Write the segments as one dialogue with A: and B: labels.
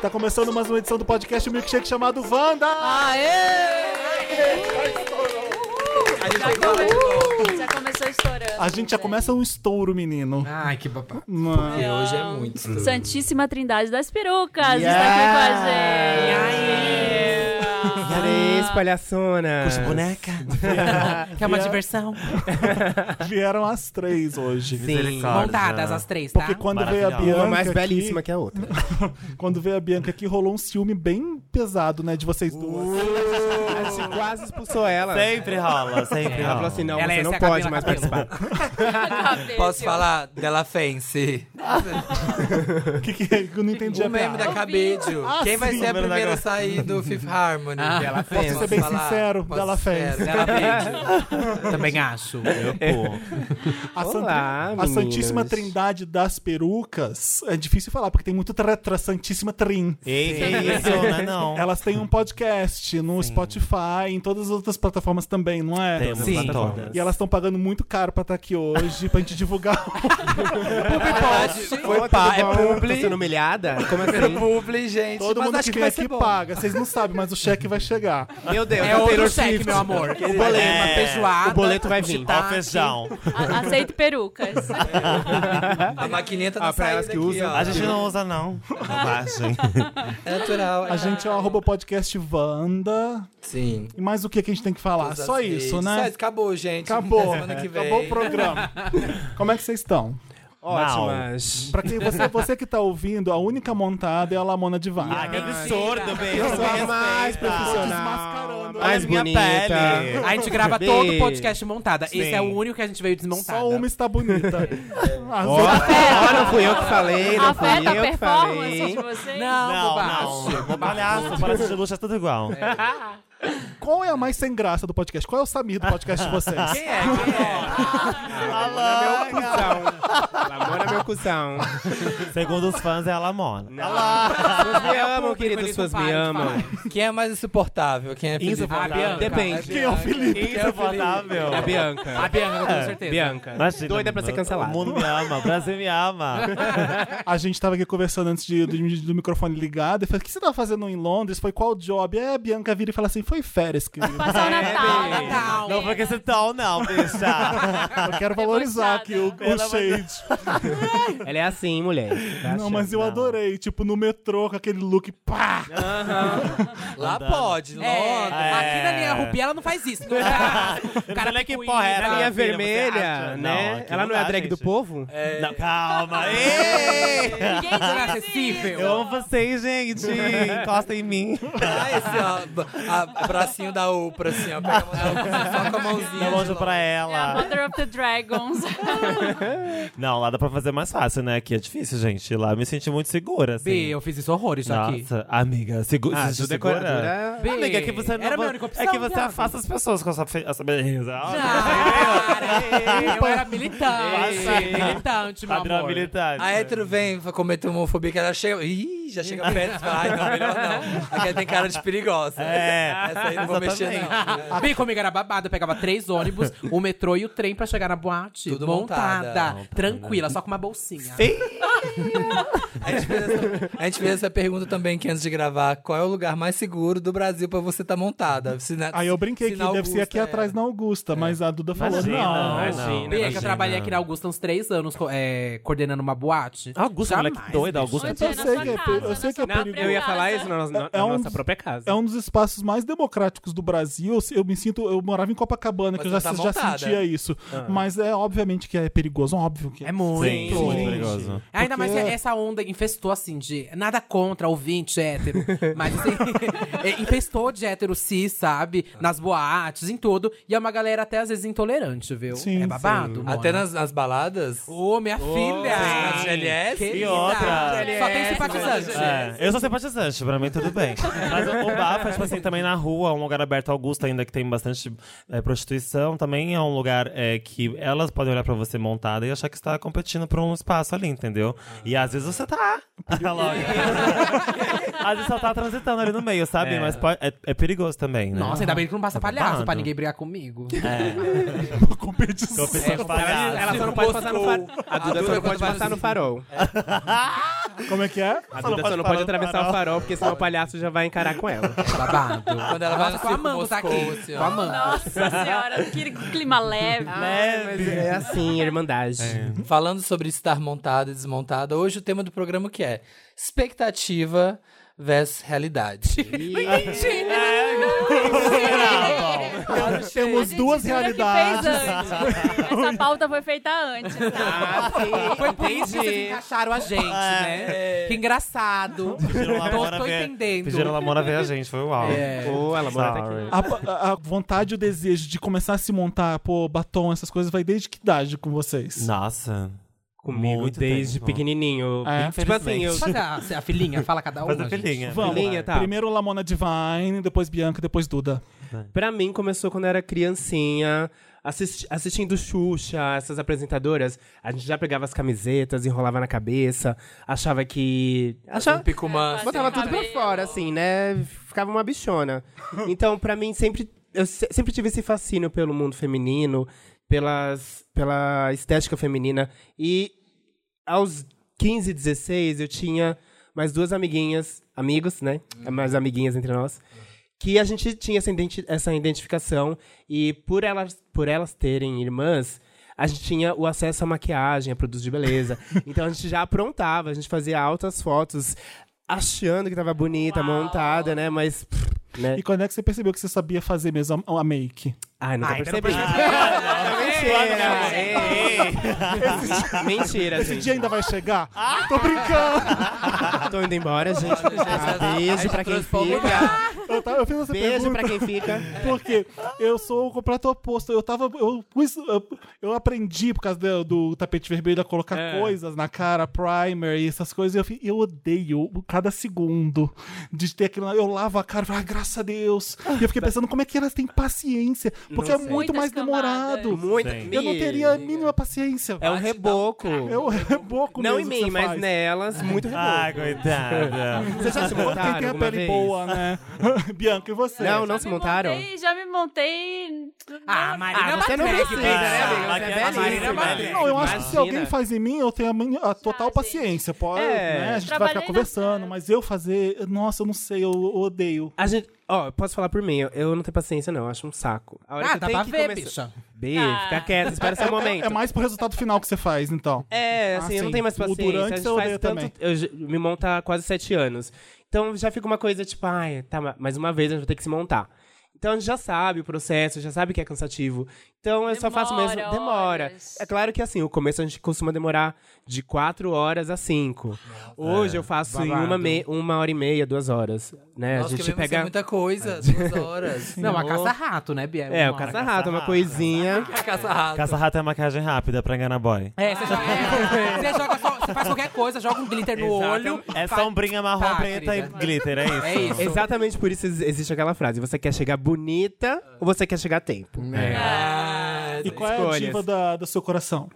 A: Tá começando mais uma edição do podcast Milkshake chamado Wanda!
B: Já, começou, já começou estourando. né?
A: A gente já começa um estouro, menino.
C: Ai, que babado.
A: Mano.
C: E hoje é muito.
B: Santíssima Trindade das Perucas está
A: Yeah.
B: aqui com a gente.
D: Cadê esse palhaçona?
C: boneca.
E: Que é uma diversão.
A: Vieram as três hoje.
D: Sim,
E: Montadas as três, tá?
A: Porque quando veio a
F: Maravilhosa.
A: Bianca.
D: é uma mais
A: aqui-
D: belíssima que a outra.
A: Quando veio a Bianca aqui, rolou um ciúme bem pesado, né? De vocês duas.
D: A gente quase expulsou ela.
F: Sempre rola, sempre
D: Ela falou
F: rola.
D: assim: não,
E: Ela é
D: você não
E: essa
D: pode
E: Camila
D: mais
E: Cabello.
D: participar.
B: Cadê,
C: Posso
B: viu?
C: falar dela Fence?
A: O que, que é? Eu não entendi a
C: O meme
A: piada.
C: Um da Cabídio.
A: Ah,
C: Quem vai
A: sim,
C: ser a
F: meme da
C: primeira a
F: Cabídio.
C: sair do Fifth Harmony?
E: Della
C: Posso
A: Fence. Ser bem sincero,
C: Posso
A: Della
C: ser
A: Fence.
C: sério? Della
E: é
C: Cabídio.
E: Também acho.
A: A, Sant-
D: Olá,
A: a
D: meninas.
A: Santíssima Trindade das Perucas. É difícil falar, porque tem muito tretra Santíssima Trin.
F: Ei, que isso, não é não.
A: Elas têm um podcast no Spotify, em todas as outras plataformas também, não é?
F: Temos
E: Sim.
F: plataformas.
A: E elas estão pagando muito caro pra estar aqui hoje, pra gente divulgar.
C: Foi
D: Ô,
C: pá,
D: tudo
C: é
D: bom? Tô
C: publi.
D: tá sendo humilhada? Como
E: É
C: Primeiro
D: assim?
C: publi, gente.
A: Todo
C: mas
A: mundo
C: acho
A: que
C: que
A: vem
C: vai ser
A: aqui
C: bom.
A: paga. Vocês não sabem, mas o cheque vai chegar.
D: Meu Deus,
E: É
D: a
E: outro
D: Taylor
E: cheque,
D: Swift.
E: meu amor. O
F: boleto.
E: Uma feijoada.
D: O boleto vai vir.
F: Tá feijão.
B: A- Aceito perucas.
C: A maquininha tá na
D: Ah, pra elas
C: saída
D: que
C: aqui,
D: usam.
C: ó.
F: A gente não usa, não. Bobagem.
C: É natural.
A: A gente é o arroba podcast Wanda.
C: Sim.
A: E mais o que, que a gente tem que falar?
C: Todas
A: Só
C: as
A: isso,
C: redes. Só
A: né?
C: isso, acabou, gente.
A: Acabou.
C: Até Semana que vem.
A: Acabou o programa. Como é que vocês estão?
D: Ótimas.
A: Pra quem você, você que tá ouvindo, a única montada é a Lamona de é Vanda.
C: Ah,
F: Ai, Ah, que absurdo, bem.
D: Eu sou a mais
A: desmascarando.
D: profissional. a
A: Olha
D: Mais
F: a minha
D: bonita.
F: pele.
E: A gente grava
D: Bebê.
E: todo o podcast montada. Esse é o
F: Sim.
E: único que a gente veio desmontada.
A: Só uma está bonita.
C: É.
A: As
D: Ó,
A: outras-
E: é.
D: ó, não fui eu que falei, não fui
B: Afeta a
D: eu que
B: performance de
D: falei.
B: vocês?
E: Não,
F: Não,
E: bobagem.
F: não. Vou palhaço, palhaço de luxo é tudo igual.
A: Qual é a mais sem graça do podcast? Qual é o Samir do podcast de vocês?
E: Quem é? Quem
D: é, Cusão. Lamona, meu cuzão.
F: Segundo os fãs, é a Lamona.
D: Suas me
E: é?
D: amam,
E: Público,
D: queridas,
E: eles
D: suas
E: não
D: me
E: param de
D: amam.
E: falar.
C: Quem é mais insuportável? Quem é
E: Ah, Bianca.
D: Depende.
A: Quem é o Felipe? Ah, é.
F: Insuportável.
D: É A Bianca.
E: A Bianca,
F: É,
E: com certeza.
D: Bianca.
F: Imagina,
D: Tá Doida pra ser cancelada.
F: O mundo me ama, o Brasil me ama.
A: A gente tava aqui conversando antes de- do, do microfone ligado. Eu falei, o que você tava fazendo em Londres? Foi qual job? É, a Bianca vira e fala assim, foi férias, querido.
B: Passar o
D: é
A: tá,
B: Natal.
D: bem.
E: Natal.
F: Não foi com esse tom, não, bicha.
A: Eu quero valorizar aqui o, o
F: Ela vai-
A: shade.
D: Ela é assim, mulher. Tá
A: Não, mas eu
F: não.
A: adorei. Tipo, no metrô, com aquele look, pá!
C: Lá pode,
E: É,
C: Londres.
E: aqui na linha Rubi ela não faz isso. Não faz. O
F: Olha que
E: picuí,
F: porra é
E: né?
D: A linha
F: Filha, você
D: vermelha,
F: acha? Não,
D: né?
F: aqui
D: Ela
F: não
D: não é a
F: dá,
D: drag do
F: gente. Ah,
D: povo?
C: É,
F: Não, calma.
D: É
F: Ei!
B: Ninguém disse isso.
E: é Inacessível.
F: Eu amo vocês, gente. Encosta em mim.
C: Ah, esse, ó, a- a bracinho da Oprah, assim, ó. Pega a mão da Oprah, só com a mãozinha.
F: Dá anjo pra
B: É a
F: ela.
B: Mother of the Dragons.
F: Não, lá dá pra fazer mais fácil, né? Aqui é difícil, gente. Lá eu me senti muito segura, assim.
E: Bi, eu fiz isso horrores aqui.
F: Nossa, amiga, segu
D: Ah,
F: se
D: do
F: sentiu segura?
D: decoradora.
E: Bi,
F: Amiga, é que você não
E: Era a minha
F: vo-
E: única opção,
F: É que você
E: viado.
F: afasta as pessoas com essa, fe- essa beleza. Ó,
E: Cara, eu era militante.
F: Ei.
E: militante, meu
F: é. Padrão
E: amor.
F: habilitante.
C: A hétero vem cometer homofobia que ela chega. Ih, já chega perto. fala, Ai, não, melhor não. Aquela tem cara de perigosa.
F: É.
C: Essa aí não vou mexer, não.
E: Bem Ah, comigo era babado, eu pegava três ônibus, o metrô e o trem pra chegar na boate.
C: Tudo
E: montada,
C: montada.
E: tranquila, só com uma bolsinha.
F: né?
C: A gente, fez essa, a gente fez essa pergunta também que antes de gravar: qual é o lugar mais seguro do Brasil pra você estar montada? Se né, na-
A: Aí eu brinquei
C: se
A: que
C: na
A: deve ser
C: Augusta,
A: aqui
C: é.
A: atrás na Augusta, mas a Duda falou,
F: Imagina,
A: não.
F: ai,
E: Bem,
F: não,
E: é que eu
F: imagina.
E: trabalhei aqui na Augusta uns três anos co- é, coordenando uma boate.
F: Augusta,
E: Jamais,
F: moleque doida. Augusta
B: Onde é?
A: Eu
B: Na
A: sei
B: sua
A: que é,
B: casa,
A: eu
B: na
A: sei que é
B: sua
A: perigo.
B: própria
D: Eu ia falar
B: casa.
D: isso na, nossa- na-
A: É
D: na
A: um
D: nossa
A: dos-
D: própria casa.
A: É um dos espaços mais democráticos do Brasil. Eu me sinto. Eu morava em Copacabana,
C: Mas
A: que eu já,
C: não tá
A: já
C: montada. Ah.
A: sentia isso. Mas é obviamente que é perigoso, óbvio que é.
E: É muito.
F: Sim, sim, muito perigoso.
E: Ainda
A: Porque-
E: mais que essa onda infestou, assim, de. Nada contra ouvinte hétero. mas assim, é, infestou de hétero cis, sabe? Nas boates, em tudo. E é uma galera até às vezes intolerante, viu?
A: Sim,
E: é babado. mona.
C: Até nas, nas baladas?
E: Ô, minha filha!
C: sim. GLS?
E: Querida.
F: E outra.
E: Só tem simpatizante.
C: né?
F: É, eu sou simpatizante, pra mim tudo bem. Mas o, o bafo é, tipo assim, também na rua, um lugar aberto ao Augusta, ainda que tem bastante é, prostituição, também é um lugar é, que elas podem olhar pra você montada e achar que você tá competindo por um espaço ali, entendeu? E às vezes você tá. Lógico. às vezes só tá transitando ali no meio, sabe? Mas pode- é, é perigoso também, né?
E: Nossa, ainda bem que não
C: Tá
E: passa palhaço
F: babado.
E: pra ninguém brigar comigo. Tá
C: É
F: Competição de palhaço.
D: Ela só não pode passar no farol. A Duda só não
C: quando
D: pode
C: vai
D: passar
C: no-
D: no farol.
A: Como é que é?
D: A Duda só não pode atravessar o farol, porque senão o palhaço já vai encarar com ela.
E: Babado.
C: Quando ela
E: Nossa,
C: vai no
E: com a
C: circo
E: manga tá
C: Moscou,
E: aqui.
C: assim, ó.
E: Com a manga.
B: Nossa senhora, que clima leve.
D: Mas é assim, irmandade.
C: Falando sobre estar montada e desmontada, hoje o tema do programa que é expectativa versus realidade.
A: Temos duas realidades.
B: Essa pauta foi feita antes. Tá?
D: Ah, sim.
E: Foi por isso que vocês
D: Entendi.
E: encaixaram a gente,
C: Ah, é.
E: né? Que engraçado.
F: Pediram lá,
E: Tô,
F: bora
E: tô
F: ver-
E: entendendo.
F: Pediram lá Mora ver a gente, foi uau.
E: É.
D: Ô, ela mora até aqui.
F: Sorry.
A: A, a- a vontade e o desejo de começar a se montar, pô, batom, essas coisas, vai desde que idade com vocês?
F: Nossa.
D: Comigo
F: Muito
D: desde
F: tempo.
D: pequenininho.
A: É.
D: Tipo assim, eu...
E: Faz a, a filhinha, fala cada uma.
F: Faz a
E: gente.
F: filhinha.
A: Vamos.
D: Linha, tá.
A: Primeiro Lamona Divine, depois Bianca, depois Duda.
D: Pra mim, começou quando eu era criancinha, assisti- assistindo Xuxa, essas apresentadoras. A gente já pegava as camisetas, enrolava na cabeça, achava que... Achava...
C: Picumã.
B: Fazia
D: Botava
B: Sem
D: tudo pra
B: cabelo.
D: fora, assim, né? Ficava uma bichona. Então, pra mim, sempre. Eu se- sempre tive esse fascínio pelo mundo feminino, pelas, pela estética feminina. E aos 15, 16, eu tinha mais duas amiguinhas, amigos, né? Mais amiguinhas entre nós. Que a gente tinha essa, identi- essa identificação. E por elas, por elas terem irmãs, a gente tinha o acesso à maquiagem, a produtos de beleza. então a gente já aprontava, a gente fazia altas fotos achando que tava bonita,
B: Uau.
D: montada, né? Mas. pff, Né?
A: E quando é que você percebeu que você sabia fazer mesmo a, a make?
D: Ai, nunca percebi. Mentira! Mentira,
A: Esse dia
D: gente.
A: ainda vai chegar?
D: Ah! Tô indo embora, gente. Ah, Beijo pra quem fica.
A: Eu, tava- eu fiz essa
D: Beijo
A: pergunta
D: pra quem fica.
A: porque eu sou o completo oposto. Eu tava. Eu, pus- eu, eu aprendi por causa do, do tapete vermelho a colocar coisas na cara, primer e essas coisas. E eu, fi- eu odeio cada segundo de ter aquilo. lá. Eu lavo a cara e falo, ah, graças a Deus. E eu fiquei pensando como é que elas têm paciência. Porque é muito
B: Muitas
A: mais demorado.
D: Muito.
A: Eu não teria a mínima paciência.
D: É um reboco.
A: Eu reboco
D: Não em
A: mesmo que
D: mim,
A: você
D: mas né?
A: faz.
D: nelas, muito reboco.
F: Ah, coitada.
D: Vocês já se
A: Quem tem
D: montaram
A: a
D: alguma
A: pele
D: vez?
A: boa, né? Bianca, e você?
D: Não,
B: Já
D: não se
B: me
D: montaram?
B: montei, já me montei.
E: Ah, Marina
D: Ah, você não
E: Batrec,
D: precisa,
E: bicha.
D: né, amiga? Você é
F: Maquiagem.
D: belíssima.
E: Marina Batrec.
A: Não, eu acho que se
D: Imagina.
A: alguém faz em mim, eu tenho a, minha- a total
B: gente.
A: paciência. Pode,
D: É.
A: né? A gente vai
B: Trabalhei
A: ficar
B: na
A: conversando,
B: cara.
A: mas eu fazer. Nossa, eu não sei, eu, eu odeio.
D: A gente, ó, eu posso falar por mim, eu, eu não tenho paciência não, eu acho um saco. A hora que
E: Ah,
D: eu
E: dá
D: tenho
E: pra
D: que
E: ver,
D: começar-
E: bicha.
D: B,
B: Ah.
D: fica quieta, espera seu momento.
A: É mais pro resultado final que você faz, então.
D: É,
A: Ah,
D: assim, eu
A: sim.
D: não tenho mais
A: O
D: paciência.
A: durante
D: a gente
A: você
D: faz
A: odeia
D: tanto-
A: também.
D: Eu já- me monto há quase sete anos. Então já fica uma coisa tipo, ai, tá, ma- mais uma vez a gente vai ter que se montar. Então a gente já sabe o processo, já sabe que é cansativo. Então eu só faço mesmo.
B: Demora
D: Demora.
B: horas.
D: É claro que assim, o começo a gente costuma demorar de quatro horas a cinco. Hoje eu faço em uma, me- uma hora e meia, duas horas. Né?
C: Nossa,
D: a
C: que
D: gente
C: mesmo
D: pega.
C: assim é muita coisa, duas horas.
E: Não, a caça-rato, né, Bia?
D: É, o
E: Uma-
D: caça-rato, uma coisinha.
C: a caça-rato.
F: Caça-rato é maquiagem rápida pra enganar boy.
E: É, você joga,
D: Ah,
E: você joga só, você faz qualquer coisa, joga um glitter no olho.
F: É
E: fa-
F: sombrinha marrom,
E: Tá,
F: preta
E: querida.
F: e glitter, é isso?
E: É isso.
D: Exatamente por isso ex- existe aquela frase: você quer chegar bonita ou você quer chegar a tempo?
F: É.
D: É.
C: Ah,
A: E qual é a
D: escolhas.
A: diva da, do seu coração?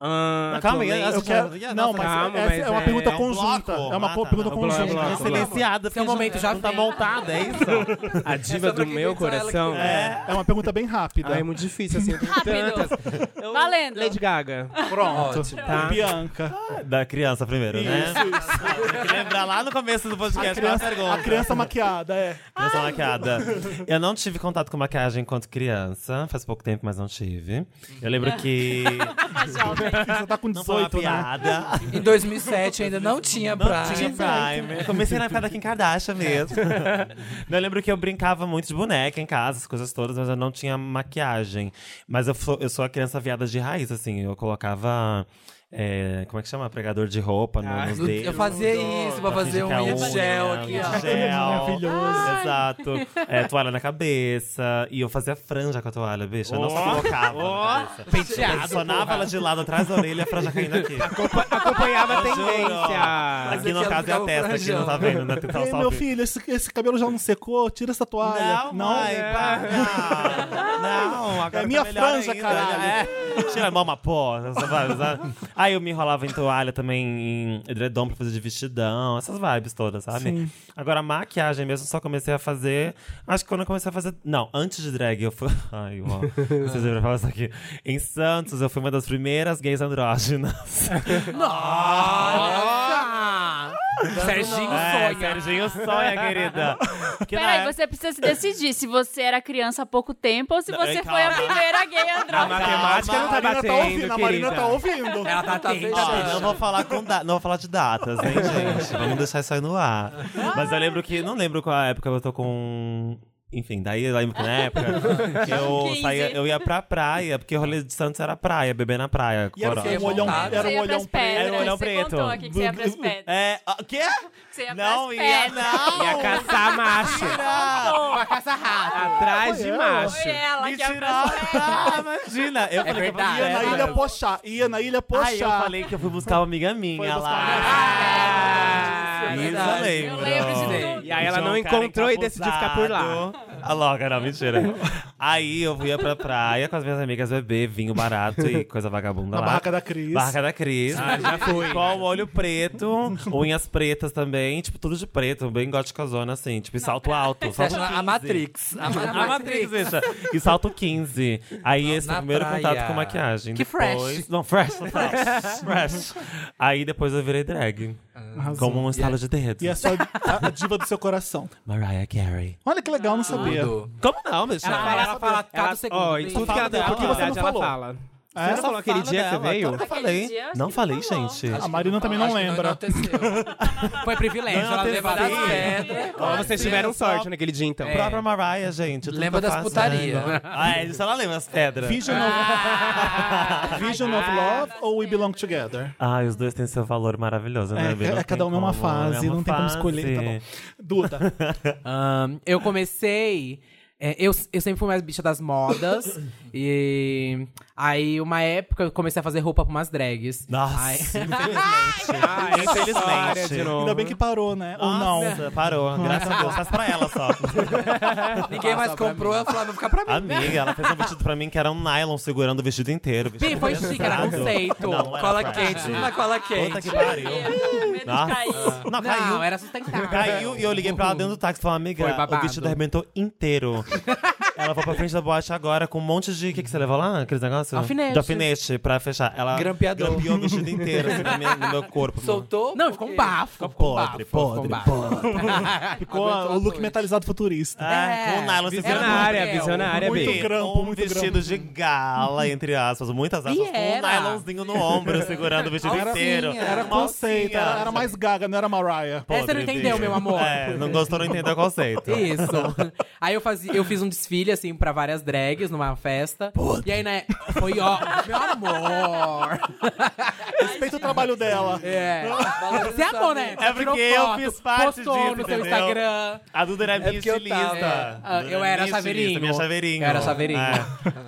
D: Ah,
F: Calma aí,
D: atualmente-
F: essa-
A: Eu quero-
F: nossa,
A: não, mas,
D: calma,
A: essa
D: mas
A: é uma
D: é-
A: pergunta
F: é um
A: conjunta.
F: bloco.
A: é uma
F: Ah,
A: co-
F: tá.
A: pergunta
F: É um bloco,
A: conjunta.
D: bloco, bloco.
F: Silenciada,
E: Seu momento já
F: não tá
E: vem.
F: montada, é isso?
D: A diva do meu coração. É.
A: É uma pergunta bem rápida.
D: Ah, é muito difícil, assim. Eu tenho tantas.
B: Rápido. Valendo.
D: Lady Gaga.
A: Pronto.
D: Tá.
A: Bianca.
F: Da criança primeiro, né? Tem que lembrar lá no começo do podcast qual é a pergunta.
A: A criança maquiada, é.
F: Eu sou maquiada. Eu não tive contato com maquiagem enquanto criança. Faz pouco tempo, mas não tive. Eu lembro que.
A: Você tá com
F: Não foi uma
A: 18, né?
F: piada.
C: Em 2007 ainda não tinha
F: Não
C: praia.
F: tinha Prime. Eu comecei na época da Kim Kardashian mesmo. Não, eu lembro que eu brincava muito de boneca em casa, as coisas todas, mas eu não tinha maquiagem. Mas eu, fo- eu sou a criança viada de raiz, assim. Eu colocava. é, como é que chama? Pregador de roupa no, nos dedos.
C: Ah, Eu fazia isso pra fazer um
F: Fica a
C: hidrogel gel
F: unha,
C: aqui, ó.
F: hidrogel.
A: Maravilhoso.
F: Exato. É, toalha na cabeça. E eu fazia franja com a toalha, bicha. Eu não colocava. na cabeça. Eu Sonava ela de lado atrás da orelha, a franja caindo aqui.
D: Acompanhava a
F: Eu juro.
D: tendência.
F: Aqui no
C: ela
F: caso é
C: ficava
F: a testa, aqui
C: franjando.
F: não tá vendo, né? Tá
A: Ei,
F: só
A: meu
F: vendo.
A: filho, esse, esse cabelo já não secou? Tira essa toalha.
F: Não, mãe, para. Não, agora
A: É minha
F: tá melhor
A: franja,
F: ainda.
A: caralho.
F: É. Tira a mão, uma porra. essas vibes, sabe? Aí eu me enrolava em toalha também, em edredom pra fazer de vestidão. Essas vibes todas, sabe? Agora, a maquiagem mesmo, só comecei a fazer... Acho que quando eu comecei a fazer... Não, antes de drag, eu fui... Ai, ó. Vocês devem falar isso aqui. Em Santos, eu fui uma das primeiras gays andrógenas.
E: Nossa! Serginho
F: É,
E: sonha.
F: Serginho sonha, querida. Que na
B: Peraí,
F: época-
B: você precisa se decidir se você era criança há pouco tempo ou se
F: Não,
B: você
F: calma.
B: foi a primeira gay
F: A
B: andrógena.
F: matemática não tá
A: a Marina tá ouvindo,
F: batendo,
A: a Marina
F: querida.
A: tá ouvindo.
E: Ela tá,
C: tá
E: quente.
C: fechada.
F: Ó, não vou falar com da- não vou falar de datas, hein, gente? Vamos deixar isso aí no ar. Mas eu lembro que não lembro qual a época eu tô com enfim, daí eu lembro que na época eu
B: 15.
F: saía, eu ia pra praia, porque o rolê de Santos era praia, beber na praia,
A: E era
F: coroa.
A: um olhão,
E: Tá.
C: Você
A: era um
B: ia pras
A: olhão preto.
B: pedras,
F: Era um olhão
B: É, você
F: preto.
B: contou aqui que você ia pras pedras.
F: É, o quê?
B: Você ia pras
F: Não ia
B: pedras.
F: não.
G: Ia caçar macho.
E: Pra caçar rato.
G: Atrás de macho.
B: Foi ela
F: Me
B: que ia É
F: tiraram.
B: pras pedras.
F: Ah, imagina. Eu falei
E: verdade.
F: que
A: Ia
F: eu
A: na
F: fui pedra.
A: Ilha Pochá, ia na Ilha Pochá.
F: Aí eu falei que eu fui buscar uma amiga minha
A: buscar
F: lá.
A: uma amiga. é
E: Ah,
F: Isso
E: verdade.
F: eu lembro.
B: Eu lembro de tudo.
G: E aí ela
F: Tinha um
G: não
F: cara
G: encontrou e decidiu ficar por lá.
F: encapuzado. Ah, louca, não, mentira. Aí eu ia pra praia com as minhas amigas beber vinho barato e coisa vagabunda
A: Na
F: lá.
A: barraca da Cris.
F: Barraca da Cris.
G: Ah, já fui.
F: Com o olho preto, unhas pretas também, tipo, tudo de preto, bem gótica zona, assim, tipo, e salto alto.
C: Você
F: Salto
C: acha na- a
F: 15.
C: Matrix. A Matrix.
F: A Matrix, bicha. E salto 15. Aí esse foi
C: na
F: o primeiro
C: praia.
F: contato com maquiagem.
E: Que
F: Depois-
E: fresh.
F: Não, fresh. Fresh. fresh. Aí depois eu virei drag. Como um estalo de dedo.
A: E é só a, a diva do seu coração.
F: Mariah Carey.
A: Olha que legal, não sabia.
C: Tudo.
F: Como não, bicha?
E: Ela fala, ela fala cada
G: Ela-
E: segundo.
G: ó, em tudo que ela tem
F: Fala dela.
G: oportunidade,
A: Você não
G: ela
A: falou.
G: fala.
A: É?
G: Você não falou aquele dia que você veio?
F: Eu
B: Aquele
F: falei.
B: dia, acho
F: não
B: que
F: falei,
B: falou.
F: gente.
A: A Marina também não
C: Acho que
A: lembra.
C: enalteceu.
E: Foi privilégio.
F: Não,
E: ela
F: teve
E: levou das
F: sim.
E: pedras.
G: Ó, vocês tiveram
F: Só-
G: sorte naquele dia, então.
F: A
A: É.
F: própria Mariah, gente. tudo
C: Lembra
F: que eu
C: das
F: faço,
C: putaria.
F: né? Ah, é, isso ela lembra as pedras.
A: Vision of, Vision of Love ou We Belong Together?
F: Ah, os dois têm seu valor maravilhoso, né? Bia?
A: É, é
F: Não
A: cada
F: tem
A: uma é uma
F: como,
A: fase,
F: é uma
A: não tem como
F: fase.
A: escolher, tá bom. Duda,
E: Ahn, eu comecei. é, eu, eu sempre fui mais bicha das modas. e aí, uma época, eu comecei a fazer roupa pra umas drags.
F: Nossa,
E: Ai.
G: Ah, essa história de novo.
A: ainda bem que parou, né? Ou não.
F: Nossa, parou. Graças a Deus, faz pra ela só.
C: Ninguém mais
E: Só pra
C: comprou, ela falou, vai ficar pra mim.
F: Amiga, ela fez um vestido pra mim que era um nylon segurando o vestido inteiro.
E: Bi,
F: Vestido
E: foi chique, era
F: pesado.
E: conceito.
F: Não, era
C: Cola
F: pra-
C: quente, tudo
E: é
C: na cola
F: Puta
C: quente.
F: que pariu.
B: Medo de
F: Nossa.
B: cair.
F: Não, caiu.
E: Não, era sustentável.
F: Caiu e eu liguei pra ela dentro do táxi e falei, amiga,
E: Foi babado.
F: o vestido arrebentou inteiro. ela foi pra frente da boate agora com um monte de. O que, que você levou lá? Aqueles negócios?
E: Alfinete.
F: De alfinete pra fechar. Ela
C: Grampeador.
F: grampeou o vestido inteiro assim, na minha- no meu
C: Tá
F: corpo.
C: Soltou?
E: Não, ficou um bafo. Ficou um
F: podre,
E: bafo, ficou um
F: podre,
E: bafo.
A: Ficou o look metalizado futurista.
F: É, com nylon
G: Visionária,
E: Gabriel.
G: visionária,
A: Muito
G: Bi.
A: gra- grampo,
F: um
A: muito
F: vestido
A: grampo.
F: de gala, entre aspas, muitas aspas, com um
E: era.
F: nylonzinho no ombro, segurando o vestido
C: Era-
F: inteiro.
A: Era
F: Uma
A: conceito,
F: alcinha.
A: tá? era, era mais gaga, não era Mariah.
E: Essa
F: Podre,
E: não entendeu,
F: bicho.
E: meu amor.
F: É, não gostou, não entendeu o conceito.
E: Isso. Aí eu, fazia, eu fiz um desfile, assim, pra várias drags numa festa. E aí, né? Foi ó. Meu amor!
A: Respeita o trabalho dela.
E: É. Você amou, né?
F: É porque
E: Tirou
F: eu
E: foto,
F: fiz parte
E: postou
F: disso,
E: no seu
F: entendeu?
E: Instagram.
F: A Duda era
E: É
F: minha
C: porque eu
F: estilista.
C: tava.
E: Ah,
F: Duda
E: eu era
F: minha
E: chaveirinho.
F: estilista, Minha chaveirinho.
E: Eu era chaveirinho.
F: É.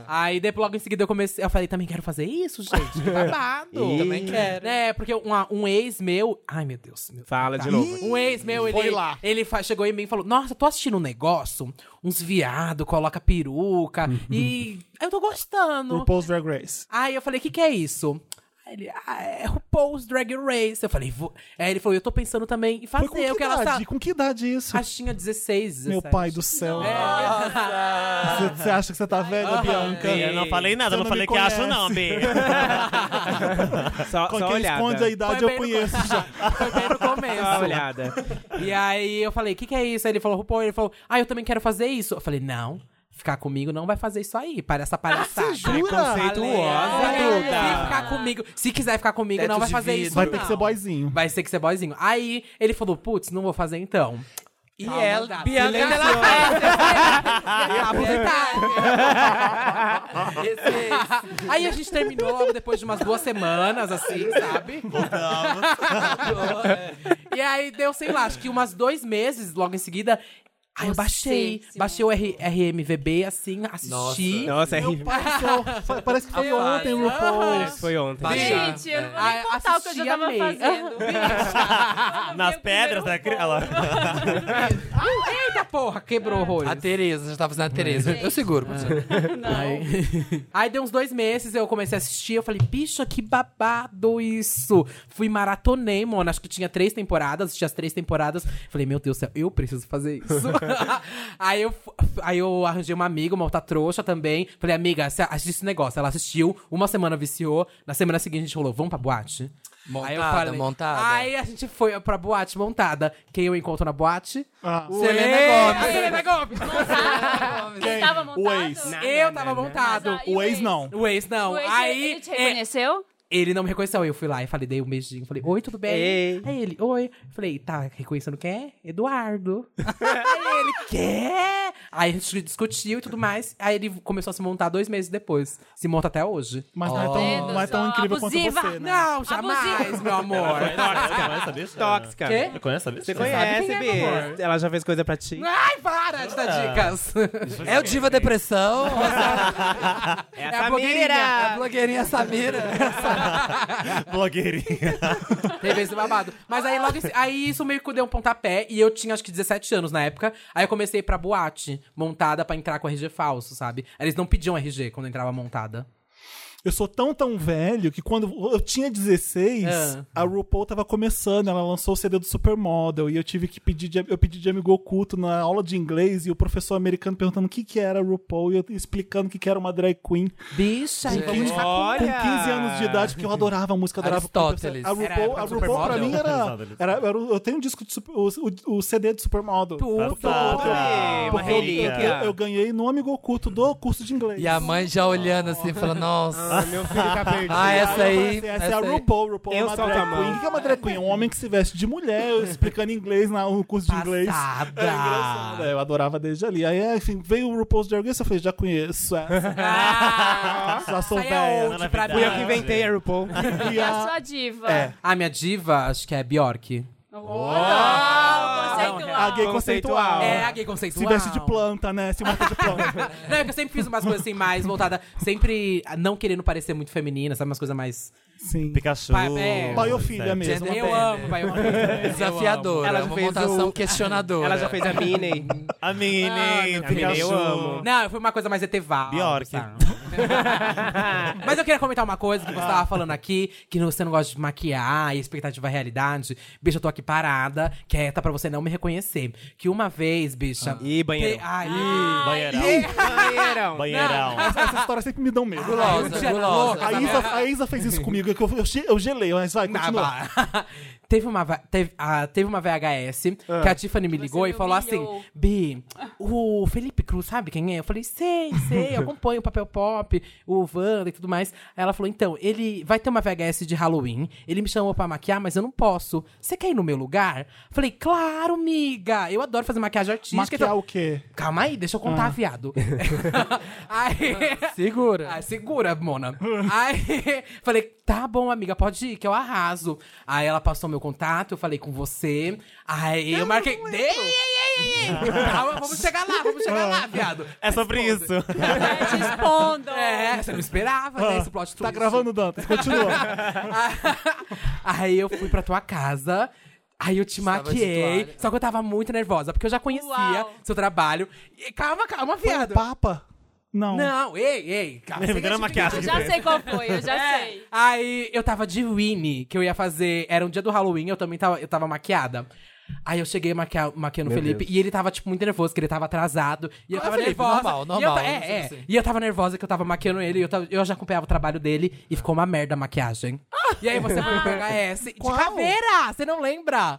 E: Aí, depois, logo em seguida, eu comecei. Eu falei, também quero fazer isso, gente. Que babado. também quero. É, porque uma- um ex meu. Ai, meu Deus. Meu
G: Fala de novo.
E: Um ex meu, ele,
A: Foi lá.
E: ele fa- chegou em mim e falou: Nossa, tô assistindo um negócio, uns viado, coloca peruca, e eu tô gostando.
A: RuPaul's Drag Race.
E: Aí eu falei: O que, que é isso? Aí ele, ah, é RuPaul's Drag Race. Eu falei, vou. Aí ele falou, eu tô pensando também em
A: Foi com que
E: fazer o que ela
A: idade?
E: sabe.
A: Com que idade isso?
E: Acho que tinha 16, 17.
A: Meu pai do céu.
E: É.
A: Você você acha que você tá velha, Bianca?
F: Bia, É. Eu não falei nada,
A: Você
F: eu não,
A: não
F: falei
A: me
F: que acho,
A: conhece.
F: não, B.
G: Só,
A: Com
G: só
A: quem
G: olhada.
A: esconde a idade, eu
E: bem no
A: conheço
E: começo.
A: já.
E: Foi bem no começo.
C: Tá
G: Só olhada.
E: E aí eu falei, o que, que é isso? Aí ele falou, RuPaul, ele falou, ah, eu também quero fazer isso. Eu falei, não, ficar comigo não vai fazer isso aí. Para essa palhaçada.
A: Ah, Jura?
G: Preconceituosa,
E: Falei, se
G: Duda.
E: ficar comigo, se quiser ficar comigo,
C: Teto
E: não vai
C: de
E: fazer
C: vidro.
E: isso.
A: Vai ter que ser
E: não.
A: boyzinho.
E: Vai ter que ser boyzinho. Aí ele falou, putz, não vou fazer então.
C: E
E: Calma,
C: ela,
E: dá.
C: Bianca
E: Silenciou.
C: Della Fé. é
E: Esse ex. "Tá." Aí a gente terminou depois de umas duas semanas, assim, sabe? E aí deu, sei lá, acho que umas dois meses logo em seguida. Aí eu baixei.
B: Gostei.
E: Baixei o R- RMVB, assim, assisti.
G: Nossa, é
A: Meu
G: horrível.
A: pai do céu. Foi- Parece que foi
E: Aham.
A: ontem, RuPaul.
D: Ah.
G: Foi ontem.
C: Baixar.
B: Gente, eu não vou
E: Ah,
B: nem contar o que eu já
E: assisti,
B: tava
E: amei.
B: fazendo. bicho.
F: Nas
B: Meu
F: pedras
B: primeiro
F: daquele.
B: ponto.
E: Eita porra, quebrou o rolho.
C: A Tereza, já tava fazendo a Tereza. Eu seguro, professor.
E: Aí deu uns dois meses, eu comecei a assistir, eu falei, bicha, que babado isso. Fui maratonei, mano. Acho que tinha três temporadas, assisti as três temporadas. Falei, meu Deus do céu, eu preciso fazer isso. aí, eu, fu- aí eu arranjei uma amiga, uma outra trouxa também. Falei, amiga, você assiste esse negócio. Ela assistiu, uma semana viciou. Na semana seguinte a gente falou, vamos pra boate?
C: Montada,
E: aí eu falei,
C: montada.
E: Aí a gente foi pra boate montada. Quem eu encontro na boate?
A: Ah.
E: O
C: Selena
E: ex-
C: Gomez.
E: A Selena Gomes.
B: Quem tava montado?
A: O ex.
E: Eu tava montado.
B: Mas aí-
A: O ex não.
E: Tá, O ex não.
B: O ex,
E: aí
B: ele te
E: é,
B: reconheceu?
E: ele não me reconheceu. Eu fui lá e falei, dei um beijinho. Falei, oi, tudo bem?
D: Ei.
E: Aí ele, oi. Eu Falei, tá reconhecendo quem é? Eduardo. aí ele, quê? Aí a gente discutiu e tudo mais. Aí ele começou a se montar dois meses depois. Se monta até hoje.
A: Mas não é tão,
B: Dedo
A: não é tão
B: só,
A: incrível
B: abusiva.
A: quanto você, né?
E: Não, jamais,
B: Abusivo.
E: meu amor.
F: Tóxica, né?
D: Tóxica.
E: Quê?
F: Você conhece a bicha?
D: Você conhece,
E: quem é,
D: Bia?
E: meu amor?
D: Ela já fez coisa pra ti.
E: Ai, para de
C: Ah.
E: dar dicas.
C: É o Diva Depressão?
D: É
E: a blogueirinha.
C: é a blogueirinha Samira?
F: Blogueirinha.
E: Teve esse babado. Mas aí logo esse- aí isso meio que deu um pontapé e eu tinha acho que 17 anos na época. Aí eu comecei pra boate, montada pra entrar com RG falso, sabe? Aí Eles não pediam RG quando eu entrava montada.
A: Eu sou tão, tão velho que quando eu tinha 16,
E: Ah.
A: a RuPaul tava começando, ela lançou o CD do Supermodel e eu tive que pedir, de, eu pedi de amigo oculto na aula de inglês e o professor americano perguntando o que que era RuPaul e eu explicando o que que era uma drag queen.
E: Bicha, aí
A: Com 15,
D: Olha!
A: com 15 anos de idade, que eu adorava a música, adorava
C: Aristóteles.
A: A
E: Era a
A: RuPaul,
E: época
A: a
E: do
A: RuPaul pra
E: Supermodel.
A: mim era, era, era o- Eu tenho um disco, de, super- o, o, o CD do Supermodel.
D: Uma
A: Porque eu- eu,
D: relíquia.
A: eu ganhei no amigo oculto do curso de inglês.
C: E a mãe já olhando assim, falando, nossa.
D: Ah, meu filho tá perdido.
C: Ah, essa
A: eu
C: aí.
A: falei assim, essa, é a
C: aí.
A: RuPaul. RuPaul é
D: Eu
A: uma
D: solto a
A: drag
D: mão.
A: queen. O que é uma drag queen? Um homem que se veste de mulher, eu explicando inglês na- no curso de inglês. É engraçado.
E: Passada.
A: É, eu adorava desde ali. Aí, enfim, veio o RuPaul's Drag Race, eu falei, já conheço. essa.
E: Ah,
A: Já sou
E: Isso aí é
A: velha. né?
E: old pra
D: Fui
E: mim.
D: eu que inventei a RuPaul.
A: E
B: E a
A: a-
B: sua diva? é
A: É.
E: Ah, minha diva, acho que é Bjork.
B: Uau, conceitual.
A: a gay conceitual.
E: É a gay
A: Ah. Se
E: conceitual.
A: veste de planta, né? Se mata de planta.
E: Não, é que eu sempre fiz umas coisas assim mais voltada, sempre ah, não querendo parecer muito feminina, sabe? Umas coisas mais.
A: Sim.
F: Pikachu.
E: Pai- é.
A: Pai ou filha
F: etc.
A: mesmo.
C: Gender-
E: Eu amo, vai. é, eu amo.
C: Desafiadora,
D: Ela já
C: uma
D: fez
C: montação
D: o-
C: questionadora.
D: Ela já fez a Minnie.
F: A
E: Ah,
F: Minnie,
E: não,
F: Pikachu.
D: eu amo.
E: Não, eu fui uma coisa mais eteval.
F: Bjork.
E: sabe? Mas eu queria comentar uma coisa que você tava falando aqui, que você não gosta de maquiar e expectativa é realidade. Bicha, eu tô aqui parada, quieta pra você não me reconhecer. Que uma vez, bicha.
D: Ih, banheiro.
E: te- Ai, Ah,
F: Banheirão.
E: é?
D: Banheirão.
F: Banheirão.
A: Essas histórias sempre me dão medo.
E: Ah,
C: Gulosa, gulosa.
A: A Isa, a Isa fez isso comigo, que eu, eu, ge- eu gelei, mas vai,
E: Ah,
A: continua.
E: bah. teve, uma, va- teve, ah, teve uma VHS
A: Ah.
E: que a Tiffany me ligou
B: me
E: e falou
B: humilhou.
E: assim: Bi, o Felipe Cruz sabe quem é? Eu falei: sei, sei, eu acompanho o papel pop, o Wanda e tudo mais. Aí ela falou: então, ele vai ter uma VHS de Halloween, ele me chamou pra maquiar, mas eu não posso. Você quer ir no meu lugar? Falei: claro, miga, eu adoro fazer maquiagem artística.
A: Maquiar
E: então-
A: o quê?
E: Calma aí, deixa eu contar, viado. aí.
C: Ah. Segura.
E: Ah, segura, Mona. Aí, falei, tá bom, amiga, pode ir, que eu arraso. Aí ela passou meu contato, eu falei com você. Aí eu, marquei. Ei, ei, ei, ei, ei. Ah. Calma, vamos chegar lá, vamos chegar lá, viado.
F: É sobre isso.
B: É, te expondo.
E: É, você não esperava, né, esse plot twist.
A: Tá gravando, Dantas?
E: um
A: Continua.
E: Aí eu fui pra tua casa. Aí eu te
C: Estava de
E: maquiei.
C: toalha.
E: Só que eu tava muito nervosa, porque eu já conhecia
B: Uau.
E: seu trabalho. E, calma, calma,
A: Foi o
E: viado.
A: Papa? Não.
E: Não, ei, ei. Calma,
F: Me deram
E: Você
F: uma
E: que-
F: maquiagem.
B: Eu já sei qual foi, eu já sei.
E: Aí eu tava de Winnie, que eu ia fazer. Era um dia do Halloween, eu também tava, eu tava maquiada. Aí eu cheguei maquia, maquiando o Felipe e ele tava, tipo, muito nervoso, que ele tava atrasado. E eu
C: Ah,
E: tava
C: Felipe,
E: nervosa.
C: normal,
E: E eu,
C: normal,
E: ta- é,
C: não sei
E: é.
C: assim.
E: E eu tava nervosa que eu tava maquiando ele, e eu, tava- eu já acompanhava o trabalho dele e ficou uma merda a maquiagem. E aí você foi pro VHS de caveira! Você não lembra?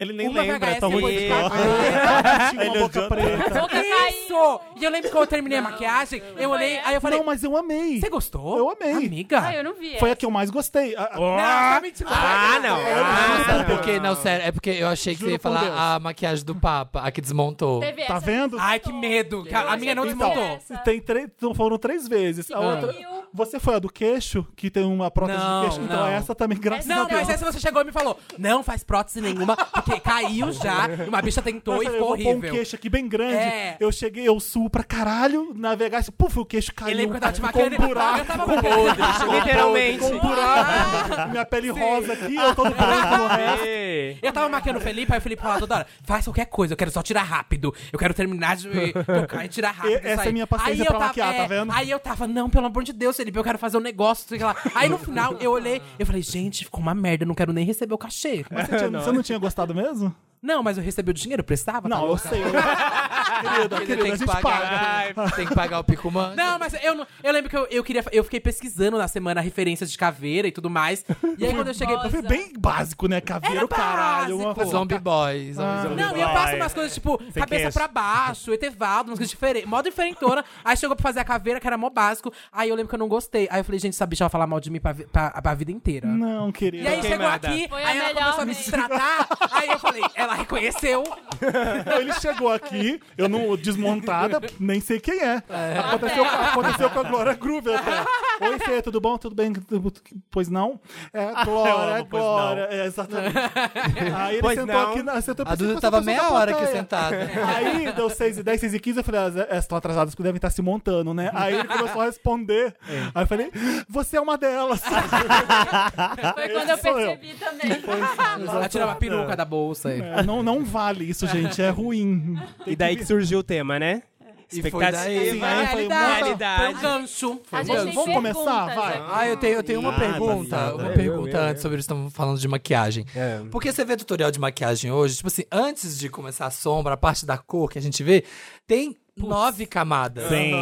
F: Ele nem
E: Uma
F: lembra,
E: VHS
F: é tão ruim
E: depois
F: de
E: de
F: cor.
A: Tinha uma
F: Ele
D: é
A: boca
F: adianta.
A: preta.
B: Boca caindo.
E: Isso! E eu lembro que quando eu terminei a maquiagem, eu olhei, aí eu falei,
A: Não, mas eu amei.
E: você gostou?
A: Eu amei.
E: Amiga?
B: Ah, eu não vi.
A: Foi a
B: essa.
A: que eu mais gostei. A- a-
E: Não, tá mentindo.
D: Ah, não.
C: Ah,
D: Ah,
E: tá.
C: sabe por
A: né,
C: quê? Não, sério, é porque eu achei que
A: Juro
C: você ia
A: por
C: falar
A: Deus.
C: a maquiagem do Papa, a que desmontou.
B: Teve
A: Tá
E: é
B: essa.
A: vendo?
E: Ai, que medo. que a, a minha não
B: Então,
E: desmontou.
A: Tem três, então foram três vezes. A outra,
B: Sumiu.
A: você foi a do queixo, que tem uma prótese
E: Não,
A: de queixo. Então
E: não.
A: essa também, graças
E: Não,
A: a
B: então,
A: Deus.
E: mas essa você chegou e me falou: não faz prótese nenhuma, porque caiu já. e Uma bicha tentou
A: Nossa,
E: e
A: eu
E: ficou
A: vou pôr um
E: horrível.
A: queixo aqui bem grande.
E: É.
A: Eu cheguei, eu suo pra caralho, navegar, puf, o queixo caiu.
E: Eu lembro que eu tava te
A: ficou
E: maquiando
A: um buraco.
E: eu tava podre.
D: Literalmente.
A: Ficou um
E: Ah.
A: buraco. Minha pele rosa aqui, eu tô no branco no resto.
D: Ei.
E: Eu tava maquiando o Felipe, aí o Felipe falou toda hora, faz qualquer coisa, eu quero só tirar rápido. Eu quero terminar de tocar e tirar rápido.
A: E- essa
E: isso aí."
A: é minha paciência
E: Aí
A: pra
E: eu tava-
A: maquiar, tá vendo?
E: Aí eu tava, não, pelo amor de Deus, Felipe, eu quero fazer um negócio, sei lá. Aí no final eu olhei, eu falei, gente, ficou uma merda, eu não quero nem receber o cachê.
A: Mas você, tinha- você não tinha gostado mesmo?
E: Não, mas eu recebi o dinheiro, prestava?
A: Não, eu sei. querida,
C: Ele
A: querida, a
C: tem que
A: gente paga.
C: pagar. Tem que pagar o picumã.
E: Não, mas eu não. Eu lembro que eu, eu queria. Eu fiquei pesquisando na semana referências de caveira e tudo mais. E aí quando eu cheguei.
A: Foi bem básico, né? Caveiro,
E: Era
A: caralho. Uma
E: básico.
A: coisa-
C: Zombie Boys. zombie
E: Não, e eu passo umas coisas, tipo, cabeça
F: queixo.
E: pra baixo, etevado, umas coisas diferentes, mó diferentona. Aí chegou pra fazer a caveira, que era mó básico. Aí eu lembro que eu não gostei. Aí eu falei, gente, essa bicha vai falar mal de mim pra, vi- pra, pra vida inteira.
A: Não,
E: E
A: querida.
E: aí chegou
G: Queimada.
E: aqui,
B: Foi a
E: aí ela
B: melhor
E: começou a me
B: vez.
E: destratar. aí eu falei, ela reconheceu.
A: Não, ele chegou aqui, eu não desmontada, nem sei quem é. Aconteceu, com- aconteceu com a Glória Groover até. Oi, Fê, tudo bom? Tudo bem? Pois não? É,
F: eu
A: Glória,
F: amo, pois
A: Glória. É, exatamente. Aí ele
G: Pois
A: sentou
G: não.
A: aqui. Na, sentou
C: A
A: pensei
C: Duda
A: que
C: tava
A: fosse uma
C: meia
A: pessoa da
C: hora aqui
A: plateia.
C: sentada.
A: Aí deu 6 e 10, 6 e 15, eu falei, ah, elas estão atrasadas porque devem estar se montando, né? Aí ele começou a responder. Aí eu falei, você é uma delas.
B: Foi quando eu
A: Esse sou eu.
B: percebi também.
E: Ela tirou a peruca da bolsa. aí.
A: É, não, não vale isso, gente, é ruim.
D: E daí que surgiu o tema, né?
C: E foi daí.
A: Sim, aí eu falei,
E: Realidade.
A: nossa,
E: Foi um gancho. Foi
B: A
E: um
B: gente
E: gancho.
B: tem
A: vamos começar?
B: perguntas,
A: Vai.
B: né?
C: Ah, eu tenho, eu tenho uma
F: Ah,
C: pergunta.
F: passada.
C: Uma
F: É,
C: pergunta antes sobre isso. Estamos falando de maquiagem.
E: É.
C: Porque você vê tutorial de maquiagem hoje, tipo assim, antes de começar a sombra, a parte da cor que a gente vê, tem nove camadas.
F: Sim.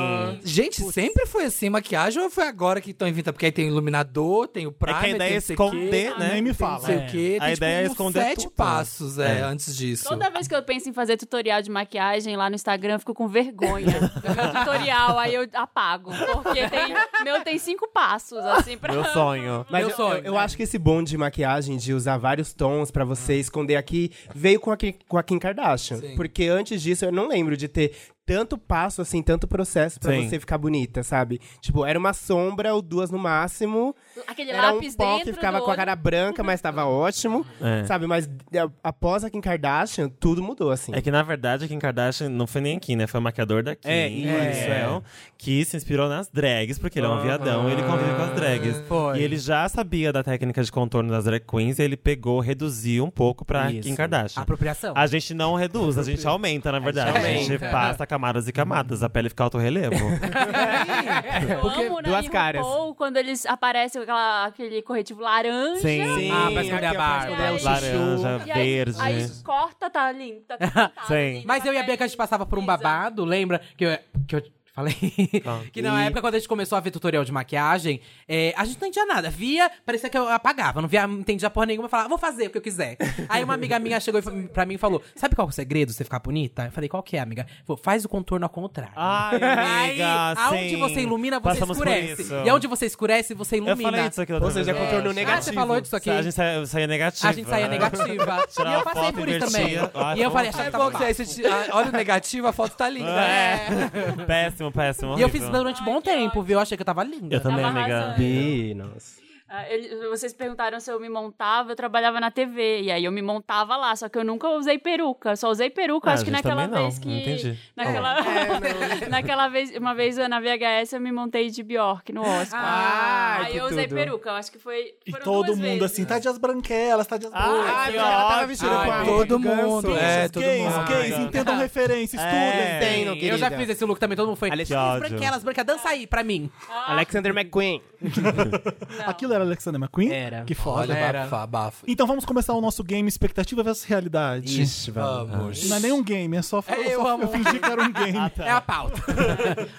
C: Gente, sempre foi assim maquiagem ou foi agora que estão inventando? Porque aí tem o iluminador, tem o
F: É
C: primer,
F: que a ideia
C: tem
F: é
C: não sei o quê,
F: esconder,
C: tem
F: né?
A: Nem me
C: Não
A: fala.
C: sei o quê.
F: É.
C: Tem,
F: A
C: tipo,
F: ideia é
C: uns
F: esconder
C: sete
F: tudo.
C: passos, é,
F: É.
C: antes disso.
B: Toda vez que eu penso em fazer tutorial de maquiagem lá no Instagram, eu fico com vergonha do meu tutorial, aí eu apago. Porque tem, meu tem cinco passos, assim, pra.
F: Meu sonho.
D: Mas
E: Meu
D: eu,
E: sonho.
D: eu- eu acho que esse bonde de maquiagem, de usar vários tons pra você esconder aqui, veio com a, Ki- com a Kim Kardashian.
C: Sim.
D: Porque antes disso, eu não lembro de ter tanto passo, assim, tanto processo pra
F: Sim.
D: você ficar bonita, sabe? Tipo, era uma sombra ou duas no máximo.
B: Aquele
D: Era um
B: lápis
D: pó
B: dentro.
D: que ficava
B: do
D: com a
B: olho.
D: cara branca, mas tava ótimo.
F: É.
D: Sabe? Mas é, após a Kim Kardashian, tudo mudou, assim.
F: É que, na verdade, a Kim Kardashian não foi nem aqui, né? Foi o maquiador da Kim,
D: É,
F: o
D: isso, é.
F: Ariel, que se inspirou nas drags, porque ele é um viadão, ele convive com as drags.
C: Foi.
F: E ele já sabia da técnica de contorno das drag queens, e ele pegou, reduziu um pouco pra
E: Isso.
F: Kim Kardashian.
E: Apropriação. Ah,
F: A gente não reduz, a gente aumenta, na verdade. A gente,
C: aumenta.
F: passa camadas e camadas, a pele fica autorrelevo.
B: Eu amo na
D: duas
B: em
D: caras.
B: RuPaul, quando eles aparecem com aquela- aquele corretivo laranja.
F: Sim.
E: Ah, pra
D: aqui,
E: esconder
D: ó,
E: a
D: pra
E: barba.
D: esconder o chuchu.
F: Laranja,
B: E aí-
F: verde.
B: Aí, corta, tá lindo. Tá pintado,
F: Sim.
B: assim,
E: Mas eu e a Bianca, a gente passava por um babado, lembra? Que eu, que eu falei. que na época, quando a gente começou a ver tutorial de maquiagem, é, a gente não entendia nada. Via, parecia que eu apagava. Não via, não entendia porra nenhuma. Falava, vou fazer o que eu quiser. Aí uma amiga minha chegou e fa- pra mim e falou, sabe qual é o segredo de você ficar bonita? Eu falei, qual que é, amiga? Falou, faz o contorno ao contrário.
F: Ai, Ah, amiga,
E: Aí, aonde
F: sim.
E: você ilumina, você
F: Passamos por
E: escurece.
F: isso.
E: E onde você escurece, você ilumina.
F: Eu falei disso aqui da
D: Ou
F: outra
D: seja,
F: vez.
D: contornou
E: Ah, você
D: negativo.
E: falou disso aqui.
F: A gente saía, saía negativa.
E: A gente saía
F: né?
E: negativa. e
F: Tirava
E: eu passei
F: foto,
E: por isso também.
F: invertia. Ah,
E: E eu
F: foi
E: falei,
F: um
E: achava
C: É
E: que
C: bom
E: tava
C: que você, você- ah, olha o negativo, a foto tá linda.
E: É.
F: Péssimo, péssimo.
E: E eu
F: horrível.
E: fiz né? durante um bom
B: Ai, que
E: tempo,
B: ótimo.
E: viu? Eu achei que eu tava linda.
F: Eu também,
B: Tava
F: amiga.
B: arrasando.
D: Ih, nossa.
B: Ah, ele- vocês perguntaram se eu me montava, eu trabalhava na TV. E aí eu me montava lá, só que eu nunca usei peruca. Só usei peruca,
F: Ah,
B: acho que
F: a gente
B: naquela
F: também não,
B: vez que.
F: não entendi.
E: Tá
B: Naquela,
E: É,
B: naquela vez, uma vez na VHS eu me montei de Bjork no Oscar.
D: Ah,
B: aí
D: que
B: eu usei
D: tudo.
B: peruca, eu acho que foi.
A: E
B: foram
A: todo
B: duas
A: mundo
B: vezes.
A: assim, tá de as branquelas, tá de as boas.
D: Ah,
F: que
D: ela tava
F: ótimo.
D: vestindo com a
C: Ai,
D: roupa
C: todo
D: de ganso.
C: mundo. É, todo
A: gays,
C: mundo.
A: gays,
F: Ai,
A: entendam referência,
F: É.
A: estudem.
D: Tem, não,
E: Eu já
D: querida.
E: fiz esse look também, todo mundo foi.
F: Alex-
E: "As
F: Que
E: branquelas, branca, dança aí pra mim.
D: Alexander McQueen.
B: Não.
A: Aquilo era Alexander McQueen?
D: Era.
A: Que
C: Olha,
A: foda.
C: abafa, abafa.
A: Então vamos começar o nosso game Expectativa versus Realidade.
C: Vamos.
A: Não é nem um game, é só,
C: É,
A: eu,
C: eu
A: só
C: amo.
A: eu fingi que era um game.
E: É a pauta.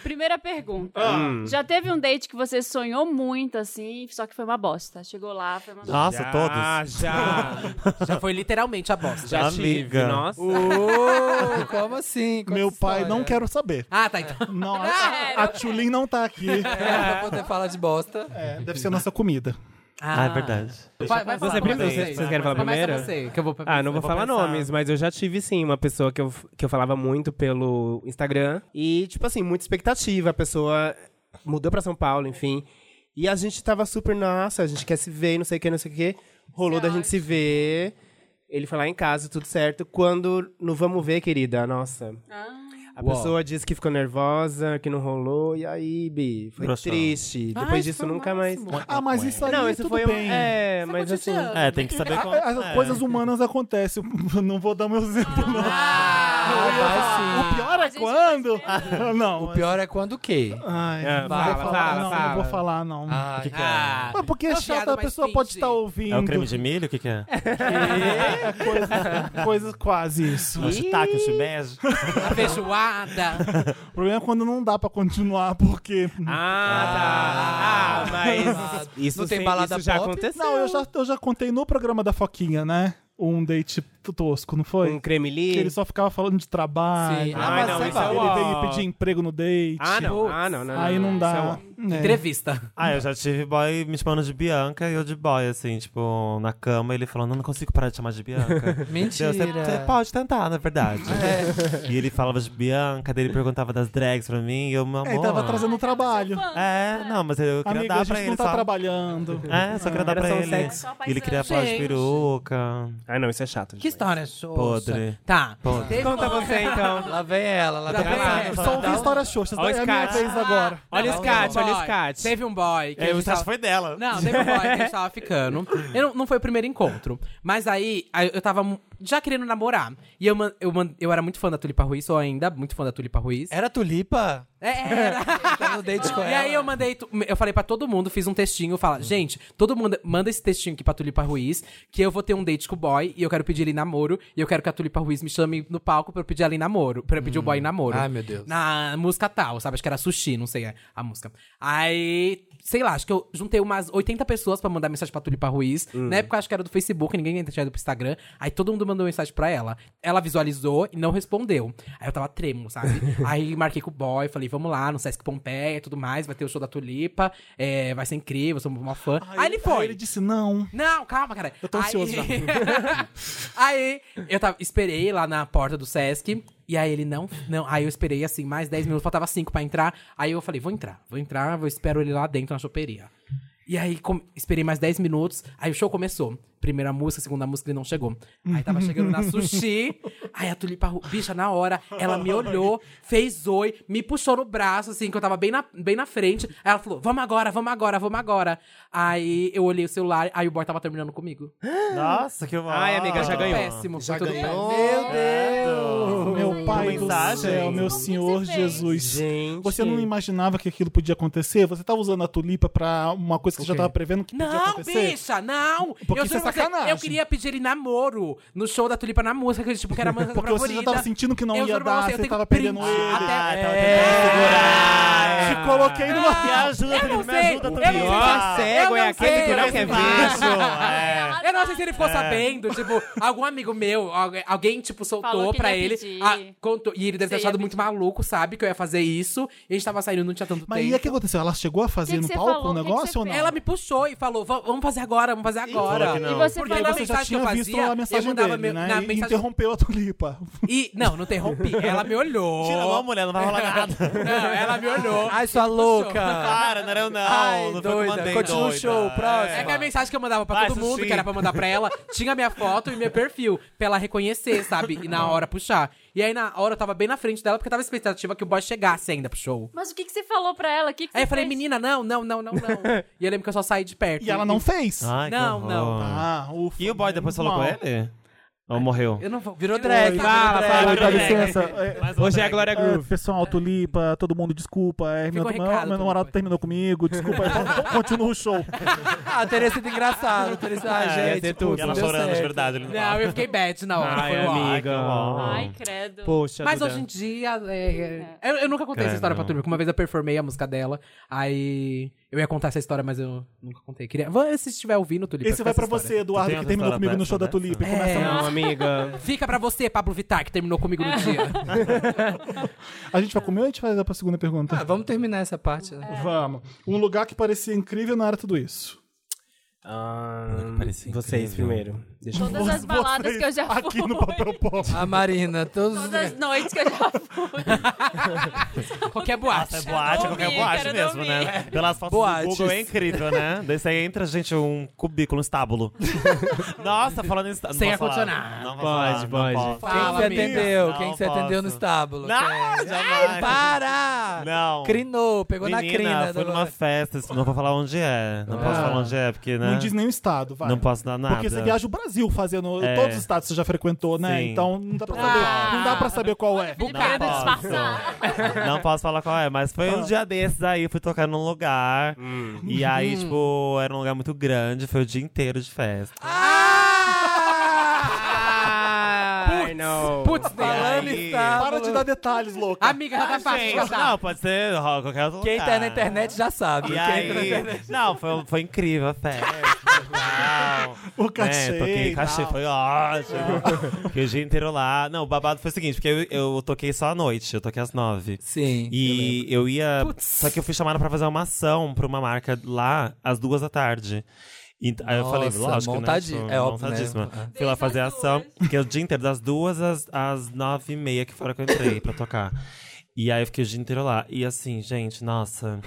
B: Primeira pergunta.
E: Ah.
F: Hum.
B: Já teve um date que você sonhou muito, assim, só que foi uma bosta. Chegou lá, foi uma bosta.
F: Nossa, todos.
D: Ah, já.
E: Já foi literalmente a bosta.
D: Já tive,
F: Amiga.
D: nossa.
C: Ô, como assim? Qual
A: Meu
C: essa
A: pai,
C: história?
A: não quero saber.
E: Ah, tá. Então.
A: Não, a,
B: Ah,
A: a- a Tchulin não tá aqui.
C: É, pra poder falar de bosta.
A: É, deve ser a nossa comida.
F: Ah, é verdade.
E: Vai, vai
D: Você
E: falar,
D: primeiro,
E: vocês.
D: vocês querem falar
E: Começa
D: primeiro?
E: você, que eu vou pra
D: Ah, não vou
F: vou
D: falar
F: pensar.
D: nomes, mas eu já tive, sim, uma pessoa que eu, que eu falava muito pelo Instagram. E, tipo assim, muita expectativa. A pessoa mudou pra São Paulo, enfim. E a gente tava super, nossa, a gente quer se ver, não sei o que, não sei o que. Rolou da gente se ver. Ele foi lá em casa, tudo certo. Quando não vamos ver, querida, nossa.
F: Ah.
D: A
C: Uau.
D: pessoa disse que ficou nervosa, que não rolou. E aí, Bi, foi
F: Grossão.
D: triste. Depois
E: Ai,
D: disso,
E: foi o
D: nunca
E: máximo.
D: mais...
A: Ah, mas isso aí
D: Não, isso
A: tudo
D: foi... um-
A: bem.
D: É,
E: Isso é
D: mas assim...
E: cotidiano.
F: É, tem que saber como.
A: As
F: é.
A: coisas humanas acontecem. Não vou dar meu exemplo, não.
E: Ah,
C: Ah, vai
A: O
C: sim.
A: pior é quando. não.
C: O pior é quando o quê?
A: Ai,
G: É,
A: não
C: fala,
A: vou falar,
G: fala,
A: não,
G: fala.
A: não vou falar, não.
C: Ah,
F: que que é?
C: ah,
A: Mas porque é
E: Uma
A: chato,
E: piada
A: a
E: mais
A: pessoa pode
E: finge.
A: estar ouvindo.
F: É o creme de milho? O que, que é?
A: É, coisa, coisa quase isso.
F: É o shiitake, o shimeji?
E: A feijoada.
A: O problema é quando não dá pra continuar, porque.
G: Ah, tá. Ah, mas. Isso,
C: Não tem
G: sem-
C: balada
G: isso já
C: pop?
G: aconteceu.
E: é
A: Não, eu já, eu já contei no programa da Foquinha, né? Um date tosco, não foi?
D: Um cremeli.
A: Que ele só ficava falando de trabalho.
C: Sim.
G: Ah,
C: mas
G: não,
C: sei
G: isso
C: lá.
G: é
A: Ele
G: ó.
A: veio pedir emprego no date.
G: Ah, não. Ah, não, não.
A: Aí não
G: Isso é
A: dá.
G: ó.
A: É.
E: Entrevista.
F: Ah, eu já tive boy me chamando de Bianca e eu de boy, assim, tipo, na cama, ele falando, não consigo parar de chamar de Bianca.
C: Mentira.
F: Eu, Você você pode tentar, na verdade.
A: É.
F: E ele falava de Bianca, daí ele perguntava das drags pra mim, e eu, meu amor...
A: É, ele tava trazendo trabalho.
F: É, não, mas eu queria
A: Amigo, a
F: dar
A: gente
F: pra ele
A: não tá
F: só.
A: trabalhando. Ah.
F: É, só queria dar
G: Era
F: pra
G: só um
F: ele.
G: sexo.
B: Só
F: Ele queria falar de
E: Gente.
F: peruca.
G: Ah, não, isso é chato.
E: Que
G: demais.
E: história xoxa.
F: Podre.
E: Tá.
F: Podre.
E: Teve
G: Conta
E: uma-
G: você, então.
C: Lá vem ela, lá tá vem
E: vem
C: ela.
E: ela.
A: Só ouvi histórias xoxas.
G: Ó,
A: É a minha
G: Scat.
A: vez agora.
G: Olha o
E: Não,
G: Scat,
E: teve um
G: olha o
E: boy.
G: Scat.
E: Teve um boy. Que a
F: É, o
E: gente
F: Sasha
E: tava-
F: foi dela.
E: Não, teve um boy que a gente tava ficando. Eu não, não foi o primeiro encontro. Mas aí aí eu tava mu- já querendo namorar. E eu, man- eu, man- eu era muito fã da Tulipa Ruiz, sou ainda muito fã da Tulipa Ruiz.
C: Era tulipa?
E: É, era.
C: Eu não date com
E: E
C: ela. Uhum.
E: aí eu mandei, tu- eu falei pra todo mundo, fiz um textinho, fala, gente, todo mundo manda esse textinho aqui pra Tulipa Ruiz, que eu vou ter um date com o boy e eu quero pedir ele em namoro e eu quero que a Tulipa Ruiz me chame no palco pra eu pedir ela em namoro, pra eu pedir o boy em namoro.
C: Hum. Ai, meu Deus.
E: Na música tal, sabe? Acho que era sushi, não sei é, a música. Aí, sei lá, acho que eu juntei umas 80 pessoas pra mandar mensagem pra Tulipa Ruiz. Na época acho que era do Facebook, ninguém tinha ido pro Instagram. Aí todo mundo mandou mensagem pra ela. Ela visualizou e não respondeu. Aí eu tava trêmulo, sabe? aí marquei com o boy, falei, vamos lá, no Sesc Pompeia e tudo mais, vai ter o show da Tulipa, é, vai ser incrível, sou uma fã. Aí, ele foi.
A: ele disse não.
E: Não, calma, cara. Eu
A: tô ansioso já.
E: aí, eu tava, esperei lá na porta do Sesc. E aí ele não, não. Aí eu esperei assim, mais 10 minutos, faltava 5 pra entrar. Aí eu falei, vou entrar, vou entrar, vou espero ele lá dentro na choperia. E aí com- esperei mais 10 minutos, aí o show começou. Primeira música, segunda música, ele não chegou. Aí tava chegando na sushi. Aí a Tulipa, Ru- bicha, na hora, ela me olhou, fez oi, me puxou no braço, assim, que eu tava bem na, bem na frente. Aí ela falou: vamos agora, vamos agora, vamos agora. Aí eu olhei o celular, aí o boy tava terminando comigo.
F: Nossa, que mal.
G: Ai, amiga, já
E: Tudo
G: ganhou.
E: Péssimo,
C: Já
E: foi tudo
C: ganhou.
E: péssimo.
C: Meu Deus.
A: Meu pai do
F: mensagem.
A: céu, meu
B: Como que
A: senhor
B: você fez?
A: Jesus.
D: Gente.
A: Você não imaginava que aquilo podia acontecer? Você tava usando a tulipa pra uma coisa que você já tava prevendo que podia
E: Não,
A: acontecer?
E: bicha, não!
A: Porque
E: eu,
A: isso é
E: juro pra você,
A: sacanagem.
E: eu queria pedir ele namoro no show da Tulipa na música, que, tipo, que era a música
A: Porque
E: favorita.
A: você já tava sentindo que não
E: Eu
A: ia
E: juro pra
A: dar,
E: você, eu
A: você
E: tenho
A: tava
E: que
A: perdendo
E: print
A: ele.
E: até-
F: tava tentando segurar. É. Ah,
A: Te coloquei numa.
F: Me ajuda, Felipe, me
E: sei,
F: ajuda,
E: eu
F: Felipe.
E: não sei.
F: tá
G: Ó, cego
E: Eu
G: é
E: não
G: aquele que
E: sei,
G: não
E: eu
G: quer
E: não
G: ver.
F: Bicho, né, é.
E: Eu não sei se ele ficou sabendo, tipo, algum amigo meu, algu- alguém, tipo,
B: Falou
E: soltou
B: que
E: pra
B: ia
E: ele. ah,
B: pedir.
E: contou, e ele deve ter
B: Você ia
E: achado muito
B: pedir.
E: maluco, sabe, que eu ia fazer isso. E a gente tava saindo, não tinha tanto
A: Mas
E: tempo.
A: e o que aconteceu? Ela chegou a fazer
B: Que que
A: no
B: você
A: palco
B: falou?
A: o
B: Que que
A: negócio
B: você
A: ou não?
B: fez?
E: Ela me puxou e falou: "Va- vamos fazer agora, vamos fazer agora.
F: que não.
B: E você
E: Porque
A: Porque você
E: na
A: já
E: mensagem que
A: tinha
E: eu
A: visto
E: fazia,
A: a
E: eu
A: mensagem
E: mandava
A: dele,
E: meu-
A: né?
E: na
A: E
E: mensagem-
A: interrompeu a tulipa.
E: E não, não interrompi. Ela me olhou.
F: Tira a mão, mulher, não vai rolar nada.
E: Não, ela me olhou.
C: Ai, sua louca.
F: Para, não era eu não.
C: Ai,
F: não foi eu que
C: doida.
F: mandei,
C: Continua o
F: doida.
C: show, próximo.
E: É que a mensagem que eu mandava pra
F: Vai,
E: todo mundo,
F: Sushi.
E: que era pra mandar pra ela, tinha minha foto e meu perfil, pra ela reconhecer, sabe? E na hora puxar. E aí na hora eu tava bem na frente dela, porque eu tava expectativa que o boy chegasse ainda pro show.
B: Mas o que, que você falou pra ela? O que, que você
E: Aí eu falei,
B: fez?
E: menina, não, não, não, não, não. E eu lembro que eu só saí de perto.
A: E ela não fez.
F: Ai, que
E: Não,
F: horror.
E: não.
A: Ah, ufa.
F: E o boy depois falou
A: Mal.
F: com ele? Ou morreu?
E: Eu não vou.
C: Virou
E: tá
C: drag,
G: Fala,
C: virou
G: fala,
A: Oi,
C: drag.
A: dá
G: fala.
A: licença. É,
G: Hoje é a Glória
A: é,
G: Groove.
A: pessoal, Tulipa, todo mundo, desculpa. É, meu,
E: Ficou
A: meu-
E: recado,
A: meu namorado
E: Tulipa.
A: terminou comigo, desculpa. então, Continua o show.
C: Ah, teria sido engraçado. Teria sido, ah,
G: É, ia
C: gente,
G: ter
C: putz,
G: tudo.
F: E ela
C: deu
F: chorando, de
C: certo.
F: verdade. Ele
E: Não, eu fiquei bad na hora.
G: Ai,
E: foi ó.
G: amiga.
B: Ai, credo.
G: Poxa,
E: Mas
G: Duda.
E: hoje em dia. é, Eu, eu nunca contei
F: Credo.
E: essa história pra turma. porque Uma vez eu performei a música dela. Aí. Eu ia contar essa história, mas eu nunca contei. Queria... Vamos- Se estiver ouvindo, Tulipa.
A: Esse vai
E: essa
A: pra
E: história.
A: você,
F: Tu
A: Eduardo,
F: tem
A: que
F: uma
A: terminou
F: história
A: comigo no show da
F: dessa,
A: Tulipa. E
E: né?
A: começa
E: É.
A: a-
G: Não, amiga.
E: Fica pra você, Pablo Vittar, que terminou comigo no dia.
A: A gente vai comer ou a gente vai dar pra segunda pergunta?
C: Ah, vamos terminar essa parte, né?
A: Vamos. Um lugar que parecia incrível não era tudo isso.
G: Ahn, vocês primeiro. Deixa eu
B: Todas as baladas que eu já fui.
A: Aqui no papel pop.
C: A Marina, todos os...
B: Todas as noites que eu já fui.
E: Qualquer
F: É
E: boate.
F: boate,
B: dormir,
F: qualquer boate
B: quero
F: mesmo,
B: dormir.
F: né? Pelas fotos
C: Boates.
F: do Google é incrível, né? Daí você entra, gente, um cubículo, um estábulo. Nossa, falando em estábulo.
E: Sem ar-condicionado.
F: Não
G: Pode,
F: pode,
G: pode.
F: falar, não posso.
C: Quem
E: Fala,
C: se
E: Ah, amiga.
C: atendeu?
F: Não
C: Quem se
F: posso.
C: atendeu no estábulo?
F: Não,
C: Quem?
F: jamais.
C: Ai, para!
F: Não.
C: Crinou, pegou na
F: Menina,
C: crina.
F: fui
C: do-
F: numa festa, assim, não vou falar onde é. Não posso falar onde é, porque, né?
A: não diz nenhum estado, vai.
F: Não posso dar nada.
A: Porque você viaja o Brasil fazendo
F: É.
A: todos os estados que você já frequentou, né?
F: Sim.
A: Então não dá pra saber,
B: Ah.
A: não dá pra saber qual é.
B: Felipe
F: Não
B: querendo
F: posso.
B: disfarçar.
F: Não posso falar qual é, mas foi um dia desses aí, fui tocar num lugar. E aí, tipo, era um lugar muito grande, foi o dia inteiro de festa.
D: Ai, não.
E: Putz,
F: falando
E: Ney.
F: em
A: Para de dar detalhes, louca.
E: Amiga, já tá fácil. já
F: Gente,
E: tá.
F: não, pode ser ó, qualquer outro
C: Quem
F: lugar.
C: tá na internet já sabe.
F: E
C: Quem tá na internet-
F: aí, não, foi, foi incrível a festa. tal.
A: O cachê
F: Né,
A: e
F: toquei cachê,
A: tal.
F: foi ótimo. Fiquei o dia inteiro lá. Não, o babado foi o seguinte, porque eu, eu toquei só à noite, eu toquei às nove.
C: Sim.
F: E eu, ia. Só que eu fui chamada pra fazer uma ação pra uma marca lá às duas da tarde. E, aí eu
C: Nossa,
F: falei, lógico,
C: montadi-
F: né? Tipo,
C: é óbvio,
F: montadíssima.
C: né?
F: Fui lá
B: Desde
F: fazer a
B: as
F: ação,
B: duas.
F: porque é o dia inteiro, das duas às, às nove e meia, que fora que eu entrei pra tocar. E aí eu fiquei o dia inteiro lá. E assim, gente, nossa.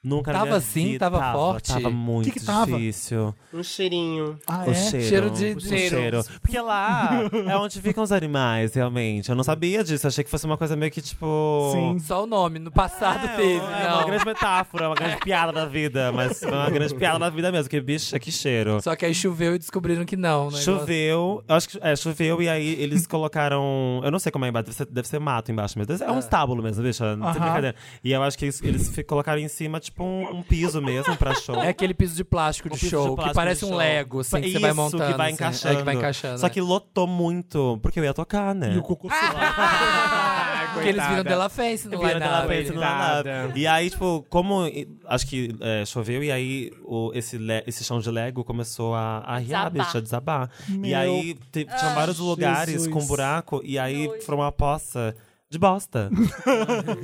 F: Nunca na
C: Tava
F: minha
C: assim?
F: vida-
C: Tava forte?
F: Tava muito
A: Que que tava?
F: difícil.
D: Um cheirinho.
A: Ah,
F: O
A: é?
F: cheiro.
C: Cheiro de-
F: o
C: de-
F: cheiro. Porque lá é onde ficam os animais, realmente. Eu não sabia disso. Achei que fosse uma coisa meio que tipo.
A: Sim.
C: Só o nome, no passado
F: É,
C: teve.
F: é
C: não.
F: uma grande metáfora, uma grande piada da vida, mas é uma grande piada da vida mesmo, que bicho, que cheiro.
C: Só que aí choveu e descobriram que não. né?
F: Choveu, eu acho que é, choveu e aí eles colocaram. Eu não sei como é embaixo, deve ser, deve ser mato embaixo mesmo.
C: Ah.
F: É um estábulo mesmo, bicha, não tem
A: Aham.
F: brincadeira. E eu acho que eles, eles fi- colocaram em cima, tipo, um, um piso mesmo pra show.
C: É aquele piso de plástico de
F: Um piso de
C: show,
F: plástico
C: que parece
F: de
C: um
F: show.
C: Lego, assim, que você vai
F: Isso,
C: montando.
F: que vai
C: assim,
F: encaixando.
C: é, que vai encaixando.
F: Só que lotou muito, porque eu ia tocar, né?
A: E o cocô suado.
D: Ah,
C: Porque eles viram Della Face no
F: Vira
C: line-up.
F: Della Face no
D: Coitada.
F: line-up. E aí, tipo, como e- acho que é, choveu, e aí o, esse, le- esse chão de Lego começou a arriar,
B: Desabar.
F: bicho, a desabar. E
A: Meu
F: aí te- tinha vários lugares com buraco, e aí foi uma poça de bosta.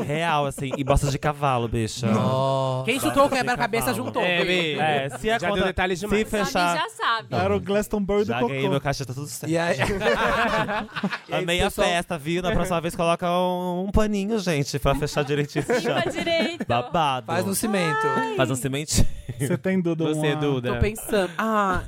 F: Real, assim, e bosta de cavalo, bicha.
C: Nossa.
E: Quem chutou o quebra-cabeça juntou.
D: É, baby.
F: É, se a
D: Já
F: conta-
D: deu detalhes
F: se
D: demais.
B: Samir
F: fechar.
B: já sabe.
A: Era o Glastonbury do
F: Já ganhei meu
A: cocô.
F: caixa, tá tudo certo.
C: E aí,
F: Amei a
C: pessoal-
F: festa, viu? Na próxima vez coloca um, um paninho, gente, pra fechar direitinho esse chão.
B: Limpa direito.
F: Babado.
C: faz um no cimento.
F: Faz um cimentinho.
A: Você tem Duda
G: Você,
A: uma-
E: Tô
G: Duda.
E: pensando. Ah,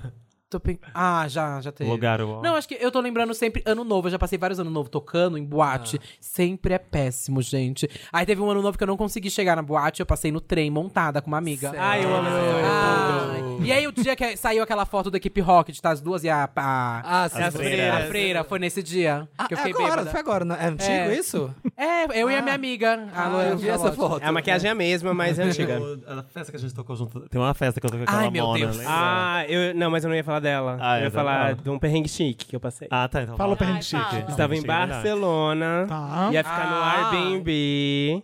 E: tô pen... ah já, já teve.
F: Lugar ó.
E: Não, acho que eu tô lembrando sempre ano novo. Eu já passei vários anos novo tocando em boate. Sempre é péssimo, gente. Aí teve um ano novo que eu não consegui chegar na boate. Eu passei no trem montada com uma amiga.
D: Ai, eu amo esse
E: Ai. E aí o dia que saiu aquela foto da equipe rock de tá as duas e a. a...
C: Ah, sim.
F: As freiras.
E: A freira, foi nesse dia que eu
C: é
E: fiquei
C: agora,
E: bêbada.
C: foi agora. não- É antigo
E: É.
C: isso?
E: É, eu e a minha amiga. a
C: Ah,
E: Lola
C: eu vi essa
E: Charlotte.
C: foto.
D: A maquiagem é a mesma, mas é
F: Tá
D: antiga.
F: A festa que a gente tocou junto. Tem uma festa que eu toquei com
E: Ai,
F: aquela
E: meu
F: Mona,
E: Deus.
F: lembra?
D: Ah, eu, não, mas eu não ia falar dela.
F: Ah,
D: eu
F: é,
D: ia falar
F: tá.
D: de um perrengue chique que eu passei.
F: Ah, tá. Então
A: Fala pra gente
B: Ai, fala.
A: chique.
D: Estava em
F: Chega,
D: Barcelona,
A: Tá.
D: ia ficar no
E: Ah.
D: Airbnb,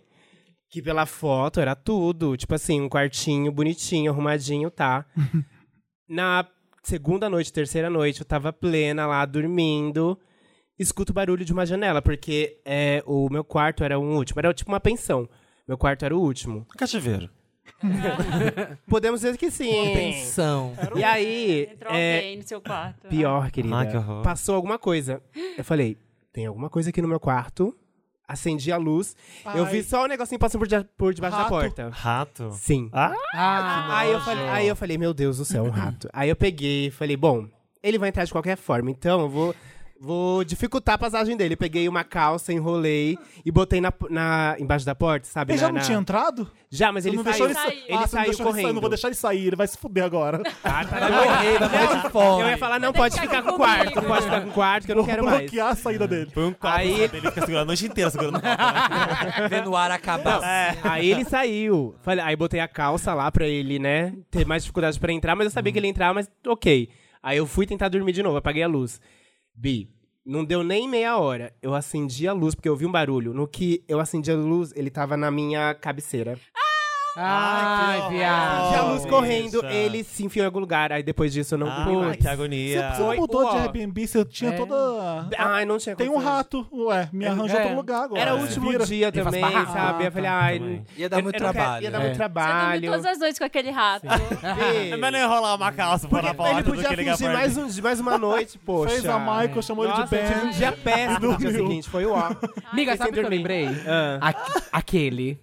D: que pela foto era tudo. Tipo assim, um quartinho bonitinho, arrumadinho, tá? Na segunda noite, terceira noite, eu tava plena lá, dormindo. Escuto o barulho de uma janela, porque é, o meu quarto era o último. Era tipo uma pensão. Meu quarto era o último.
F: Cativeiro.
D: Podemos dizer que sim.
C: Pensão.
D: E aí,
B: Entrou um
D: é,
B: alguém no seu quarto.
D: Pior, querida.
F: Ah, que horror.
D: Passou alguma coisa. Eu falei, tem alguma coisa aqui no meu quarto. Acendi a luz. Eu
A: Ai.
D: vi só o negocinho passando por, dia- por debaixo
A: Rato.
D: da porta.
F: Rato.
D: Sim.
F: Ah,
D: aí, eu falei, aí eu falei, meu Deus do céu, um rato. aí eu peguei e falei, bom, ele vai entrar de qualquer forma, então eu vou, vou dificultar a passagem dele. Peguei uma calça, enrolei e botei na, na- embaixo da porta, sabe?
A: Ele
D: na-
A: já não
D: na-
A: tinha entrado?
D: Já, mas ele
A: não
D: saiu.
A: deixou ele, sa-
B: Saiu.
D: Ele
A: Ah, você não
D: saiu
A: deixou ele sair,
D: correndo.
A: não vou deixar ele sair, ele vai se fuder agora.
D: Ah, tá
C: Vai
D: bom.
C: morrer, vai morrer de fome.
D: Eu ia falar,
B: Tem
D: não,
B: que
D: pode
B: ficar
D: ficar
B: aqui
D: com o quarto,
B: comigo.
D: pode ficar com o quarto, que eu não
A: Vou
D: quero mais. É.
A: bloquear a saída dele.
F: foi um copo.
D: Aí-
F: Ele fica segurando a noite inteira, segurando o copo. né?
C: Vendo o ar acabar.
D: Aí ele saiu. Falei, aí botei a calça lá pra ele, né? Ter mais dificuldade pra entrar, mas eu sabia que ele ia entrar, mas ok. Aí eu fui tentar dormir de novo, apaguei a luz. Bi, não deu nem meia hora. Eu acendi a luz, porque eu ouvi um barulho. No que eu acendi a luz, ele tava na minha cabeceira.
E: Ai,
F: Ai, que
E: viado.
D: e a luz
A: Oh,
F: bicha.
D: correndo,
A: é.
D: ele se enfiou em algum lugar. Aí depois disso eu não
F: Ah,
D: dormi mais.
F: que
A: Você,
F: agonia.
A: você não
D: Foi
A: mudou de
D: uó.
A: Airbnb, você tinha
E: É.
A: toda...
D: Ai, não tinha
A: Tem um
D: acontecido.
A: rato. Ué, me arranjou
E: É.
A: outro lugar agora.
D: Era o
A: Se
D: último
A: vira. Ah,
D: dia
E: faz
D: também,
E: barraco.
D: sabe? Eu falei, ai.
F: também.
C: Ia dar
D: eu-
C: muito
D: eu não quero-
C: trabalho. né?"
D: Ia dar muito
E: É.
B: Você dormiu
D: trabalho.
B: todas as noites com aquele rato.
D: Bi.
F: Mas não É enrolar uma calça pra na porta
D: Ele
F: do que
D: podia
F: ligar
D: fingir
F: pra
D: mais,
F: ele.
D: um, de mais uma noite, poxa.
A: Fez a Michael, chamou ele de
D: Nossa, eu tive um
A: Ben.
D: dia péssimo no dia
A: Dormiu.
D: seguinte, foi o ó.
E: Amiga, sabe o que eu
D: dormir.
E: lembrei?
D: Ah.
E: Aque- aquele.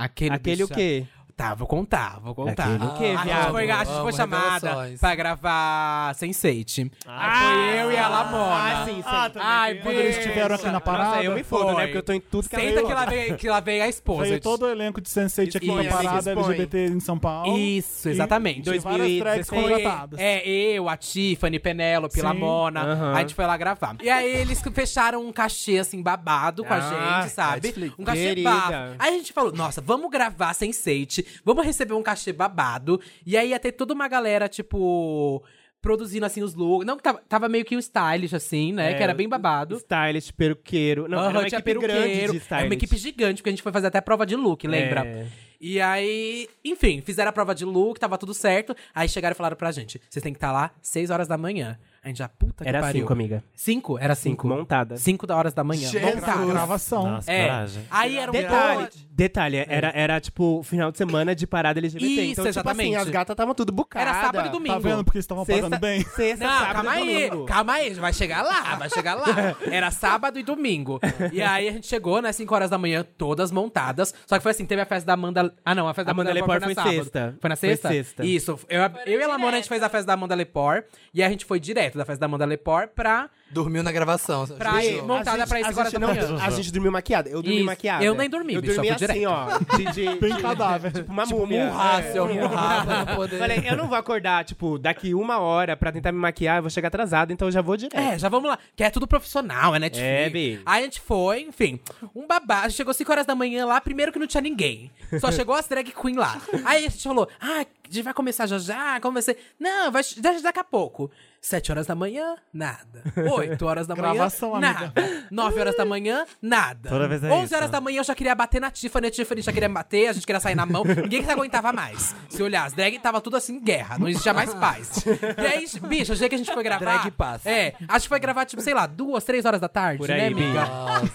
E: Aquele,
D: Aquele o
E: bicha.
D: quê?
E: Tá, vou contar, vou contar.
G: Aquele
E: o quê,
C: Ah,
E: viado? A gente foi, a
C: amo,
E: gente
C: amo
E: foi chamada
C: revelações.
E: pra gravar Sense8. foi eu e a Lamona.
D: Ah, sim, sim.
F: Ah, também
E: Ai, beijo.
F: tem-
A: Quando eles estiveram aqui na parada.
D: Nossa, eu me fodo,
E: Foi.
D: né? Porque eu tô em tudo que ela
E: Senta que lá veio, que lá veio a esposa.
A: Veio
E: gente.
A: todo o elenco de Sense8 aqui
D: Expõe,
A: na parada
D: expõe.
A: LGBT em São Paulo.
E: Isso,
A: E-
E: exatamente.
A: e várias tracks
D: 2016.
A: contratadas.
E: É, eu, a Tiffany, Penélope,
A: Sim.
E: Lamona.
D: Aham.
E: A gente foi lá gravar. E aí eles fecharam um cachê, assim, babado com
D: Ah,
E: a gente, sabe?
D: Netflix.
E: Um cachê
D: Querida.
E: babado. Aí a gente falou, nossa, vamos gravar sem seite, vamos receber um cachê babado. E aí ia ter toda uma galera, tipo... Produzindo, assim, os looks. Não, que tava, tava meio que um stylish, assim, né? que era bem babado.
D: Stylist, peruqueiro. Não,
E: Aham,
D: era uma
E: tinha
D: equipe grande
E: peruqueiro.
D: de
E: É uma
D: stylist.
E: equipe gigante, porque a gente foi fazer até prova de look, lembra?
D: É.
E: E aí, enfim, fizeram a prova de look, tava tudo certo. Aí chegaram e falaram pra gente: vocês têm que estar lá 6 horas da manhã. A gente já, puta que
D: Era
E: pariu.
D: cinco, amiga.
E: Cinco? Era
D: Cinco.
E: cinco.
D: Montada.
E: 5 da horas da manhã.
A: Pra
E: Montada.
A: tá gravação.
F: Nossa,
E: É.
F: coragem.
E: Aí era um
D: Detalhe,
E: monte-
D: detalhe era, era tipo final de semana de parada LGBT.
E: Isso,
D: então, tipo
E: exatamente.
D: assim, as gatas estavam tudo bucadas.
E: Era sábado e domingo.
A: Tá vendo porque eles estavam pagando bem?
D: Sexta,
E: Não,
D: sábado
E: calma
D: e
E: aí,
D: domingo.
E: calma aí, vai chegar lá, vai chegar lá. Era sábado e domingo. E aí a gente chegou, né, 5 horas da manhã, todas montadas. Só que foi assim, teve a festa da Amanda. Ah, não, a festa da
D: Amanda
E: Amanda Lepore
D: Lepore
E: foi na
D: foi
E: sábado.
D: sexta.
E: Foi na
D: Foi
E: sexta?
D: sexta.
E: Isso. Eu, eu e a Lamona, a gente
B: direto.
E: fez a festa da Amanda Lepore. E a gente foi direto da festa da Amanda Lepore pra.
C: Dormiu na gravação.
E: Pra
C: beijou.
E: ele, montada
D: A gente-
E: Então pra esse
D: a
E: agora
D: gente
E: da
D: não-
E: manhã.
D: A gente dormiu maquiada. Eu dormi
E: Isso.
D: maquiada.
E: Eu nem dormi,
D: Eu
E: bicho, eu
D: dormi
E: fui
D: assim,
E: direto.
D: ó. De, de,
A: Bem
D: de-
A: cadáver.
D: Tipo uma
C: Tipo,
D: múmia.
C: murrasse, eu murrava pra poder...
D: Falei, eu não vou acordar, tipo, daqui uma hora pra tentar me maquiar, eu vou chegar atrasado, então eu já vou direto.
E: É, já vamos lá. Que é tudo profissional, é Netflix.
D: É, bi.
E: Aí a gente foi, enfim, um babado. A gente chegou 5 horas da manhã lá, primeiro que não tinha ninguém. Só chegou as drag queen lá. Aí a gente falou, ah, a gente vai começar já já, comecei. Não, vai, deixa daqui a pouco. 7 horas da manhã, nada. 8 horas da manhã,
A: Gravação, amiga.
E: nada. 9 horas da manhã, nada.
F: Toda vez é
E: 11
F: isso.
E: horas da manhã eu já queria bater na Tiffany, a Tiffany já queria bater, a gente queria sair na mão. Ninguém que aguentava mais. Se olhar, as drag tava tudo assim, guerra. Não existia mais paz. E aí, bicho, o dia que a gente foi gravar...
C: Drag paz.
E: É, acho que foi gravar, tipo, sei lá, duas, três horas da tarde,
D: Por
E: né,
D: aí,
E: amiga?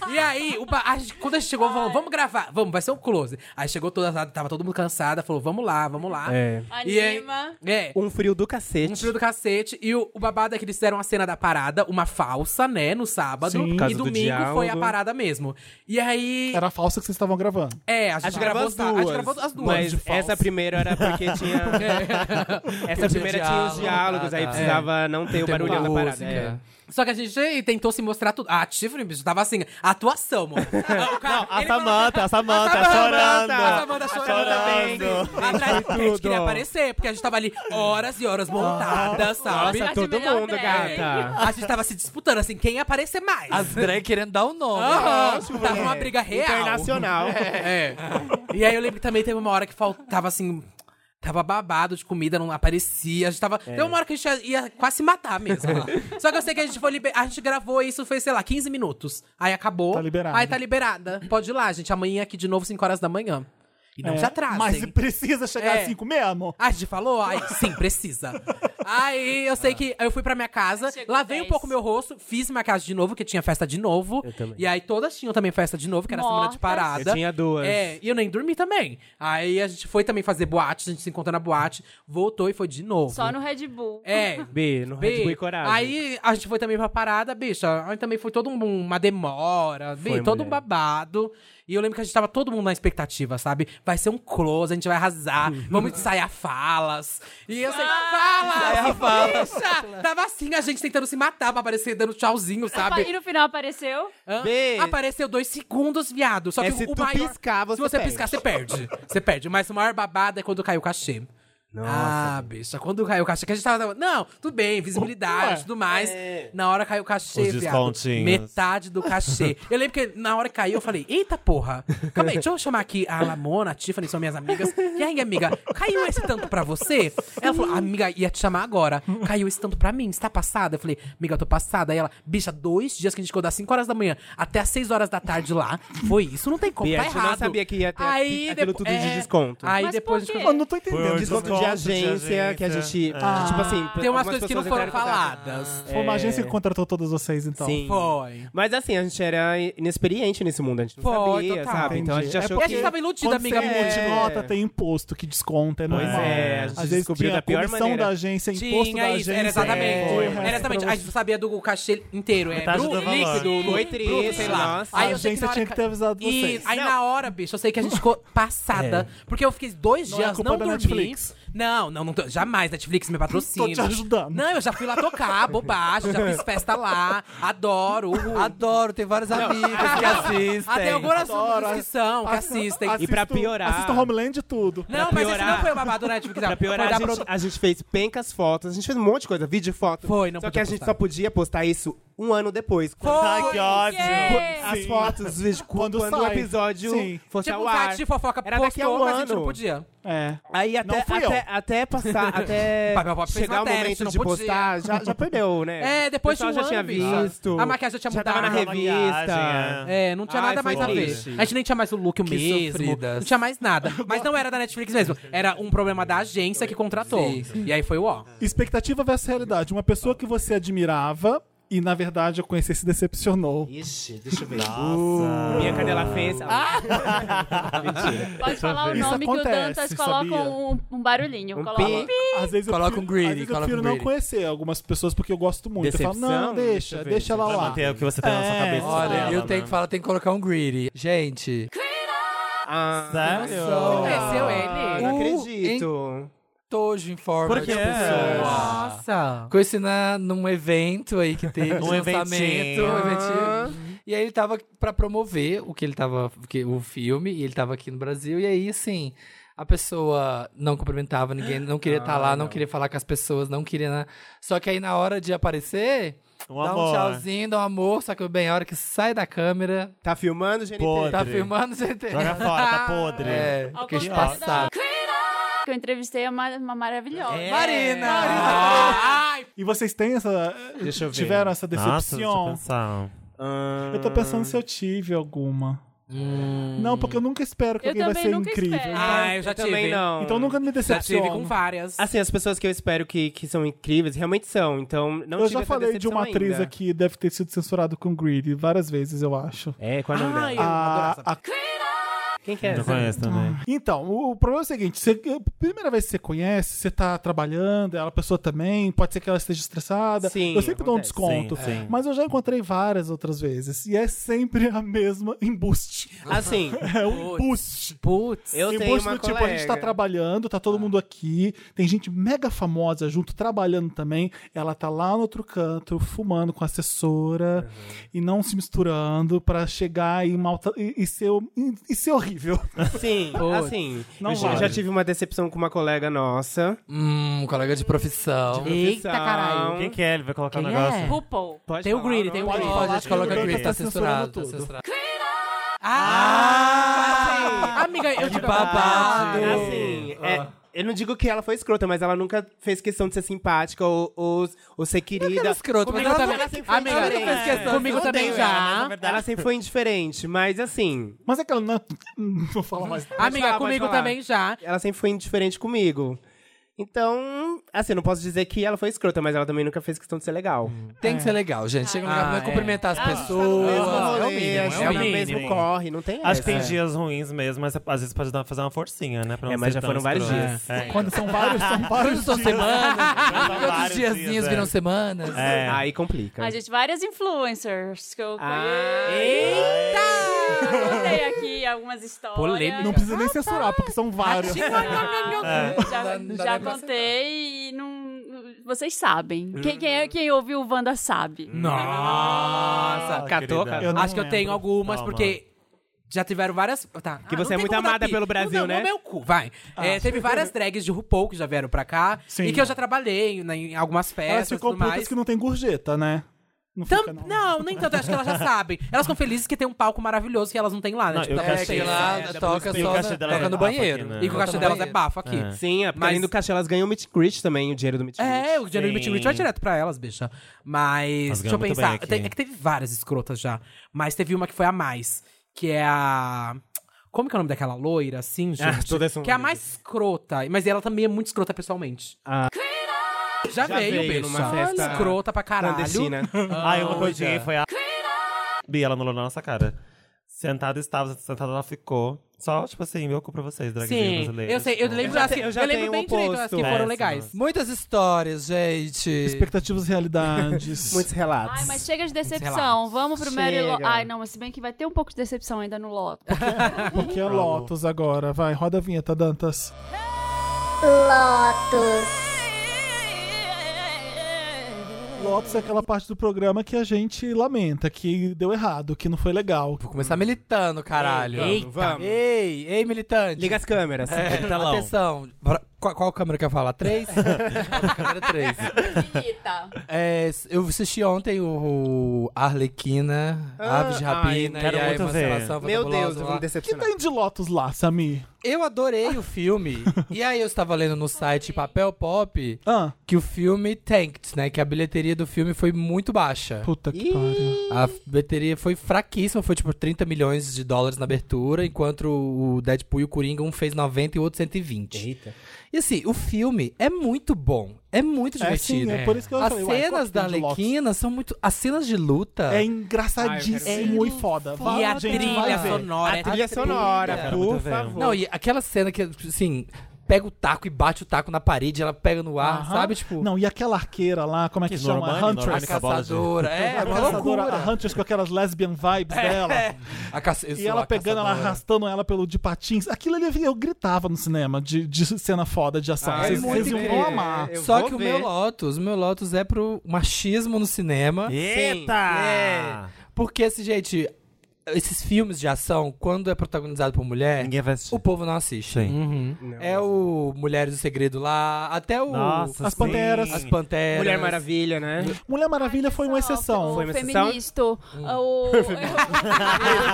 E: E aí, o ba- a gente- quando a gente chegou, falou, vamos gravar, vamos, vai ser um close. Aí chegou toda, tava todo mundo cansada, falou, vamos lá, vamos lá.
D: É.
E: E aí-
B: Anima.
E: é.
D: Um frio do cacete.
E: Um frio do cacete. E o, o babado é que eles fizeram a cena da parada, uma falsa, né? No sábado.
A: Sim. Por
E: e
D: causa do
E: domingo foi a
D: diálogo.
E: parada mesmo. E aí.
A: Era a falsa que vocês estavam gravando.
E: É, a gente,
D: A gente
E: gravou
D: gravou
E: as duas. A gente gravou as duas.
D: Mas
E: de falsa.
D: essa é primeira era porque tinha. Essa
C: Tinha
D: primeira tinha os
C: diálogo,
D: diálogos, aí
C: tá, tá.
E: É.
D: precisava não ter o
C: Tem
D: barulhão da
C: uma
D: parada.
C: música.
D: é.
E: Só que a gente tentou se mostrar tudo. Ah, a Tiffany, bicho, tava assim, atuação, mano. Ah, O cara-
F: Não, a
E: ele falou-
F: Samanta, a Samanta, tá
E: Samantha,
F: chorando. tá
E: A Samanta chorando.
F: Chorando.
E: Atrás, a gente
F: tudo.
E: queria aparecer, porque a gente tava ali horas e horas montada, sabe?
B: Nossa,
D: Todo
B: melhor
D: mundo,
B: drag.
D: gata.
E: A gente tava se disputando, assim, quem ia aparecer mais.
C: As drag querendo dar o nome. né? Tá
E: Aham, tava uma briga real.
D: Internacional.
E: É. E aí eu lembro que também teve uma hora que faltava assim. Tava babado de comida, não aparecia. A gente tava. Teve uma hora que a gente ia, ia quase se matar mesmo. lá. Só que eu sei que a gente foi liber... A gente gravou isso, foi, sei lá, 15 minutos. Aí acabou.
A: Tá liberada.
E: Aí tá liberada. Pode ir lá, gente. Amanhã é aqui de novo, 5 horas da manhã. E
A: É.
E: não se
D: Tá,
E: atrasem.
A: Mas se precisa chegar
E: É.
A: às 5 mesmo?
E: A gente falou, ai, sim, precisa. Aí eu sei que eu fui pra minha casa,
B: Chegou
E: lavei um
B: 10.
E: pouco meu rosto, fiz maquiagem de novo, que tinha festa de novo. E aí todas tinham também festa de novo, que era a semana de
B: Mortas.
E: parada.
D: Eu tinha duas.
E: É, e eu nem dormi também. Aí a gente foi também fazer boate, a gente se encontrou na boate, voltou e foi de novo.
B: Só no Red Bull.
E: É.
D: B, no
E: Bi,
D: Red Bull e Coragem.
E: aí a gente foi também pra parada, bicha. Aí também foi toda um- uma demora, Bi,
D: Foi,
E: todo um
D: mulher.
E: babado. E eu lembro que a gente tava todo mundo na expectativa, sabe? Vai ser um close, a gente vai arrasar, vamos ensaiar falas. E eu sei, fala! Bicha! Tava assim, a gente tentando se matar pra aparecer dando tchauzinho,
B: E
E: sabe?
B: no final apareceu.
E: Hã?
D: Bi.
E: Apareceu dois segundos, viado. Só que
D: É, se
E: o, o
D: tu
E: maior.
D: piscar, você
E: se você
D: perde.
E: piscar, você perde. Você perde. Mas o maior babado é quando caiu o cachê. Ah, bicha, quando caiu o cachê, que a gente tava. Não, tudo bem,
D: é.
E: visibilidade e tudo mais. Na hora caiu o cachê,
F: Os
E: viado.
F: descontinhos.
E: Metade do cachê. eu lembro que na hora que caiu, eu falei: eita porra, calma aí, deixa eu chamar aqui a Lamona, a Tiffany, são minhas amigas. E aí, amiga, caiu esse tanto pra você? Ela falou: amiga, ia te chamar agora. Caiu esse tanto pra mim, você tá passada? Eu falei: amiga, eu tô passada. Aí ela, bicha, dois dias que a gente ficou das 5 horas da manhã até as 6 horas da tarde lá. Foi isso, não tem como,
D: Bi,
E: tá
D: a gente
E: errado.
D: não sabia que ia ter
E: Aí,
D: aquilo
E: depo-
D: tudo
E: é.
D: de desconto.
E: Aí
B: Mas
E: depois a
B: por
E: gente
B: quê?
A: Eu não tô entendendo.
F: Por
A: Desculpa.
F: desconto.
D: de agência, que a gente.
F: Ah.
D: Tipo assim,
E: É. Tem
D: algumas
E: umas coisas que não
D: pessoas
E: foram
D: entraram em contato.
E: faladas.
A: Foi uma agência que contratou todos vocês, então.
D: É. Ah, Sim.
E: Foi.
D: Mas assim, a gente era inexperiente nesse mundo, a gente não
E: Foi,
D: sabia,
E: total.
D: sabe? Então a gente
A: Entendi. É
D: achou
E: E a
D: que.
E: gente tava iludida,
A: Quando
E: amiga.
A: você
E: muito.
D: É,
A: emite nota, tem imposto que desconta, é
D: Pois
A: normal.
D: é, a gente
A: Às vezes
D: descobriu
A: tinha
D: da pior
A: comissão
D: maneira.
A: da agência, imposto
E: Tinha
A: da
E: é isso,
A: agência. É.
E: era exatamente.
A: Foi,
E: era exatamente. A gente sabia do cachê inteiro, é.
F: Metade
E: Bruto,
F: do valor.
E: líquido,
D: Foi
E: bruto,
D: triste,
E: sei lá.
D: nossa.
A: A
E: Aí eu sei
A: agência
E: na hora
A: tinha que ter avisado vocês. É.
E: Isso. Aí
D: Não.
E: na hora, bicho, eu sei que a gente ficou passada. Porque eu fiquei dois
A: Não é
E: dias
A: culpa
E: não
A: da
E: dormi.
A: Netflix.
E: Não, não, não tô- jamais. Netflix me patrocina.
A: Tô te ajudando.
E: Não, eu já fui lá tocar, bobagem, já fiz festa lá. Adoro, uhul.
C: Adoro, tem vários amigos que é assistem.
E: Até algumas
A: Adoro.
E: músicas que são, que assistem.
A: Assisto-
D: E pra piorar-
A: Assisto Homeland e tudo.
E: Não,
D: pra
E: mas esse não
D: piorar-
E: foi o babado, né? Tipo, que
D: Pra piorar,
E: foi
D: a
E: da
D: gente,
E: produ-
D: a gente fez pencas fotos, a gente fez um monte de coisa, vídeo e foto.
E: Foi, não
D: Só que
E: podia
D: a gente
E: postar.
D: só podia postar isso um ano depois. Quando,
A: tá
F: Ai, que ódio.
E: é?
B: Yeah.
D: as fotos, os vídeos, quando,
A: Quando
D: o
A: sai.
D: episódio
A: Sim.
D: fosse
E: Tipo,
D: ao
E: um
D: ar.
E: site de fofoca
D: Era daqui a
E: postou,
D: um
E: mas a gente não
D: ano.
E: podia.
A: É.
D: Aí até,
A: Não fui eu.
D: até, até passar, até
E: Papel Pop fez
D: chegar o
E: matéria,
D: momento
E: não
D: de
A: tipo assim,
E: podia.
A: é.
D: postar, já, já perdeu, né?
E: É, depois
D: O pessoal
E: de um
D: já
E: ano,
D: tinha
E: bicho.
D: visto.
E: A maquiagem já tinha
D: Já tava na
E: mudado.
D: revista.
E: É, não tinha
D: Ai,
E: nada
D: foi
E: mais a ver.
D: triste.
E: A gente nem tinha mais o look o
C: Que
E: mesmo.
C: sofridas.
E: Não tinha mais nada. Mas não era da Netflix mesmo. Era um problema da agência que contratou. E aí foi o ó.
A: Expectativa versus realidade. Uma pessoa que você admirava e, na verdade, eu conheci se decepcionou.
G: Ixi, deixa eu ver.
D: Minha cadela fez.
A: Ah!
B: Pode falar o
A: Isso
B: nome que o
A: acontece,
B: Dantas coloca
A: sabia?
B: um, um barulhinho.
D: Um
B: coloca um
D: pi.
A: Às vezes eu
C: Coloca
A: prefiro-
C: um greedy,
A: às vezes eu
C: coloca
A: prefiro
C: um
A: não
C: greedy.
A: conhecer algumas pessoas porque eu gosto muito. eu falo,
D: Decepção?
A: não, deixa,
D: Deixa eu
A: deixa,
D: ver,
A: ela
F: Pra
A: lá.
F: manter o que você tem na sua
A: É.
F: cabeça.
C: Olha,
F: dela,
C: eu tenho
F: né?
C: que falar, tem que colocar um greedy. Gente,
F: Sério?
E: Você conheceu ele?
D: ah, Não
C: Uh,
D: acredito.
C: tojo em forma
F: Por
C: de
F: quê?
C: pessoa.
E: Nossa.
C: Conheci na, né, num evento aí que teve
F: Um
C: de lançamento.
F: eventinho.
C: um eventinho. E aí ele tava pra promover o que ele tava. o que- o filme, e ele tava aqui no Brasil. E aí, assim, a pessoa não cumprimentava ninguém, não queria
F: Ah,
C: estar lá, não. queria falar com as pessoas, não queria. na- Só que aí na hora de aparecer,
F: Um
C: dá
F: amor.
C: um tchauzinho, dá um amor, só que bem, a hora que sai da câmera,
D: Tá filmando, gente?
F: Pô,
C: tá
F: Podre.
C: filmando, você tem.
F: Joga fora, tá podre.
C: É,
B: Ao
C: fiquei
B: contrário
C: passado.
B: que eu entrevistei é uma, uma maravilhosa.
C: Marina!
E: Ai,
A: E vocês têm essa.
G: Deixa eu ver.
A: Tiveram essa
F: Nossa, deixa eu
A: decepção?
F: pensar.
A: eu, tô pensando se eu tive alguma. Não, porque eu nunca espero que
B: Eu
A: alguém vai
B: também
A: ser
B: nunca
A: incrível.
B: espero.
A: Ah,
E: Ai, eu já tive.
D: Ah, Também não.
A: Então nunca me
E: Já tive com
A: decepciono.
E: várias.
D: Assim, as pessoas que eu espero que, que são incríveis, realmente são. Então, não
A: eu
D: tive
A: já
D: essa
A: falei de
D: decepção
A: uma atriz
D: ainda.
A: aqui deve ter sido censurado com greedy várias vezes, eu acho.
D: É, qual é o nome dela?
E: Ai, eu adorava.
A: A- a-
D: Quem que é
F: Não
D: essa?
F: conheço também.
A: então, o, o problema é o seguinte: você, a primeira vez que você conhece, você tá trabalhando, ela a pessoa também, pode ser que ela esteja estressada.
D: Sim,
A: eu sempre dou um
D: acontece.
A: desconto.
F: Sim, é. sim.
A: Mas eu já encontrei várias outras vezes. E é sempre a mesma embuste.
D: Assim,
A: É um embuste.
E: Putz.
D: eu tenho
A: embuste
D: uma
A: do tipo, a gente tá
D: colega.
A: trabalhando, tá todo mundo aqui, tem gente mega famosa junto, trabalhando também. Ela tá lá no outro canto, fumando com a assessora
E: Uhum.
A: e não se misturando pra chegar e, malta e, e ser, e, e ser horrível.
D: Sim,
E: Putz.
D: assim.
A: Não
D: eu já-
A: vale.
D: já tive uma decepção com uma colega nossa. Então,
C: Hum, colega de profissão.
E: Eita,
D: Profissão.
E: caralho.
F: Quem que é? Ele vai colocar um
E: Quem
F: negócio.
E: é?
B: RuPaul.
D: Pode
E: Tem o
D: falar,
E: Greedy,
D: não?
E: tem o
A: Pode
E: Greedy.
A: falar.
C: Pode, a gente coloca
A: Tá
C: greedy. Tá
A: censurando
C: censurado, tá
A: tudo.
C: censurado.
E: Ah! Amiga,
D: É
E: eu
C: Que
E: tive
C: babado.
E: babado.
D: Assim, é, eu não digo que ela foi escrota, mas ela nunca fez questão de ser simpática ou, ou, ou ser querida. Ah,
C: Ela é escroto, mas
E: Comigo
C: ela
E: também.
C: também.
E: Amiga,
C: ela tá nunca fez
D: é.
C: questão.
E: comigo também já.
D: Ela sempre foi indiferente, mas assim,
A: Mas é que ela não. Não fala mais.
E: Amiga,
D: falar, pode
E: comigo
D: falar.
E: também já.
D: ela sempre foi indiferente comigo. Então, assim, eu não posso dizer que ela foi escrota, mas ela também nunca fez questão de ser legal.
C: Tem que ser legal, gente. Chega no lugar, não é cumprimentar as pessoas.
D: é o mínimo,
F: é o mínimo.
D: mesmo corre, não tem
F: Acho
D: essa.
F: que tem dias ruins mesmo, mas às vezes pode dar- fazer uma forcinha, né? Pra não
D: É, mas já
F: ser tão
D: foram vários
F: escroto.
D: dias.
F: É.
A: Quando são vários, são
C: Quantos
A: vários
C: são
A: dias.
C: semanas? Quantos
F: vários dias,
C: diazinhos
F: é.
C: viram semanas?
F: É.
D: Aí complica.
B: Mas, gente, várias influencers que eu
D: Ah,
B: conheço. Contei aqui algumas histórias.
E: Polêmica.
A: Não precisa É. nem censurar, porque são vários.
B: Ah, Já,
C: Não dá
B: já
C: nem pra
B: contei e não. Vocês sabem. Quem, quem, é- quem ouviu o Wanda sabe.
E: Nossa.
F: catou,
A: Eu não
E: Acho que eu
A: lembro.
E: tenho algumas,
F: Calma.
E: porque já tiveram várias. Tá. Que
D: você é muito amada pelo Brasil, né?
E: meu cu, vai. É, teve várias drags de RuPaul que já vieram pra cá.
A: Ah. Sim.
E: E que eu já trabalhei né, em algumas
A: Elas
E: festas e
A: ficam
E: tudo mais.
A: putas que não tem gorjeta, né? Não
E: Tam-
A: fica, não.
E: não. nem tanto, acho que elas já sabem. Elas ficam felizes que tem um palco maravilhoso que elas não têm lá, né?
F: Não, eu
E: da
C: É,
F: cachê.
C: que
E: Fonseca.
C: lá
E: É, da
C: toca
F: E o
C: só
F: cachê
C: na-
F: dela
C: toca
F: é
C: no
F: bafo
C: banheiro.
F: aqui, né?
E: E que o
F: Toca
E: cachê
C: no
E: delas é
C: banheiro.
E: bafo aqui.
D: Sim, é,
E: Mas-
D: além do cachê, elas ganham o meet and greet também, o dinheiro do meet and greet.
E: É, o dinheiro do Meet and Greet vai
F: Sim.
E: direto pra elas, bicha. Mas,
F: Elas
E: deixa eu
F: ganham muito bem
E: pensar.
F: aqui.
E: Tem- é que teve várias escrotas já. Mas teve uma que foi a mais. Que é a... Como que é o nome daquela loira, assim, gente?
G: Ah, toda essa
E: que é a
G: maneira.
E: mais escrota. Mas ela também é muito escrota pessoalmente. Já,
G: Já
E: veio,
G: veio
E: bicho.
G: numa
D: festa
E: escrota pra caralho.
D: Clandestina. né,
F: Aí uma coisinha foi a. Bi, ela anulou na nossa cara. Sentada estava, sentada ela ficou. Só, tipo assim, meu cu pra vocês, drag
E: Sim, eu sei. Eu lembro,
G: Eu já
E: assim,
G: tenho- eu já
E: eu lembro
G: tenho
E: bem
G: o
E: direito as que
G: oposto.
E: foram
F: Péssimo.
E: legais.
C: Muitas histórias, gente.
A: Expectativas e realidades.
D: Muitos relatos.
B: Ai, mas chega de decepção.
C: relatos.
B: Vamos pro Mary
D: Chega.
B: Lo... Ai, não, mas se bem que vai ter um pouco de decepção ainda no Lotus.
A: Porque é Lotus agora. Vai, roda a vinheta, Dantas. Lotus é aquela parte do programa que a gente lamenta, que deu errado, que não foi legal.
C: Vou começar militando, caralho.
D: Eita, vamos.
C: Ei, ei, militante.
D: Liga as câmeras.
C: É,
F: telão.
C: Atenção. Bora- Qual, qual câmera que eu ia falar? Três? câmera três.
B: Milita.
C: É, eu assisti ontem o, o Arlequina,
D: Ah,
C: Aves de Rapina
F: ai, quero
C: e a
F: muito ver.
C: Emancipação
D: Meu
C: Fantabulosa
D: Deus, eu
A: O que
D: vou me
C: lá.
A: tá
D: decepcionar.
A: tem de Lotus lá, Sami?
C: Eu adorei o filme. e aí eu estava lendo no site Papel Pop
A: Ah,
C: que o filme tanked, né? Que a bilheteria do filme foi muito baixa.
A: puta que pariu. É
C: A bilheteria foi fraquíssima, foi tipo 30 milhões de dólares na abertura, enquanto o Deadpool e o Coringa um fez 90 e o outro 120.
G: Eita.
C: E assim, o filme é muito bom, é muito
A: É sim,
C: divertido.
A: é por isso que eu
C: As
A: falei. uai, qual
C: cenas
A: que
C: da
A: tem de Lotus?
C: Arlequina são muito. As cenas de luta.
A: É engraçadíssimo
C: Ai,
A: e foda. Vai,
E: E a
A: gente,
E: trilha
A: vai ver.
E: sonora. é
D: A trilha sonora,
F: Quero
D: por
F: muito ver.
D: favor.
C: Não, e aquela cena que, assim, pega o taco e bate o taco na parede, ela pega no ar,
A: Aham.
C: sabe? Tipo,
A: Não, e aquela arqueira lá, como é que,
F: Que
A: chama?
F: Normani,
A: a
C: a
A: Huntress.
F: Normani.
C: caçadora. É,
A: A
C: uma
A: caçadora,
C: loucura.
A: a Huntress com aquelas lesbian vibes dela.
C: A caça- eu
A: E
C: sou
A: ela
C: a
A: pegando, ela
C: caçadora.
A: arrastando ela pelo de patins. Aquilo ali eu gritava no cinema de, de cena foda de ação.
D: Ah,
A: vocês vocês
D: é muito
A: iam
D: incrível.
A: amar.
D: Eu
C: Só
D: vou
C: que o
D: ver.
C: meu Lotus, o meu Lotus é pro machismo no cinema.
F: é. Ah,
G: Eita!
C: Porque, assim, gente, esses filmes de ação, quando é protagonizado por mulher,
G: Ninguém vai assistir.
C: o povo não assiste.
F: Sim.
C: É o Mulheres do Segredo lá, até o.
F: Nossa,
A: As
F: sim.
A: Panteras.
C: As Panteras.
D: Mulher Maravilha, né?
A: Mulher Maravilha foi uma
B: O
A: exceção.
D: Foi uma Hum. exceção?
B: feministo. O...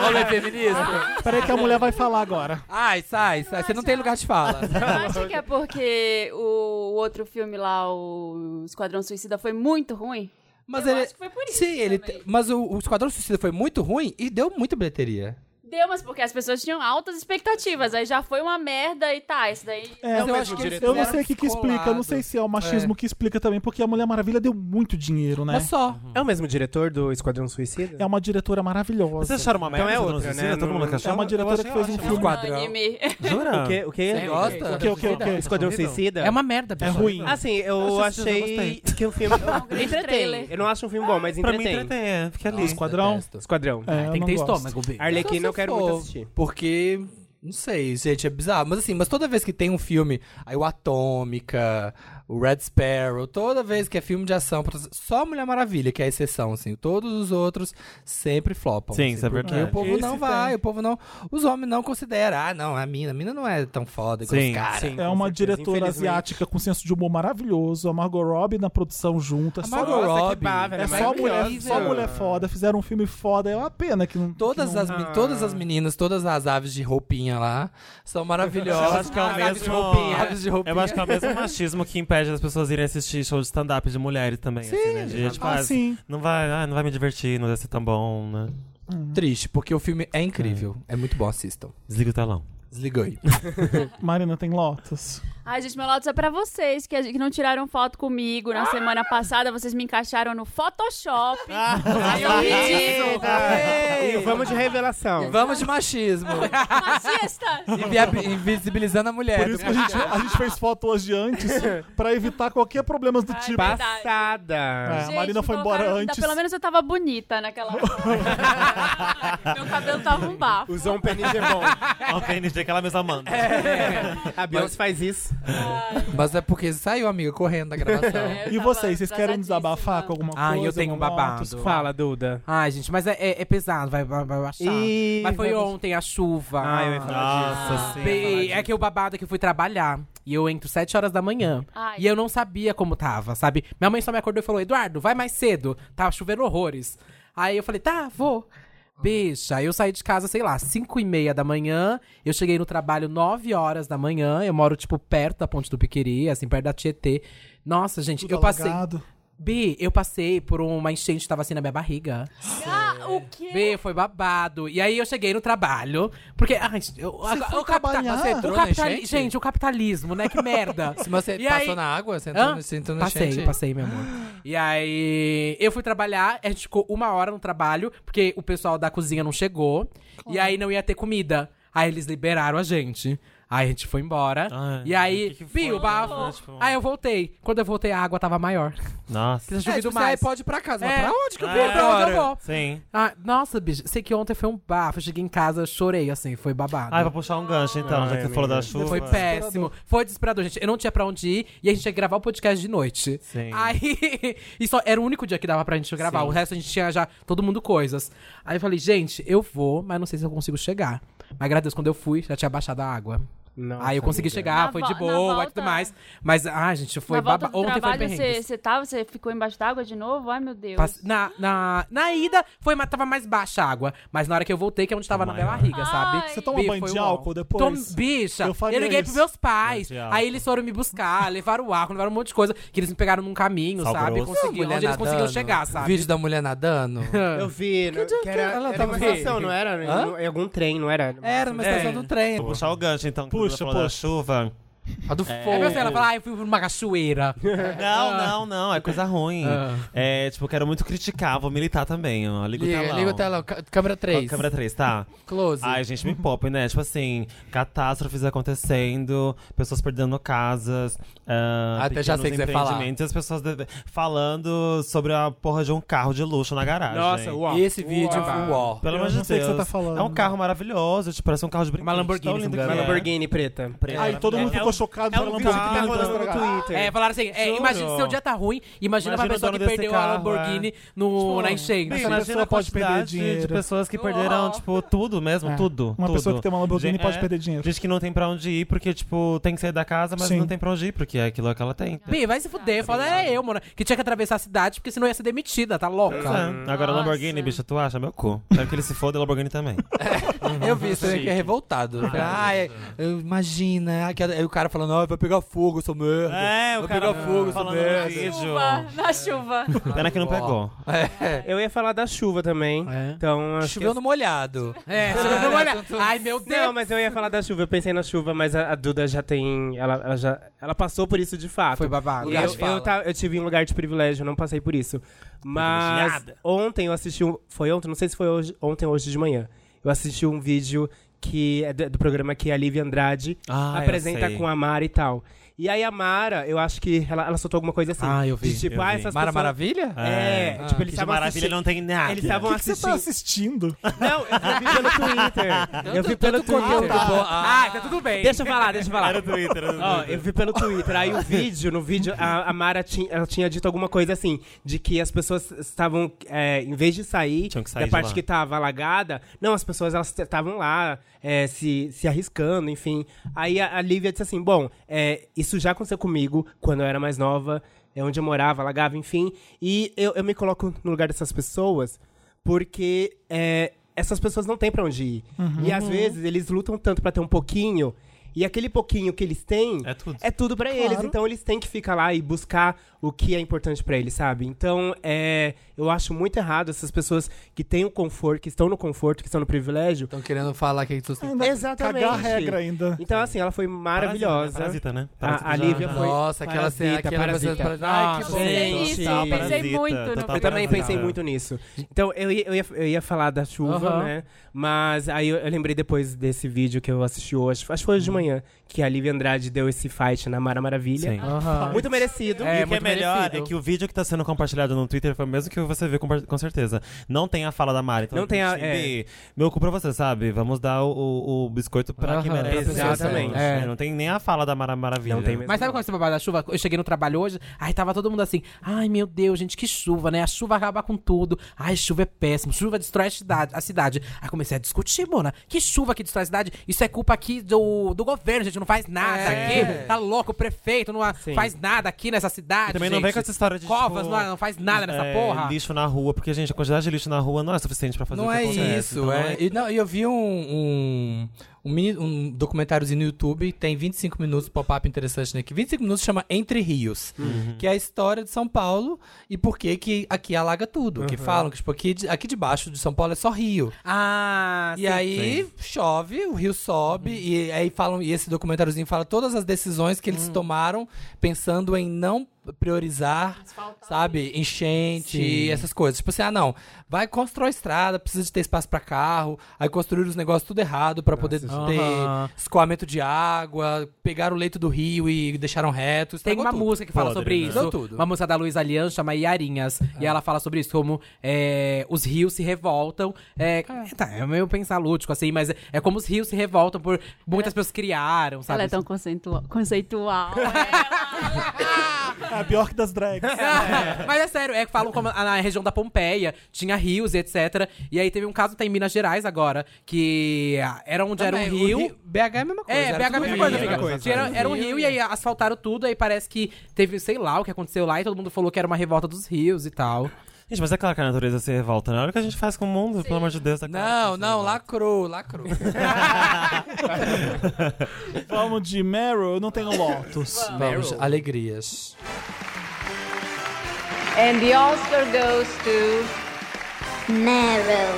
C: Olha, feminista.
A: Peraí que a mulher vai falar agora.
C: Ai, sai, sai. Você não tem lugar de fala.
B: Eu acho que é porque o outro filme lá, o Esquadrão Suicida, foi muito ruim.
C: Mas
B: Eu
C: ele.
B: acho que foi por isso
C: Sim, ele.
B: também.
C: te- Mas o, o Esquadrão Suicida foi muito ruim e deu muita bilheteria.
B: Deu, mas porque as pessoas tinham altas expectativas. Aí já foi uma merda e tá, isso daí...
A: É,
C: Mas eu acho que eles
A: eu não
C: fizeram
A: sei o que, que explica. Eu não sei se é o machismo que explica também, porque a Mulher Maravilha deu muito dinheiro, né?
C: Mas só.
D: É o mesmo diretor do Esquadrão Suicida?
A: É uma diretora
F: Vocês
A: maravilhosa.
F: acharam uma
D: Então
F: merda?
D: é
F: Esquadrão
D: outra,
F: Suicida?
D: né?
F: Todo
D: Não-
F: mundo que achou?
A: é uma diretora
F: Eu achei
A: que fez um
F: ótimo.
C: filme. Esquadrão.
B: Unânime.
F: Jura?
D: O que, o que?
C: Você gosta?
A: O que, o que, o que?
D: Esquadrão Suicida?
E: É uma merda,
A: É
E: bicho.
A: ruim.
D: Assim, eu
F: Eu assisti, eu
D: achei
F: gostei.
D: que o filme...
B: grande
D: entretém.
B: trailer.
D: Eu não acho um filme bom, mas
F: Pra mim,
D: entretém.
F: entretém, é. Fica ali.
A: Esquadrão?
C: Detesto.
D: Esquadrão.
A: É, eu
E: Ah, Tem que
A: não
E: ter
A: gosto.
E: estômago, bicho.
D: Arlequina
C: Só
D: eu
C: se
D: quero
C: for,
D: muito assistir.
C: Porque. Não sei, gente, é bizarro. Mas assim, mas toda vez que tem um filme, aí o Atômica, o Red Sparrow, toda vez que é filme de ação, só Mulher Maravilha, que é a exceção, assim. Todos os outros sempre flopam.
F: Sim,
C: assim,
F: isso é
C: porque
F: verdade.
C: O povo
A: Esse
C: não
A: tem.
C: vai, o povo não. Os homens não consideram. Ah, não, a mina. A mina não é tão foda igual
F: Sim,
C: os caras.
D: sim.
A: É uma
D: Com certeza,
A: diretora
D: infelizmente.
A: asiática com senso de humor maravilhoso. A Margot Robbie na produção junta.
C: A
A: só-
C: Margot
D: Nossa, que
C: Robbie.
D: bava, né?
A: É
D: Ela
A: só mulher,
C: maravilhosa.
A: só mulher foda. Fizeram um filme foda. É uma pena que não. é.
C: Todas as, men- todas as meninas, todas as aves de roupinha lá são maravilhosas.
F: Eu acho que é o
C: As aves de
F: mesmo-
C: roupinha, aves de roupinha.
F: Eu acho que é o mesmo machismo que impede as pessoas irem assistir show de stand-up de mulheres também. Sim. Assim, né? De, tipo,
A: Ah, sim.
F: Não vai, ah, não vai me divertir, não vai ser tão bom, né?
C: triste, porque o filme é incrível. É muito bom, assistam.
F: Desliga o telão.
C: Desligou aí.
A: Marina tem Lotus.
B: Ai, gente, meu Lotus é pra vocês que, a gente- que não tiraram foto comigo na semana passada. Vocês me encaixaram no Photoshop.
A: Ah,
B: Aí eu pedi.
D: E vamos de revelação.
C: Vamos de machismo.
B: Machista!
C: Invi- Invisibilizando a mulher.
A: Por isso que a gente, a gente fez foto hoje antes pra evitar qualquer problema do
B: Ai,
A: tipo.
B: verdade.
A: É,
D: Passada.
A: a
B: Gente,
A: Marina
B: me
A: foi embora
B: colocaram- ainda
A: antes.
B: Pelo menos eu tava bonita naquela foto. Meu cabelo tava um bafo.
D: Usou um pênis de bom.
F: Ó, PNG, aquela mesma Amanda.
E: É.
D: A Beyoncé faz isso.
C: Mas é porque saiu, amiga, correndo da gravação.
B: É, eu
A: E
B: tava
A: vocês, vocês querem desabafar
B: atrasadíssima.
A: com alguma
E: Ah,
A: coisa?
E: eu tenho um
A: alguma
E: babado.
A: Lotus?
D: Fala, Duda.
E: Ai, gente, mas é, é- é pesado, vai, vai, vai baixar.
D: Ih,
E: mas foi
D: vai-
E: ontem a chuva.
D: Ah, eu ia falar assim, disso.
F: Nossa, sim.
E: Bem, é que o babado é que eu fui trabalhar. E eu entro 7 horas da manhã.
B: Ai.
E: E eu não sabia como tava, sabe? Minha mãe só me acordou e falou: Eduardo, vai mais cedo. Tava chovendo horrores. Aí eu falei: tá, vou. Bicha, eu saí de casa, sei lá, 5 e meia da manhã. Eu cheguei no trabalho 9 horas da manhã. Eu moro, tipo, perto da Ponte do Piqueri, assim, perto da Tietê. Nossa, gente,
A: Tudo
E: eu passei.
A: alagado.
E: Bi, eu passei por uma enchente que tava assim na minha barriga.
B: Ah, o quê?
E: B, foi babado. E aí eu cheguei no trabalho, porque. Ai, eu, agora-
A: foi
E: o capita-
A: trabalhar?
E: você entrou na
C: capitali-
E: enchente? Gente, o capitalismo, né? Que merda.
C: Se você
E: E
C: passou
E: aí-
C: na água, você entrou,
E: Hã?
C: no, você entrou no
E: Passei,
C: enchente?
E: passei, meu amor. E aí, eu fui trabalhar, a gente ficou uma hora no trabalho, porque o pessoal da cozinha não chegou. E aí não ia ter comida. Aí eles liberaram a gente. Aí a gente foi embora.
C: Ah,
F: Ai,
E: e aí,
F: que que foi?
E: vi o
F: Né,
E: bafo.
F: tipo,
E: Aí eu voltei. Quando eu voltei, a água tava maior.
F: Nossa.
E: Precisa
C: É,
E: chovido
C: tipo, você aí
E: mais.
C: pode ir pra casa,
E: É.
C: mas pra onde que eu
E: fui
C: vou
E: Ah, pra onde eu
F: agora.
E: vou.
F: Sim.
E: Ah, nossa, bicho, sei que ontem foi um bafo. Cheguei em casa, chorei, assim, foi babado.
F: Ai, pra puxar um gancho, então, já que você falou da chuva.
E: Foi péssimo. Foi desesperador, gente. Eu não tinha pra onde ir e a gente ia gravar o podcast de noite.
F: Sim.
E: Aí. E só era o único dia que dava pra gente gravar.
F: Sim.
E: O resto a gente tinha já todo mundo coisas. Aí eu falei, gente, eu vou, mas não sei se eu consigo chegar. Mas agradeço, quando eu fui, já tinha baixado a água.
D: Nossa,
E: aí eu consegui
D: amiga.
E: chegar,
B: Na
E: foi
B: vo-
E: de
B: na
E: boa e
B: volta-
E: tudo mais. Mas, ah, gente, foi
B: na volta
E: babado.
B: do
E: Ontem foi
B: trabalho, você,
E: perrengue.
B: você tava, você ficou embaixo d'água de novo? Ai, meu Deus.
E: Pass- Na, na, na ida, foi, mas tava mais baixa a água. Mas na hora que eu voltei, que é onde tava na minha barriga, sabe?
B: Ai.
A: Você toma
E: Bi,
A: banho
E: foi
A: de
E: uau.
A: álcool depois?
E: Tom, bicha,
A: Eu
E: eu,
A: faria
E: liguei
A: isso.
E: pros meus pais.
F: Banho de álcool.
E: Aí eles foram me buscar, levaram o álcool, levaram um monte de coisa. Que eles me pegaram num caminho,
F: Sal
E: sabe?
F: grosso.
E: Conseguiram, onde eles conseguiram chegar, sabe? É.
C: Vídeo da mulher nadando.
D: Eu vi, né, que era,
C: ela
D: era
C: tava-
D: uma estação, não era?
C: Hã?
D: Em algum trem, não era?
C: Era tá uma
E: É.
C: estação do um trem.
F: Vou puxar o gancho, então.
A: Puxa,
F: que você falou da
A: puxa.
F: chuva.
C: A do
E: Aí
C: fogo.
E: meu filho, ela fala, ah, eu fui pra uma cachoeira.
F: Não,
E: Ah.
F: não, não. É coisa ruim. É, tipo, quero muito criticar. Vou militar também, ó. Liga o
C: Liga,
E: "Ah,
F: telão.
C: liga o telão. Ca- Câmera 3.
F: Câmera 3, tá?
C: Close.
F: Ai, gente, me pop, né? Tipo assim, catástrofes acontecendo, pessoas perdendo casas. ah,
C: Até já
F: pequenos
C: sei o que você vai falar.
F: empreendimentos, e As pessoas deve- falando sobre a porra de um carro de luxo na garagem.
E: uau.
C: Esse vídeo foi o ó.
F: Pelo
A: Eu
F: amor de
A: não sei o que
F: Deus.
A: você tá falando.
F: É um carro maravilhoso, tipo, parece um carro de brinquedo.
E: Uma Lamborghini,
F: tão lindo
E: se
F: que
E: não me
D: Uma
F: é.
E: engano.
D: Lamborghini preta.
F: Preta.
A: Aí todo mundo
F: É-
A: ficou chocado.
F: é um
A: falando
F: vídeo
A: Lamborghini
F: que tá
A: tá
F: rolando
A: estragado.
F: no Twitter.
E: É, falaram assim, é,
F: Juro.
E: imagina se seu dia tá ruim, imagina,
F: Imagina
E: pra
F: o
E: pessoa que
F: dono desse
E: perdeu a
F: carro,
E: Lamborghini
F: é.
E: no,
F: Tipo,
E: na enchente.
A: Bem,
F: Imagina
A: essa pessoa
F: a
A: pode perder
F: quantidade de-
A: dinheiro.
F: De pessoas que perderam,
B: Uau.
F: tipo, tudo mesmo,
A: É.
F: tudo.
A: Uma
F: tudo.
A: pessoa que tem uma Lamborghini
F: Gente,
A: pode
F: é,
A: perder dinheiro.
F: Gente que não tem pra onde ir, porque, tipo, tem que sair da casa, mas
A: Sim.
F: não tem pra onde ir, porque é aquilo que ela tem.
E: Bi, vai se fuder, foda era eu, mano. Que tinha que atravessar a cidade, porque senão ia ser demitida, tá louca?
F: É. Agora,
B: Nossa.
F: Lamborghini, bicho, tu acha? Meu cu. Quero que ele se foda, Lamborghini também.
C: Eu vi isso aí que é revoltado. Eu falei, Ai, eu- imagina. Aí que- aí o cara falando, "Ah, vai pegar fogo, sou merda.
F: É,
C: o Vai cara pegar fogo, falando essa merda. no
F: vídeo.
B: Chuva, na chuva.
F: Pena que não pegou.
C: É.
D: Eu ia falar da chuva também.
E: É.
D: Então, acho
C: Choveu no molhado.
E: É, você não olha. Ai, meu
D: que... Não,
E: Deus.
D: mas eu ia falar da chuva. Eu pensei na chuva, mas a, a Duda já tem... Ela, ela já... Ela passou por isso de fato.
E: Foi babado.
D: E eu, eu, ta- eu tive um lugar de privilégio, eu não passei por isso. Mas
F: Privilegiada.
D: ontem eu assisti um. Foi ontem, não sei se foi hoje, ontem ou hoje de manhã. Eu assisti um vídeo que é do, do programa que a Lívia Andrade
F: Ah, eu
D: apresenta
F: sei.
D: com a Mara e tal. E aí a Mara, eu acho que ela, ela soltou alguma coisa assim.
E: Ah, eu vi,
D: de tipo,
F: eu
D: ah,
F: vi.
D: essas
C: Mara
D: pessoas-
C: Maravilha?
D: É,
C: Ah.
D: tipo, eles
F: Que de
D: estavam
F: maravilha
D: assistindo.
F: não é. tem nada.
D: Eles estavam
A: O que que você tá
D: assistindo.
A: assistindo?
D: Não, eu vi pelo Twitter. Eu vi pelo
C: conteúdo
D: Twitter.
C: bom.
E: Ah, tá tudo bem.
D: Deixa eu falar, deixa eu falar.
F: Era do Twitter. né? era do
D: Ó,
F: Twitter.
D: eu vi pelo Twitter, aí o vídeo, no vídeo, a, a Mara ti- ela tinha dito alguma coisa assim, de que as pessoas estavam, é, em vez de sair,
F: Tinham que sair
D: da
F: de
D: parte
F: lá.
D: que tava alagada, não, as pessoas elas estavam lá, é, se, se arriscando, enfim. Aí a, a Lívia disse assim, bom, é, isso já aconteceu comigo, quando eu era mais nova, é onde eu morava, alagava, enfim. E eu, eu me coloco no lugar dessas pessoas, porque... é, essas pessoas não têm pra onde ir.
F: Uhum.
D: E às vezes eles lutam tanto pra ter um pouquinho, e aquele pouquinho que eles têm
F: É tudo.
D: é tudo pra eles. Então eles têm que ficar lá e buscar o que é importante pra eles, sabe? Então, é, eu acho muito errado essas pessoas que têm o conforto, que estão no conforto, que estão no privilégio.
C: Estão querendo falar que tu tá
A: Ainda
D: Exatamente.
A: Cagar a regra ainda.
D: Então, assim, ela foi maravilhosa.
F: Parasita, né? Parasita
D: A, a
F: já-
D: Lívia
F: já-
D: foi.
C: Nossa, aquela cena,
D: parasita,
C: aquela
D: parasita.
C: coisa- Ai, que tá
D: Ah,
C: bom.
B: Pensei
D: gente.
B: nisso,
E: tá
B: eu É pensei
F: Parasita,
B: muito no
F: total
D: Eu também
F: parasita.
D: pensei muito nisso. Então, eu ia, eu ia, eu ia falar da chuva,
E: Aham.
D: né? Mas aí eu, eu lembrei depois desse vídeo que eu assisti hoje, acho que foi hoje
E: Uhum.
D: de manhã, que a Lívia Andrade deu esse fight na Mara Maravilha.
F: Sim.
E: Aham.
D: Muito merecido.
E: É,
F: e o que é
E: muito
F: melhor
E: merecido.
F: é que o vídeo que tá sendo compartilhado no Twitter foi o mesmo que você viu, compa- com certeza. Não tem a fala da Mari. Então,
D: Não tem a-
F: gente, Bi, Meu cu pra você, sabe? Vamos dar o, o- o biscoito pra quem
C: Aham,
F: merece.
D: exatamente.
F: É, Não tem nem a fala da Mara Maravilha.
D: Não tem mesmo.
E: Mas sabe quando você babado da chuva? Eu cheguei no trabalho hoje, aí tava todo mundo assim, ai meu Deus, gente, que chuva, né? A chuva acaba com tudo. Ai, chuva é péssimo, chuva destrói a cidade. A cidade. Aí comecei a discutir, mona, que chuva que destrói a cidade? Isso é culpa aqui do, do governo, gente, não faz nada
C: É.
E: aqui. Tá louco, o prefeito não a- faz nada aqui nessa cidade,
F: E também não
E: gente.
F: vem com essa história de,
E: Covas
F: tipo,
E: não, não faz nada nessa
F: é,
E: porra.
F: lixo na rua, porque, gente, a quantidade de lixo na rua não é suficiente pra fazer
C: não
F: o que
C: é
F: acontece.
C: isso,
F: Então,
C: é. E, não, e eu vi um, um, um, mini- um documentáriozinho no YouTube, tem 25 minutos, pop-up interessante aqui. 25 minutos chama Entre Rios,
D: Uhum.
C: que é a história de São Paulo e por que que aqui alaga tudo. Que falam que, tipo, aqui, de- aqui debaixo de São Paulo é só rio.
E: Ah,
C: E aí chove, o rio sobe, e aí falam, e esse documentáriozinho fala todas as decisões que eles tomaram pensando em não priorizar, sabe, enchente, essas coisas. Tipo assim, ah, não, vai constrói estrada, precisa de ter espaço pra carro, aí construir os negócios tudo errado pra poder ter
E: Aham.
C: escoamento de água, pegaram o leito do rio e deixaram reto.
E: Tem
C: estragou
E: uma
C: tudo.
E: música que fala
F: Podre,
E: sobre
F: né?
E: isso.
C: Tudo. Ah.
E: Uma música da Luísa Alian chama Iarinhas. E ela fala sobre isso, como é, os rios se revoltam. É, é, tá, é meio pensar lúdico, assim, mas é, é como os rios se revoltam por
C: É.
E: muitas pessoas criaram, sabe?
B: Ela é tão conceitua- conceitual. é.
A: A Bjork das drags.
E: Mas é sério, é que falam como a- na região da Pompeia tinha rios e etc. E aí teve um caso tá em Minas Gerais agora, que ah, era onde era um
C: Também, o
E: rio.
C: BH é a mesma coisa.
E: É,
C: era
E: BH é a
C: tudo
E: mesma
C: rio,
E: coisa,
C: era
E: fica.
C: tudo
E: Tinha- Era, um rio e aí asfaltaram tudo, aí parece que teve, sei lá, o que aconteceu lá, e todo mundo falou que era uma revolta dos rios e tal.
F: Gente, mas é claro que a natureza se revolta, né? Olha o que a gente faz com o mundo, pelo amor de Deus. É claro
C: Não,
F: que
C: não, lacrou, lacrou.
A: Vamos de Meryl, eu não tenho Lotus.
C: Vamos, alegrias.
H: And the Oscar goes to.
I: Meryl.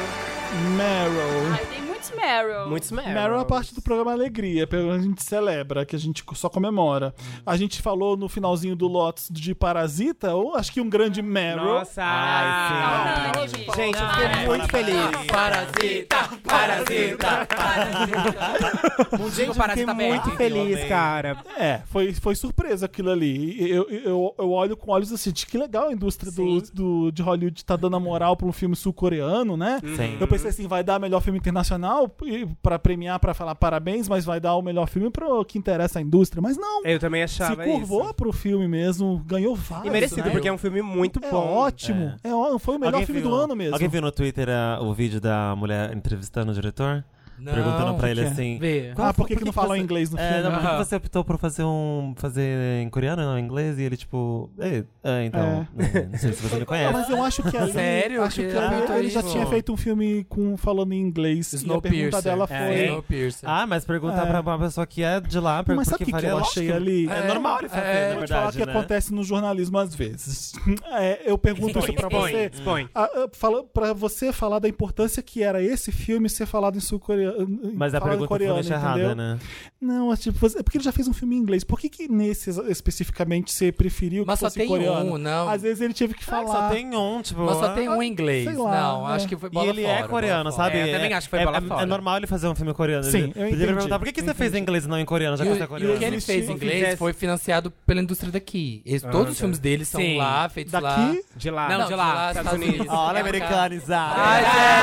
A: Meryl.
B: Ai, tem muitos Meryl.
D: Muitos Meryl.
A: Meryl é parte do programa Alegria, pelo menos a gente celebra, que a gente só comemora. A gente falou no finalzinho do Lotus de Parasita, ou acho que um grande Meryl.
D: Nossa! Tá
B: Ai, sim.
D: Gente, eu fiquei muito feliz.
E: Parasita, parasita, parasita. Mundinho parasita
D: Fiquei muito
E: BR.
D: feliz, cara.
A: É, foi, foi surpresa aquilo ali. E Eu, eu, eu olho com olhos assim, de que legal a indústria do, do- de Hollywood tá dando a moral pra um filme sul-coreano, né?
F: Sim.
A: Eu pensei assim, vai dar melhor filme internacional e- pra premiar, pra falar parabéns, mas vai dar o melhor filme pro que interessa a indústria. Mas não,
D: Eu também
A: se
D: achava
A: curvou
D: Tá, é isso.
A: pro filme mesmo, ganhou vários.
D: E merecido,
A: né?
D: porque é um filme muito
A: É
D: bom.
A: ótimo. É. ó- foi o melhor
F: Alguém
A: filme
F: viu-
A: do ano mesmo.
F: Alguém viu no Twitter ah, o vídeo da mulher entrevistando o diretor?
C: Não,
F: Perguntando pra ele
C: que é?
F: assim.
E: Vê.
A: Ah, por que, que não falou em inglês no
F: É,
A: filme? né?
F: não, por que
E: Aham.
F: você optou por fazer um. fazer em coreano e não em inglês? E ele, tipo. "Ei, É, então. né, Não sei se você me
A: Não,
F: conhece.
A: mas eu acho que ali,
C: Sério?
A: acho que,
C: Que-
A: ali
C: Ah,
A: ele já
C: isso.
A: tinha feito um filme com falando em inglês e a pergunta
C: Snowpiercer.
A: dela
C: É,
A: foi
C: Snowpiercer.
F: Ah, mas perguntar
A: É.
F: pra uma pessoa que é de lá,
A: Mas sabe o
F: porque
A: que, que eu achei
F: lógico.
A: ali?
F: É normal ele fazer,
A: É,
F: na
A: vou te falar
F: verdade,
A: que
F: né?
A: acontece no jornalismo às vezes. É, eu pergunto isso pra você.
D: Expõe.
A: Ah, ah, fala- Pra você falar da importância que era esse filme ser falado em sul-coreano.
F: Mas a
A: falado é em
F: pergunta
A: coreano,
F: foi deixa
A: entendeu?
F: errada, né?
A: Não, é tipo, você- é porque ele já fez um filme em inglês. Por que, que nesse ex- especificamente você preferiu
C: Mas
A: que
C: só
A: fosse
C: tem
A: coreano?
C: um, não.
A: Às vezes ele teve que
F: Ah,
A: falar.
F: Só tem um, tipo.
C: Mas só
F: ah,
C: tem um em inglês.
A: sei lá,
C: não,
A: né?
C: acho que foi
F: E
C: bola
F: ele
C: fora,
F: é coreano,
C: bola fora.
F: sabe?
E: É, eu também acho que foi
F: é,
E: bola
F: é-
E: fora.
F: É normal ele fazer um filme coreano.
A: Sim,
F: Ele-
A: eu
F: ele
A: entendi.
F: vai perguntar por que, que você fez em inglês e não em coreano, já
C: E
F: que você é
C: o, e
F: coreano.
C: o que ele fez em inglês
D: fizesse-
C: foi financiado pela indústria daqui. Eles- todos os filmes dele são
E: Sim.
C: lá, feitos lá.
A: Daqui?
D: De lá.
E: Não, de lá,
C: Estados,
D: Estados
C: Unidos.
D: Unidos.
F: Olha,
C: americano. Ai,
F: americanizado.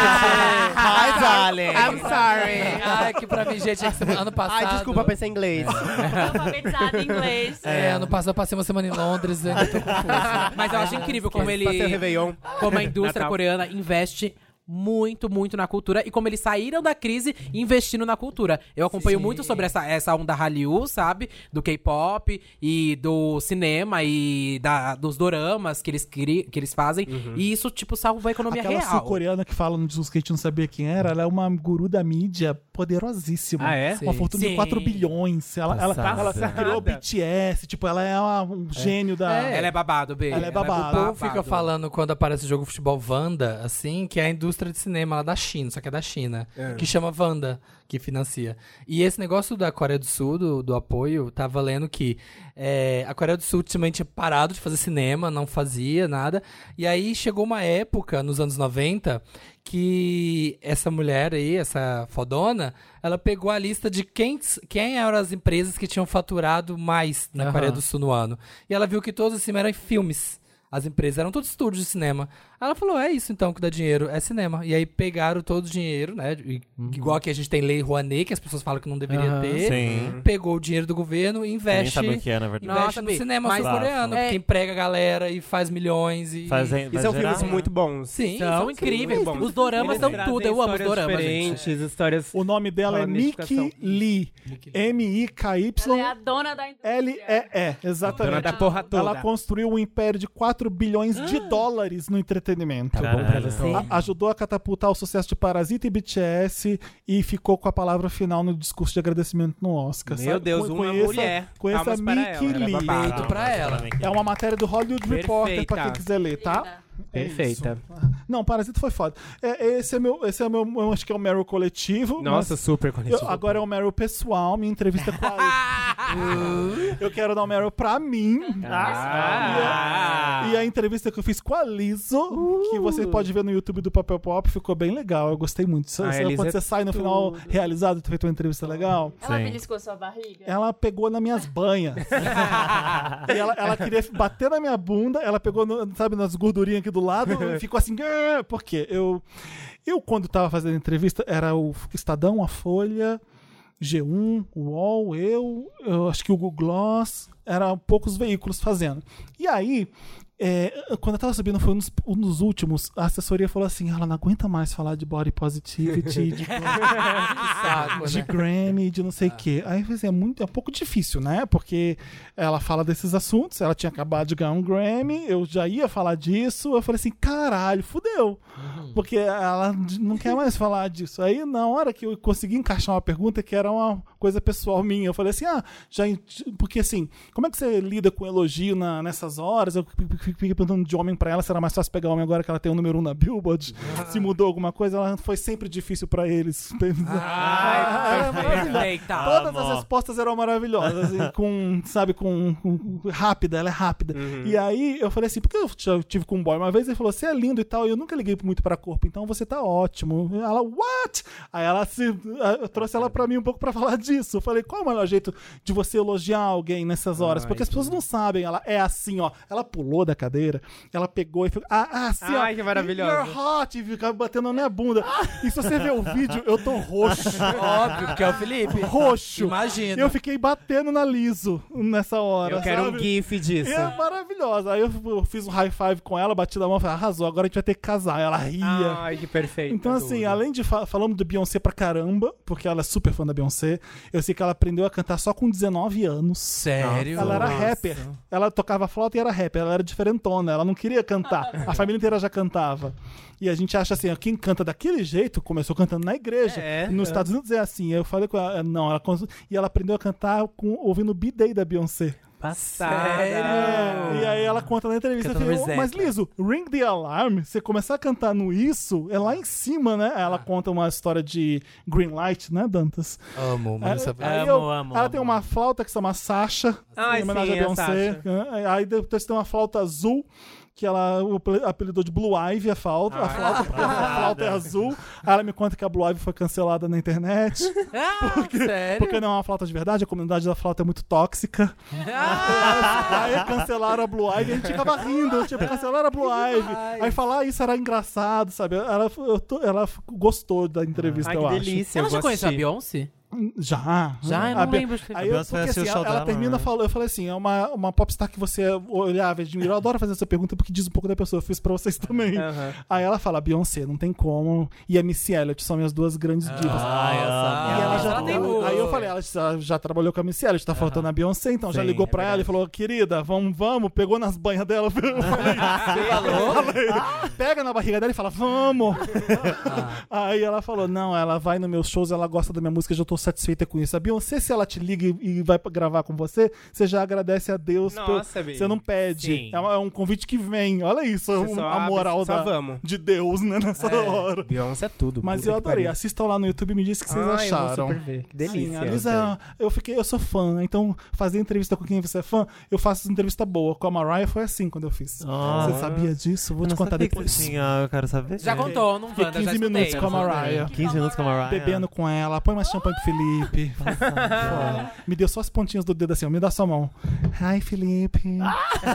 C: gente!
F: Hi, darling.
D: I'm sorry.
C: Ai, que pra mim, gente, é que semana- ano passado...
D: Ai, desculpa pensar em inglês.
B: é Alfabetizada em inglês.
C: É, ano passado eu passei uma semana em Londres, eu ainda tô confusa.
E: Mas eu acho incrível como ele.
D: Passei o Réveillon.
E: como a indústria
D: Natal.
E: coreana investe muito, muito na cultura e como eles saíram da crise investindo na cultura. Eu acompanho muito sobre essa, essa onda Hallyu, sabe? Do K-pop e do cinema e da, dos doramas que eles, cri, que eles fazem. E isso, tipo, salvou a economia
A: Aquela
E: real.
A: sul-coreana que fala no discurso que a gente não sabia quem era, ela é uma guru da mídia poderosíssima.
D: Ah, é?
A: Uma
C: Sim.
A: fortuna
E: Sim.
A: de 4 bilhões. Ela, ela, tá,
F: Passada.
A: ela criou o BTS, tipo, ela é uma- um gênio da.
E: Ela é babado, B.
A: Ela é babado.
C: O povo fica falando quando aparece o jogo de futebol Wanda, assim, que é a indústria de cinema lá da China, só que é da China, que chama Wanda, que financia. E esse negócio da Coreia do Sul, do, do apoio, tava lendo que é, a Coreia do Sul ultimamente tinha parado de fazer cinema, não fazia nada. E aí chegou uma época, nos anos 90, que essa mulher aí, essa fodona, ela pegou a lista de quem, quem eram as empresas que tinham faturado mais na Coreia do Sul no ano. E ela viu que todos assim eram em filmes. As empresas eram todos estúdios de cinema. Ela falou: é isso então que dá dinheiro, é cinema. E aí pegaram todo o dinheiro, né? E- Igual que a gente tem Lei Rouanet, que as pessoas falam que não deveria ter.
F: Sim.
C: Pegou o dinheiro do governo e
F: Nem
C: investe.
F: sabe o que é, na verdade.
C: Investe
E: Nossa,
C: no
E: Bi,
C: cinema
E: mas-
C: sul-coreano,
E: É.
C: que emprega a galera e faz milhões. E...
F: Fazem,
D: E
F: vai
D: são
F: gerar,
D: filmes muito bons.
C: Sim,
E: São
C: são
E: incríveis.
D: muito bons.
E: Os doramas são tudo. Eu amo os doramas, gente.
D: diferentes, histórias...
A: O nome dela é
D: Fala
A: Nick
D: nidificação.
A: Lee.
B: Ela é a
A: M-I-K-Y.
B: dona da indústria.
A: L-E-E,
D: Dona
A: exatamente.
D: da porra toda.
E: Ah.
A: Ela construiu um império de 4 bilhões de dólares no entretenimento.
F: Tá bom pra você.
A: A- ajudou a catapultar o sucesso de Parasita e BTS e ficou com a palavra final no discurso de agradecimento no Oscar.
G: Meu
A: sabe?
G: Deus,
A: Com-
G: uma
A: conheça,
G: mulher.
A: Conheça a
G: Palmas para
A: Mickey
G: ela. Ela é
A: Lee.
G: babada.
C: Feito pra ela.
A: É uma matéria do Hollywood Reporter, pra quem
G: Perfeita.
A: quiser ler, tá? É isso.
D: Perfeita.
A: Não, Parasita foi foda. É, esse é meu, esse é meu, eu acho que é o Meryl coletivo.
D: Nossa,
A: mas
D: super
A: eu-
D: conhecido.
A: agora é o Meryl pessoal, minha entrevista com a Eu quero dar o Meryl pra mim. tá?
D: Ah.
A: E a entrevista que eu fiz com a Liso,
D: Uh.
A: que você pode ver no YouTube do Papel Pop, ficou bem legal. Eu gostei muito. Você-
D: Ah,
A: você-
D: a Liso
A: quando
D: é
A: você sai no final realizado, tu fez uma entrevista legal.
B: Ela
F: Sim.
B: beliscou sua barriga?
A: Ela pegou nas minhas banhas. e ela, ela queria bater na minha bunda, ela pegou, no- sabe, nas gordurinhas aqui do lado e ficou assim. "Grrr", Por quê? Eu, eu, quando tava fazendo entrevista, era o Estadão, a Folha, G1, UOL, eu, eu acho que o Google Gloss, eram poucos veículos fazendo. E aí. é, quando eu tava subindo, foi um dos, um dos últimos, a assessoria falou assim: ela não aguenta mais falar de body positivity, de
C: Saco,
A: de
C: né?
A: Grammy, de não sei o quê. Aí eu falei assim, é, muito, é um pouco difícil, né? Porque ela fala desses assuntos, ela tinha acabado de ganhar um Grammy, eu já ia falar disso. Eu falei assim, caralho, fudeu. Porque ela d- não quer mais falar disso. Aí, na hora que eu consegui encaixar uma pergunta que era uma coisa pessoal minha, eu falei assim, ah, já. ent- Porque assim, como é que você lida com elogio na- nessas horas? Eu fico- fico fico perguntando de homem pra ela, será mais fácil pegar homem agora que ela tem o número um na Billboard? Se mudou alguma coisa, ela foi sempre difícil pra eles.
D: Ah.
A: Ah.
E: Ai, perfeita.
A: Todas
F: Amo.
A: as respostas eram maravilhosas, e com, sabe, com, com- rápida, ela é rápida.
D: Uhum.
A: E aí eu falei assim, porque eu já tive com um boy uma vez, ele falou, você é lindo e tal, e eu nunca liguei muito pra corpo, então você tá ótimo. Ela, what? Aí ela se, eu trouxe ela pra mim um pouco pra falar disso. Eu falei, qual é o melhor jeito de você elogiar alguém nessas horas? Porque as pessoas não sabem, ela é assim, ó, ela pulou da cadeira, ela pegou e ficou, ah, ah, assim, ó.
D: Ai, que maravilhosa.
A: You're hot, e ficava batendo na minha bunda. E se você ver o vídeo, eu tô roxo
C: Óbvio, que é o Felipe.
A: roxo.
C: Imagina.
A: Eu fiquei batendo na liso nessa hora.
D: Eu quero um
A: sabe?
D: gif disso.
A: É maravilhosa. Aí eu f- eu fiz um high five com ela, bati na mão e falei, arrasou, agora a gente vai ter que casar. Ela ria.
D: Ai, que perfeito.
A: Então, assim, além de fa falamos do Beyoncé pra caramba, porque ela é super fã da Beyoncé, eu sei que ela aprendeu a cantar só com 19 anos.
C: Sério?
A: Ela era rapper. Ela tocava flauta e era rapper. Ela era diferentona. Ela não queria cantar. A família inteira já cantava. E a gente acha assim, ó, quem canta daquele jeito começou cantando na igreja.
D: É,
A: Nos Estados Unidos é assim. Eu falei com ela, não, ela cons- e ela aprendeu a cantar com, ouvindo o B-Day da Beyoncé. É, e aí ela conta na entrevista,
C: Cantando
A: eu falei, "Ô, mas
C: Resentment."
A: Liso, Ring the Alarm, você começar a cantar no Isso, é lá em cima, né? Aí Ela conta uma história de Green Light, né, Dantas?
C: Amo,
A: Aí-
C: mano. essa-
A: aí
G: Amo, amo,
A: Ela
G: amo.
A: tem uma flauta que se chama Sasha,
D: Ai,
A: em homenagem
D: sim,
A: a
D: a
A: Beyoncé. né? Aí depois tem uma flauta azul, que ela o apel- apelidou de Blue Ivy a flauta,
D: Ah,
A: a flauta, porque a flauta é azul. Aí ela me conta que a Blue Ivy foi cancelada na internet,
D: Ah,
C: Sério?
A: porque não é uma flauta de verdade, a comunidade da flauta é muito tóxica.
D: Ah.
A: Aí cancelaram a Blue Ivy, a gente ficava rindo, tipo, cancelaram a Blue Ivy. Aí falar isso era engraçado, sabe? Ela, eu tô- ela gostou da entrevista,
D: Ai,
A: eu
D: que
A: acho.
D: delícia.
E: Ela
D: eu vou
E: já conhece a
D: assistir.
E: Beyoncé?
A: Já.
E: Já? Eu
A: A
E: não
A: Be-
E: lembro. se teve.
A: Aí eu,
F: Beyoncé
A: porque, assim,
F: assistiu o show
A: ela, ela
F: dela,
A: termina
F: né?
A: falando, eu falei assim, é uma, uma popstar que você olhava e admirava. Eu adoro fazer essa pergunta porque diz um pouco da pessoa, eu fiz pra vocês também.
F: É.
A: Aí ela fala, Beyoncé, não tem como, e a Missy Elliott são minhas duas grandes
F: Ah.
A: divas.
F: Ai, amo.
A: E ela
E: Ah,
A: já-
E: ela tem
A: ela- aí eu
E: gosto.
A: falei, ela já, já trabalhou com a Missy Elliott, tá faltando a Beyoncé, então já
F: Sim,
A: ligou
F: é
A: pra ela e falou, querida, vamos, vamos, pegou nas banhas dela, eu falei,
D: Ah,
A: eu falei, pega na barriga dela e fala, vamos.
D: Ah.
A: Aí ela falou, não, ela vai nos meus shows, ela gosta da minha música, já tô satisfeita com isso. A Beyoncé, se ela te liga e, e vai pra gravar com você, você já agradece a Deus.
D: Nossa,
A: pelo-
D: Bi.
A: você não pede.
G: Sim.
A: É, uma- é um convite que vem. Olha isso, é
D: Você
A: um-
D: só
A: a
D: abre,
A: moral
D: só
A: da-
D: vamos.
A: de Deus, né, nessa hora.
D: Beyoncé é tudo.
A: Mas
D: puta
A: eu
D: que
A: adorei.
D: pariu.
A: Assistam lá no YouTube e me diz o que vocês
D: Ai, eu vou
A: acharam.
D: super ver. Que
A: Sim,
D: delícia.
A: a Lisa, eu fiquei, eu sou fã, então fazer entrevista com quem você é fã, eu faço entrevista boa. Com a Mariah foi assim quando eu fiz.
F: Ah.
A: Você sabia disso? Vou te contar depois.
F: Tinha, eu quero saber.
E: Já contou, não
A: Fiquei
E: Wanda,
A: 15
E: já escutei.
A: minutos com a Mariah.
F: 15 minutos com a Mariah.
A: Bebendo com ela, põe mais champanhe pro Felipe. Foda. me deu só as pontinhas do dedo assim, ó, me dá sua mão. Ai, Felipe.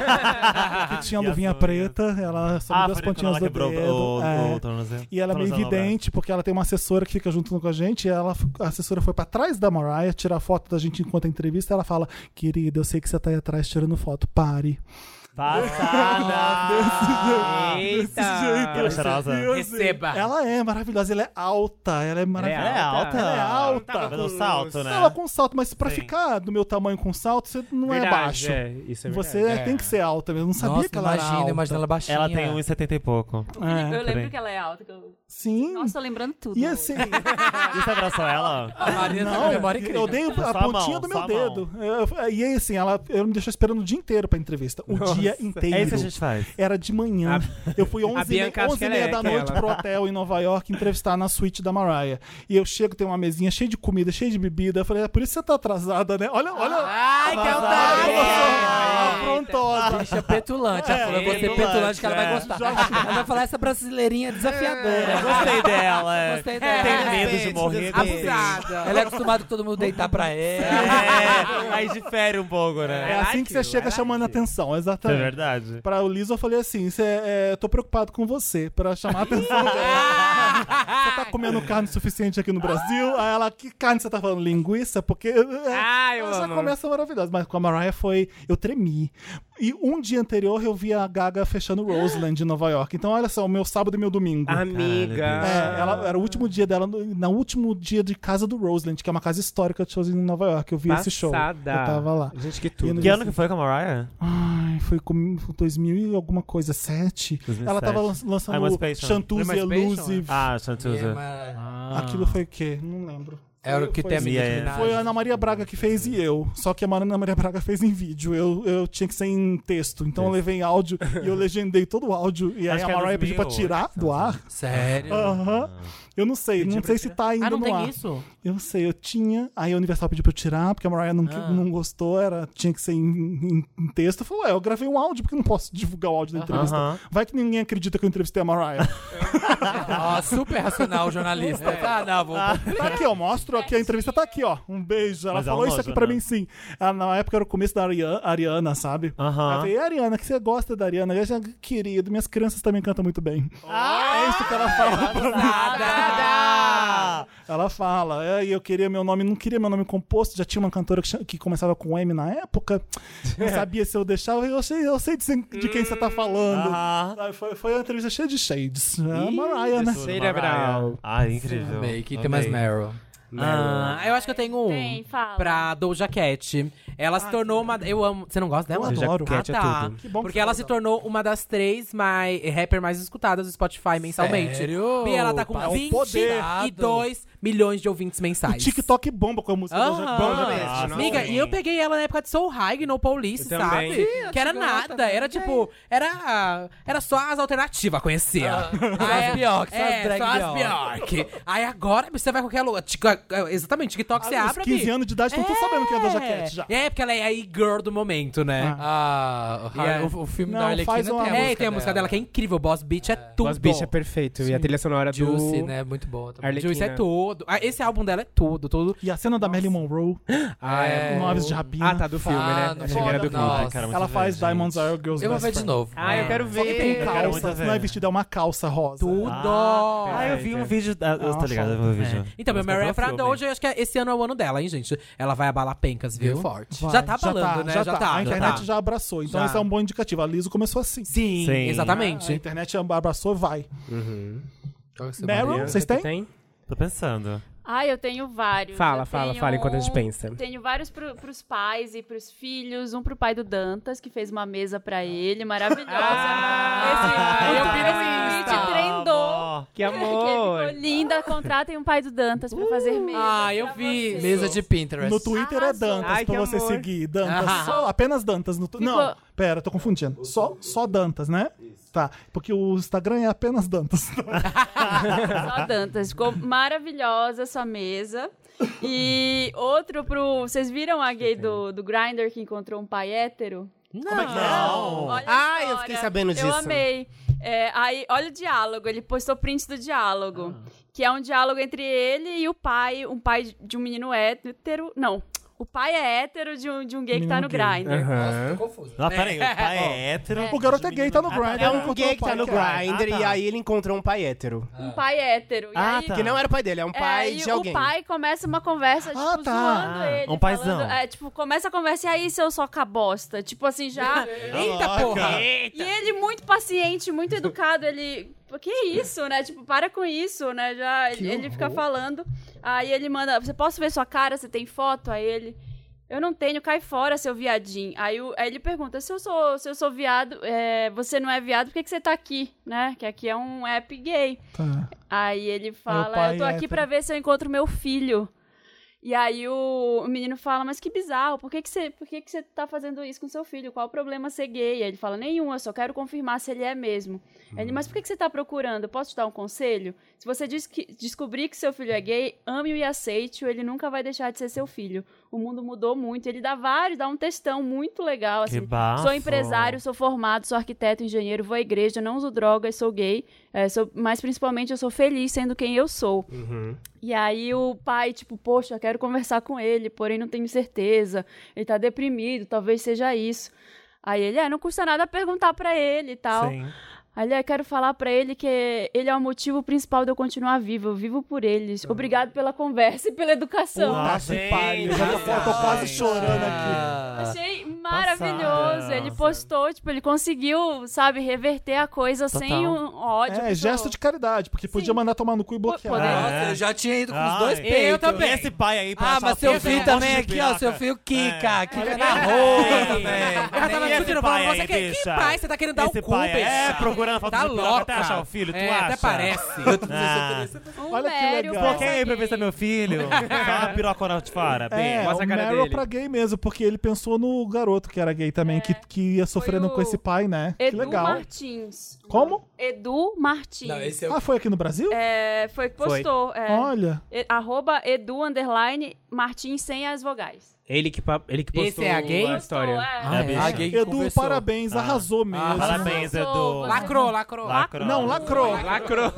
A: que tinha
F: E a
A: luvinha
F: Sônia?
A: preta, ela só me
F: Ah,
A: deu
F: foi
A: as
F: quando
A: pontinhas
F: ela
A: do
F: quebrou
A: dedo.
F: o, o,
A: é.
F: o tornozelo.
A: E ela é meio
F: Tornozelo, né?
A: vidente, porque ela tem uma assessora que fica junto com a gente, e ela, a assessora foi pra trás da Mariah tirar foto da gente enquanto a entrevista, ela fala, querida, eu sei que você tá aí atrás tirando foto, pare.
F: Passada!
A: Desse
G: Eita!
A: jeito.
F: Ela é cheirosa?
A: E, assim,
G: Receba.
A: Ela é maravilhosa, ela é alta, ela é maravilhosa.
F: Ela é alta.
A: Ela é alta.
F: Tava no salto, né?
A: Ela com salto, mas pra
F: Sim.
A: ficar do meu tamanho com salto, você não é
G: Verdade,
A: baixo.
G: é, isso é
A: você
G: verdade.
A: tem que ser alta mesmo. Eu não sabia
C: Nossa,
A: que ela
C: imagina,
A: era alta.
C: imagina ela baixinha.
F: Ela tem 1,70 e pouco.
A: É,
G: Ah,
B: eu lembro
F: peraí.
B: que ela é alta. que eu-
A: sim.
B: Nossa, tô lembrando tudo.
A: e assim,
F: E você abraçou ela?
C: A Marina tem uma memória incrível.
A: eu dei
F: Só
A: a
F: a
A: pontinha
F: mão,
A: do
F: só
A: meu
F: a mão.
A: dedo. Eu- e aí, assim, ela eu me deixou esperando o dia inteiro pra entrevista. O dia inteiro.
F: É isso que a gente faz.
A: Era de manhã. Eu fui 11 e
G: Bianca,
A: meia,
G: acho
A: 11 e
G: que ela
A: meia
G: é
A: da noite
G: aquela.
A: pro hotel em Nova York entrevistar na suíte da Mariah. E eu chego, tem uma mesinha cheia de comida, cheia de bebida. Eu falei, é por isso que você tá atrasada, né? Olha, olha.
G: Ah,
E: Ai, que
G: tá,
A: olha
E: otário!
G: é.
A: a afrontosa.
C: Bicha é petulante. Ela falou, eu vou ser
F: petulante,
C: petulante que ela vai
F: é.
C: gostar. Ela vai falar essa brasileirinha é
F: É,
C: desafiadora.
F: gostei dela. é.
C: Gostei
F: Tem
C: dela.
F: medo de
G: Respeito,
F: morrer.
G: respeito.
E: Abusada.
C: Ela é acostumada que todo mundo deitar pra ela.
F: É, aí difere um pouco,
A: É
F: né?
A: assim que você chega chamando atenção,
F: É
A: exatamente.
F: verdade.
A: Pra o Liz, eu falei assim: cê, é, eu tô preocupado com você, pra chamar a atenção dela. Você tá comendo carne suficiente aqui no Brasil? Aí ela, que carne você tá falando? Linguiça? Porque. eh,
G: Ai, eu
A: ela já
G: amo.
A: começa é maravilhosa. Mas com a Mariah foi. Eu tremi. E um dia anterior eu vi a Gaga fechando Roseland em Nova York. Então, olha só, o meu sábado e meu domingo.
G: Ah,
D: Amiga.
A: É, ela, era o último dia dela, no, no último dia de casa do Roseland, que é uma casa histórica de shows em Nova York. Eu vi esse show. Eu
G: Passada.
A: tava lá.
G: Gente, que
A: E
G: tudo.
A: no-
F: Que ano que foi com a Mariah?
A: Ai, foi com 2000 e alguma coisa, 7.
F: 2007.
A: Ela tava lan- lançando
F: Emancipation.
A: Chantuze
E: Emancipation,
A: Elusive.
F: Ah, Chantuza. Ah.
A: Aquilo foi o quê? Não lembro.
C: Era o que
A: Foi- assim.
C: tem a Nicki
F: Mia, é.
C: Minaj.
A: Foi a Ana Maria Braga que fez e eu. Só que a Ana Maria Braga fez em vídeo. Eu, eu tinha que ser em texto. Então eu levei em áudio e eu legendei todo o áudio. E aí
F: Acho
A: a
F: que é
A: Mariah pediu pra
F: 2008,
A: tirar do ar.
C: Sério?
A: Aham. Eu não sei. Não sei se tá ainda
E: Ah, não
A: no
E: tem
A: ar.
E: isso?
A: Eu sei, eu tinha. Aí a Universal pediu pra eu tirar, porque a Mariah não,
F: Ah.
A: não gostou, era, tinha que ser em, em- em texto. Eu falei, ué, eu gravei um áudio, porque eu não posso divulgar o áudio da entrevista.
F: Aham.
A: Vai que ninguém acredita que eu entrevistei a Mariah.
C: Ó, Ah, super racional, jornalista. Ah, não, vou.
A: tá aqui, ó, mostro aqui, a entrevista tá aqui, ó. Um beijo. Ela
F: Mas
A: falou
F: é um
A: isso
F: nojo,
A: aqui pra
F: né?
A: mim sim. Ah, na época era o começo da Ariana, Ariana sabe?
F: Aham.
A: Ela falou, e Ariana, que você gosta da Ariana? Eu já, querido, minhas crianças também cantam muito bem. é isso que ela fala pra mim.
F: Nada!
A: Ela fala, é, e eu queria meu nome, não queria meu nome composto, já tinha uma cantora que, cha- que começava com M na época, não sabia se eu deixava, eu sei, eu sei de, se- de quem você tá falando.
F: Aham.
A: Aí Foi, foi uma entrevista cheia de shades. É a Mariah, né?
G: Cerebral.
F: Ah, incrível.
C: Amei, que tem mais Meryl.
D: É.
G: né?
E: Ah, eu acho que eu tenho um.
B: Tem, fala.
E: Pra Doja Cat. Ela se tornou uma. Eu amo. Você não gosta dela?
A: Eu Ah, adoro.
E: Ah, tá.
A: Que bom que
E: Porque
A: você
E: ela
A: gosta
E: se tornou uma das três mais, eh, rapper mais escutadas do Spotify mensalmente.
C: Sério?
E: E ela tá com
C: É
A: um poder.
E: 22 milhões de ouvintes
A: O
E: mensais.
A: TikTok bomba com a música do
E: Aham.
A: Bomba mesmo.
G: Nossa,
E: Amiga, e eu peguei ela na época de Soul High no Police,
G: Eu
E: sabe?
G: também.
E: que era nada, era tipo, era era só as alternativas conhecia.
C: ah, Só as Bjork, só as
E: é,
C: drag
E: só as
C: Bjork.
E: Bjork. Aí agora você vai a qualquer lugar, tic- exatamente, TikTok você
A: Ah, os
E: abre,
A: 15
E: amigo.
A: anos de idade, não tô sabendo quem é a Doja Cat já.
E: É, porque ela é a girl do momento, né?
C: Ah, o,
E: Yeah.
C: o, o filme
A: Não,
C: da Arlequina
A: faz uma-
C: tem a
E: é,
C: música
E: e tem a música dela. que é incrível. Boss Beach é tudo.
G: Os bichos é perfeito. E a trilha sonora
C: Juicy,
G: do...
C: né? Muito boa também.
G: Arlequina.
E: Juice é tudo. Ah, esse álbum dela é tudo, tudo.
A: E a cena da Marilyn Monroe,
G: Ah, é.
C: É.
A: com Aves de Rapina.
G: Ah, tá, do filme, né?
C: Ah, não
G: Achei que era do clipe.
C: foda, nossa.
F: Cara, muito
A: Ela
F: bem,
A: faz
F: gente.
A: Diamonds Are Girls
C: Eu vou
A: Best
C: ver de
A: Friend.
C: novo.
G: Ah, eu quero
A: Só que tem
G: ver.
F: quero muito
A: calça,
F: ver.
A: não é vestido, é uma calça rosa.
E: Tudo.
F: Ah, eu vi um vídeo. da- Eu tô
A: Nossa.
F: ligado, eu vi um vídeo.
E: Então, meu
F: Mas
E: Mary é
F: comprou
E: pra
F: um
E: Doja, eu acho que esse ano é o ano dela, hein, gente? Ela vai abalar pencas, viu?
C: Viu? Forte.
A: Vai,
E: Já tá falando, né?
A: Já,
E: Já
A: tá.
E: tá,
A: A
E: já
A: internet
E: tá.
A: já abraçou, então
E: Já.
A: esse é um bom indicativo. A Liso começou assim.
E: Sim,
F: Sim.
A: A
E: exatamente.
A: internet abraçou, vai.
C: Qual que você
A: Meryl,
C: Maria?
A: vocês têm?
F: filme. Tô pensando.
B: Ai, eu tenho vários.
G: Fala,
B: Eu
G: fala,
B: tenho
G: fala enquanto a gente
B: um-
G: pensa.
B: Tenho vários pro, pros pais e pros filhos. Um pro pai do Dantas, que fez uma mesa pra ele, maravilhosa.
G: Ah, eu vi
B: esse esse
G: no
A: Ah,
G: Insta.
B: vídeo trendou.
F: Ó,
G: Que
B: Que
G: amor.
B: ficou linda. Contratem um pai do Dantas pra fazer mesa.
E: Ah, eu
B: pra
E: vi.
B: vocês.
C: Mesa de Pinterest.
A: No Twitter é
B: Arrasou.
A: Dantas
G: Ai,
A: pra
G: que
A: você
G: amor.
A: seguir. Dantas, só, apenas Dantas. No tu...
B: Ficou-
A: Não, pera, tô confundindo. Só, só Dantas, né? Tá, porque o Instagram é apenas Dantas.
B: Só Dantas. Ficou maravilhosa essa mesa. E outro pro. Vocês viram a gay do, do Grindr que encontrou um pai hétero?
A: Como é que é?
B: Olha
D: Ah,
B: a
D: eu
B: história.
D: fiquei sabendo disso.
B: Eu amei. É, aí, olha o diálogo. Ele postou print do diálogo. Que é um diálogo entre ele e o pai, um pai de um menino hétero. Não, O pai é hétero de um, de um gay que tá no Grindr.
J: Aham.
C: Confuso.
F: Não, peraí, o pai é hétero.
A: O garoto é gay, tá no grind.
J: É um gay que tá no Grindr
F: Ah, tá.
J: e aí ele encontrou um pai hétero.
B: Um pai hétero. E
F: Ah,
B: aí,
F: tá.
J: Que não era o pai dele, é um
B: É,
J: pai
B: aí
J: de alguém.
B: o pai começa uma conversa, tipo,
A: Ah, tá.
B: zoando
F: Ah,
B: ele.
F: um paizão.
B: falando- é, tipo, começa a conversa, e aí, seu soca bosta? Tipo assim, já...
E: Eita, porra!
B: e ele muito paciente, muito educado, ele... "Pô, Que isso, né? Tipo, para com isso, né? Já, ele, ele fica falando. Aí ele manda, você posso ver sua cara? Você tem foto? Aí ele... Eu não tenho, cai fora, seu viadinho. Aí, o- aí ele pergunta: se eu sou, se eu sou viado, é, você não é viado, por que, que você tá aqui? Né? Que aqui é um app gay.
A: Tá.
B: Aí ele fala,
A: pai
B: eu tô
A: é
B: aqui
A: hétero.
B: pra ver se eu encontro meu filho. E aí o, o menino fala, mas que bizarro, por que que, você, por que que você tá fazendo isso com seu filho? Qual o problema ser gay? Aí ele fala, nenhum, eu só quero confirmar se ele é mesmo. Ele,
A: Hum.
B: mas por que que você tá procurando? Posso te dar um conselho? Se você diz que- descobrir que seu filho é gay, ame-o e aceite-o, ele nunca vai deixar de ser seu filho. O mundo mudou muito. Ele dá vários, dá um textão muito legal,
F: Que
B: assim.
F: bafo.
B: Sou empresário, sou formado, sou arquiteto, engenheiro, vou à igreja, não uso drogas, sou gay, é, sou- mas principalmente eu sou feliz sendo quem eu sou. E aí o pai, tipo, poxa, eu quero conversar com ele, porém não tenho certeza, ele tá deprimido, talvez seja isso. Aí ele, é, não custa nada perguntar pra ele e tal.
F: Sim.
B: Aí ele, "Ah, quero falar pra ele que ele é o motivo principal de eu continuar vivo, eu vivo por eles. Obrigado pela conversa e pela educação.
A: Tá que
F: gente,
A: pariu. Já tô,
F: cara.
A: tô quase chorando aqui.
B: Achei maravilhoso. Ele postou, tipo, ele conseguiu, sabe, reverter a coisa sem um ódio.
A: É, gesto de caridade, porque podia mandar tomar no cu e bloquear.
B: Poder-
C: Nossa,
F: É.
C: eu já tinha ido com
F: Ai.
C: os dois
F: Eu
C: peitos.
E: também.
F: Esse pai aí pra
C: Ah,
F: achar
C: mas
F: o
C: seu
F: filho
C: filho
F: dele é um
C: também
F: monte de
C: aqui, ó.
F: piroca.
C: Seu filho quica, quica na
F: Ei,
C: é rua também.
E: Ela tava
F: esse
E: discutindo,
F: pai
E: falando, você
F: aí,
E: quer que
F: bicha?
E: pai? Você tá querendo dar
F: Esse
E: o cu,
F: pai é,
E: bicha.
F: procurando a foto
E: Tá
F: do piroca
E: louca.
F: até achar o filho, tu
E: É,
F: acha?
E: até parece.
F: Ah,
B: Um
A: Olha que
B: mério
A: legal.
B: pra
F: por que aí pra
B: gay.
F: ver se é meu filho? Só uma piroca oratifara,
A: É,
F: bem.
A: o Meryl pra gay mesmo, porque ele pensou no garoto que era gay também, que, que ia sofrendo
B: o
A: com esse pai, né?
B: Edu
A: que legal.
B: Martins.
A: Como?
B: Edu Martins.
C: Não, esse é o...
A: Ah, foi aqui no Brasil?
B: É, foi que postou. é.
A: Olha.
B: E- arroba Edu underline Martins sem as vogais.
D: Ele que, pa- ele que postou
E: Esse é a gay?
D: a história.
B: Postou, é.
F: É, bicha.
C: Ah, gay que
A: Edu,
C: conversou.
A: parabéns,
D: Ah.
A: arrasou mesmo.
F: Parabéns, Edu.
E: Lacrou, lacrou.
F: Lacrou.
A: Não, lacrou.
D: Lacrou.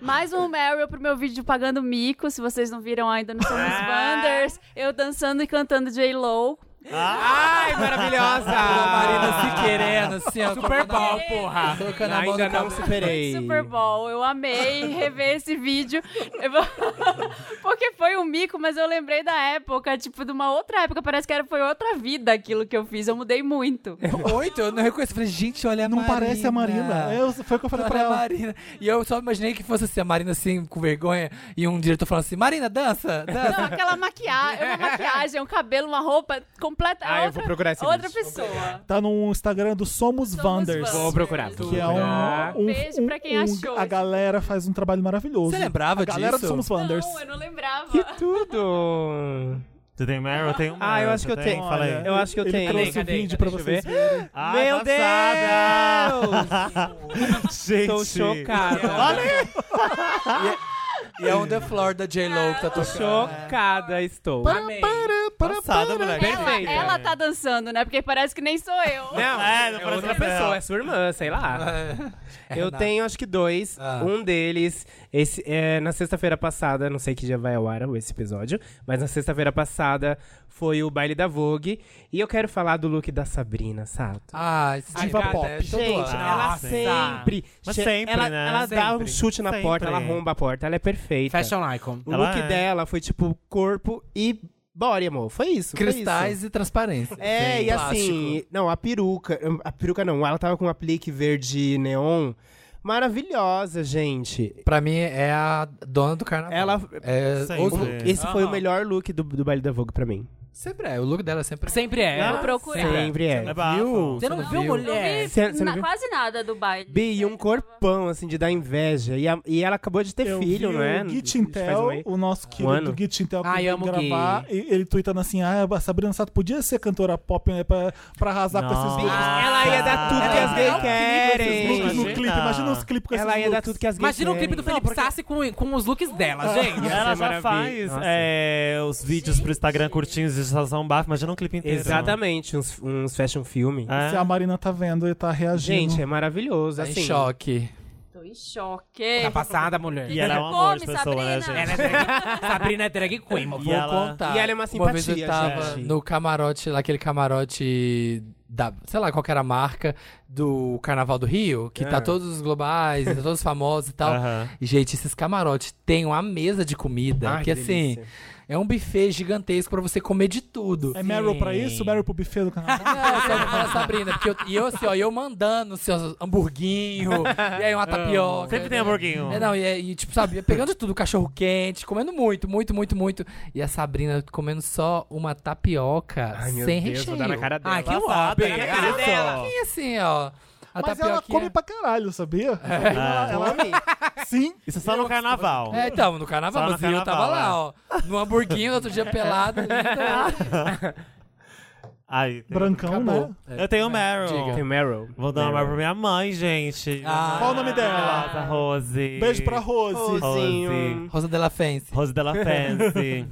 B: Mais um Meryl pro meu vídeo pagando mico, se vocês não viram ainda no Somos
F: Ah.
B: Wonders. Eu dançando e cantando J-Lo.
D: Ai, maravilhosa!
C: A Marina se querendo, assim, ó. Super
E: Bom, porra.
C: Tocando a mão
D: Ainda
C: no
D: não
C: cabelo.
D: superei.
B: Super Bowl, eu amei rever esse vídeo. Eu vou- Porque foi um mico, mas eu lembrei da época, tipo, de uma outra época. Parece que era, foi outra vida aquilo que eu fiz. Eu mudei muito.
C: Muito, eu não reconheço. Eu Falei, gente, olha a
A: Não
C: Marina.
A: parece a Marina. É, eu- foi o que eu falei pra
C: Olha a
A: ela.
C: Marina. E eu só imaginei que fosse assim, a Marina assim, com vergonha, e um diretor falando assim, Marina, dança, dança.
B: Não, aquela maquiagem, uma maquiagem, um cabelo, uma roupa completa. é
D: Ah, eu
B: outra,
D: vou procurar esse
B: Outra
D: vídeo.
B: pessoa.
A: Tá no Instagram do Somos,
B: Somos
A: Wanders.
B: Wanders. Ah.
D: Vou procurar. vou
A: Que é um,
D: procurar.
A: um-
B: Beijo pra quem
A: um-
B: achou
A: A
B: isso.
A: galera faz um trabalho maravilhoso.
C: Você lembrava
A: A galera do
C: disso?
A: Somos Wanders.
B: Não, eu não lembrava.
D: Tudo!
F: Tu tem Meryl? Eu tenho Meryl.
D: Ah, eu acho que eu
F: Você tem?
D: tenho.
F: Fala aí.
D: Eu acho que eu
A: Ele
D: tenho.
A: trouxe
D: Cadê,
A: o
D: cadê?
A: vídeo pra
D: Deixa eu
A: vocês
D: ver. Ah, tá
A: verem.
F: Ai,
D: Meu
F: passada. tá Gente.
D: Tô chocada.
C: E é on the floor da J-Lo que tá tocando.
D: Chocada estou.
E: Amei.
F: Passada, moleque.
B: Ela,
D: Perfeito.
B: ela tá dançando, né? Porque parece que nem sou eu.
D: Não,
F: É,
D: é,
F: não parece
D: outra
F: que é ela.
D: pessoa, é sua irmã, sei lá.
C: É,
D: eu
C: Renata.
D: tenho acho que dois.
C: Ah.
D: Um deles, esse, é, na sexta-feira passada, não sei que dia vai ao ar esse episódio, mas na sexta-feira passada foi o baile da Vogue. E eu quero falar do look da Sabrina Sato.
C: Ah, esse
A: Diva
C: cara
A: pop.
C: é todo
D: Gente,
C: lado.
D: Então, ela
F: Nossa.
D: sempre.
F: Mas
D: che-
F: sempre,
D: ela,
F: né?
D: Ela dá
F: Sempre.
D: um chute na
F: Sempre.
D: porta, ela arromba a porta, ela é perfeita.
E: Fashion icon.
D: O
F: Ela
D: look
F: é.
D: dela foi tipo corpo e body, amor. Foi isso. foi
C: Cristais
D: isso.
C: e transparência.
D: É,
C: Sim.
D: e assim, não, a peruca, a peruca não, ela tava com um aplique verde neon maravilhosa, gente.
C: Pra mim, é a dona do carnaval.
D: Ela
C: É,
F: Sempre.
C: os-
D: esse foi o
E: Aham.
D: melhor look do, do baile da Vogue pra mim.
C: sempre é, o look dela sempre
E: Sempre é.
B: Vou procurar.
D: Sempre
F: É
D: é.
F: bafo.
D: Viu?
E: Você não
C: Você
E: viu,
C: não viu?
E: mulher?
D: Cê- cê não
B: Na-
D: viu?
B: quase nada do baile.
D: Bi, um corpão, assim, de dar inveja. E, a- e ela acabou de ter
A: Eu
D: filho,
A: vi
D: né?
A: O
D: Faz
A: Git
D: um
A: Intel,
D: aí.
A: o nosso
D: ano.
A: querido Git Intel, que
E: Ai,
A: veio
E: amo
A: gravar, e ele tweetando assim: ah, a Sabrina Sato podia ser cantora pop né, pra, pra arrasar com esses looks.
D: Ela ia dar tudo que as
A: Esses
D: gays
A: looks
D: querem.
A: no
F: Imagina.
A: clipe, imagina os clipes com esses
D: Ela ia dar
A: looks.
D: tudo que as gays
E: Imagina o
D: querem.
E: clipe do Felipe Sassi com, com os looks dela, gente.
F: Ela
D: Isso é
F: já
D: maravilha.
F: faz
D: Nossa.
F: é, os vídeos pro Instagram curtinhos de sensação bafo. Imagina um clipe inteiro.
D: Exatamente, uns, uns fashion filme.
F: É.
A: Se a Marina tá vendo e tá reagindo.
D: Gente, é maravilhoso.
C: tá em
D: Assim, Tipo,
C: choque.
B: Tô em choque.
E: Tá passada, mulher.
F: E ela é um
B: Come,
F: amor de pessoa,
B: Sabrina.
F: né, gente?
E: Ela é drag- Sabrina é drag queen,
F: E
E: vou
F: ela-
E: contar.
D: E ela é uma
C: Uma vez eu
D: simpatia,
C: tava
D: gente.
C: no camarote, lá, aquele camarote da, sei lá, qual que era a marca do Carnaval do Rio, que tá todos os globais, tá todos os famosos e tal.
F: Aham.
C: E, Gente, esses camarotes têm uma mesa de comida,
D: Ai,
C: que
D: que
C: assim,
D: delícia.
C: é um buffet gigantesco pra você comer de tudo.
A: É Meryl pra isso? Meryl pro buffet do canal?
C: Não, só pra falar, Sabrina, porque eu, e eu assim, ó, eu mandando assim, ó, hamburguinho, e aí uma tapioca.
F: Sempre tem
C: né?
F: hamburguinho.
C: É, não, e, é- e, tipo, sabe, pegando de tudo, cachorro quente, comendo muito, muito, muito, muito. E a Sabrina comendo só uma tapioca
D: Ai, meu
C: sem
D: Deus, vou
C: recheio.
D: dar na cara dela.
E: Ah, que
F: Passada,
E: lobby.
F: né, cara? Só.
C: E assim, ó,
F: Ah,
C: a
F: tá
A: Mas
C: tapioca.
A: ela
F: é.
A: come pra caralho, sabia? Ela, ela- sim,
F: Isso só no carnaval.
C: É, então, no carnaval,
F: Só no
C: mas eu tava
F: carnaval, é.
C: lá, ó. No hamburguinho, no outro dia pelado. linda.
F: Ai, tem-
A: brancão,
C: Acabou.
A: né?
F: Eu tenho Meryl.
C: Diga.
D: Tem Meryl.
F: Vou dar uma Meryl pra minha mãe, gente.
C: Ah.
A: Qual o nome dela?
F: Nossa, Rose.
A: Beijo pra Rose.
F: Rose.
C: Rosa Della Fence.
F: Rose Della Fancy.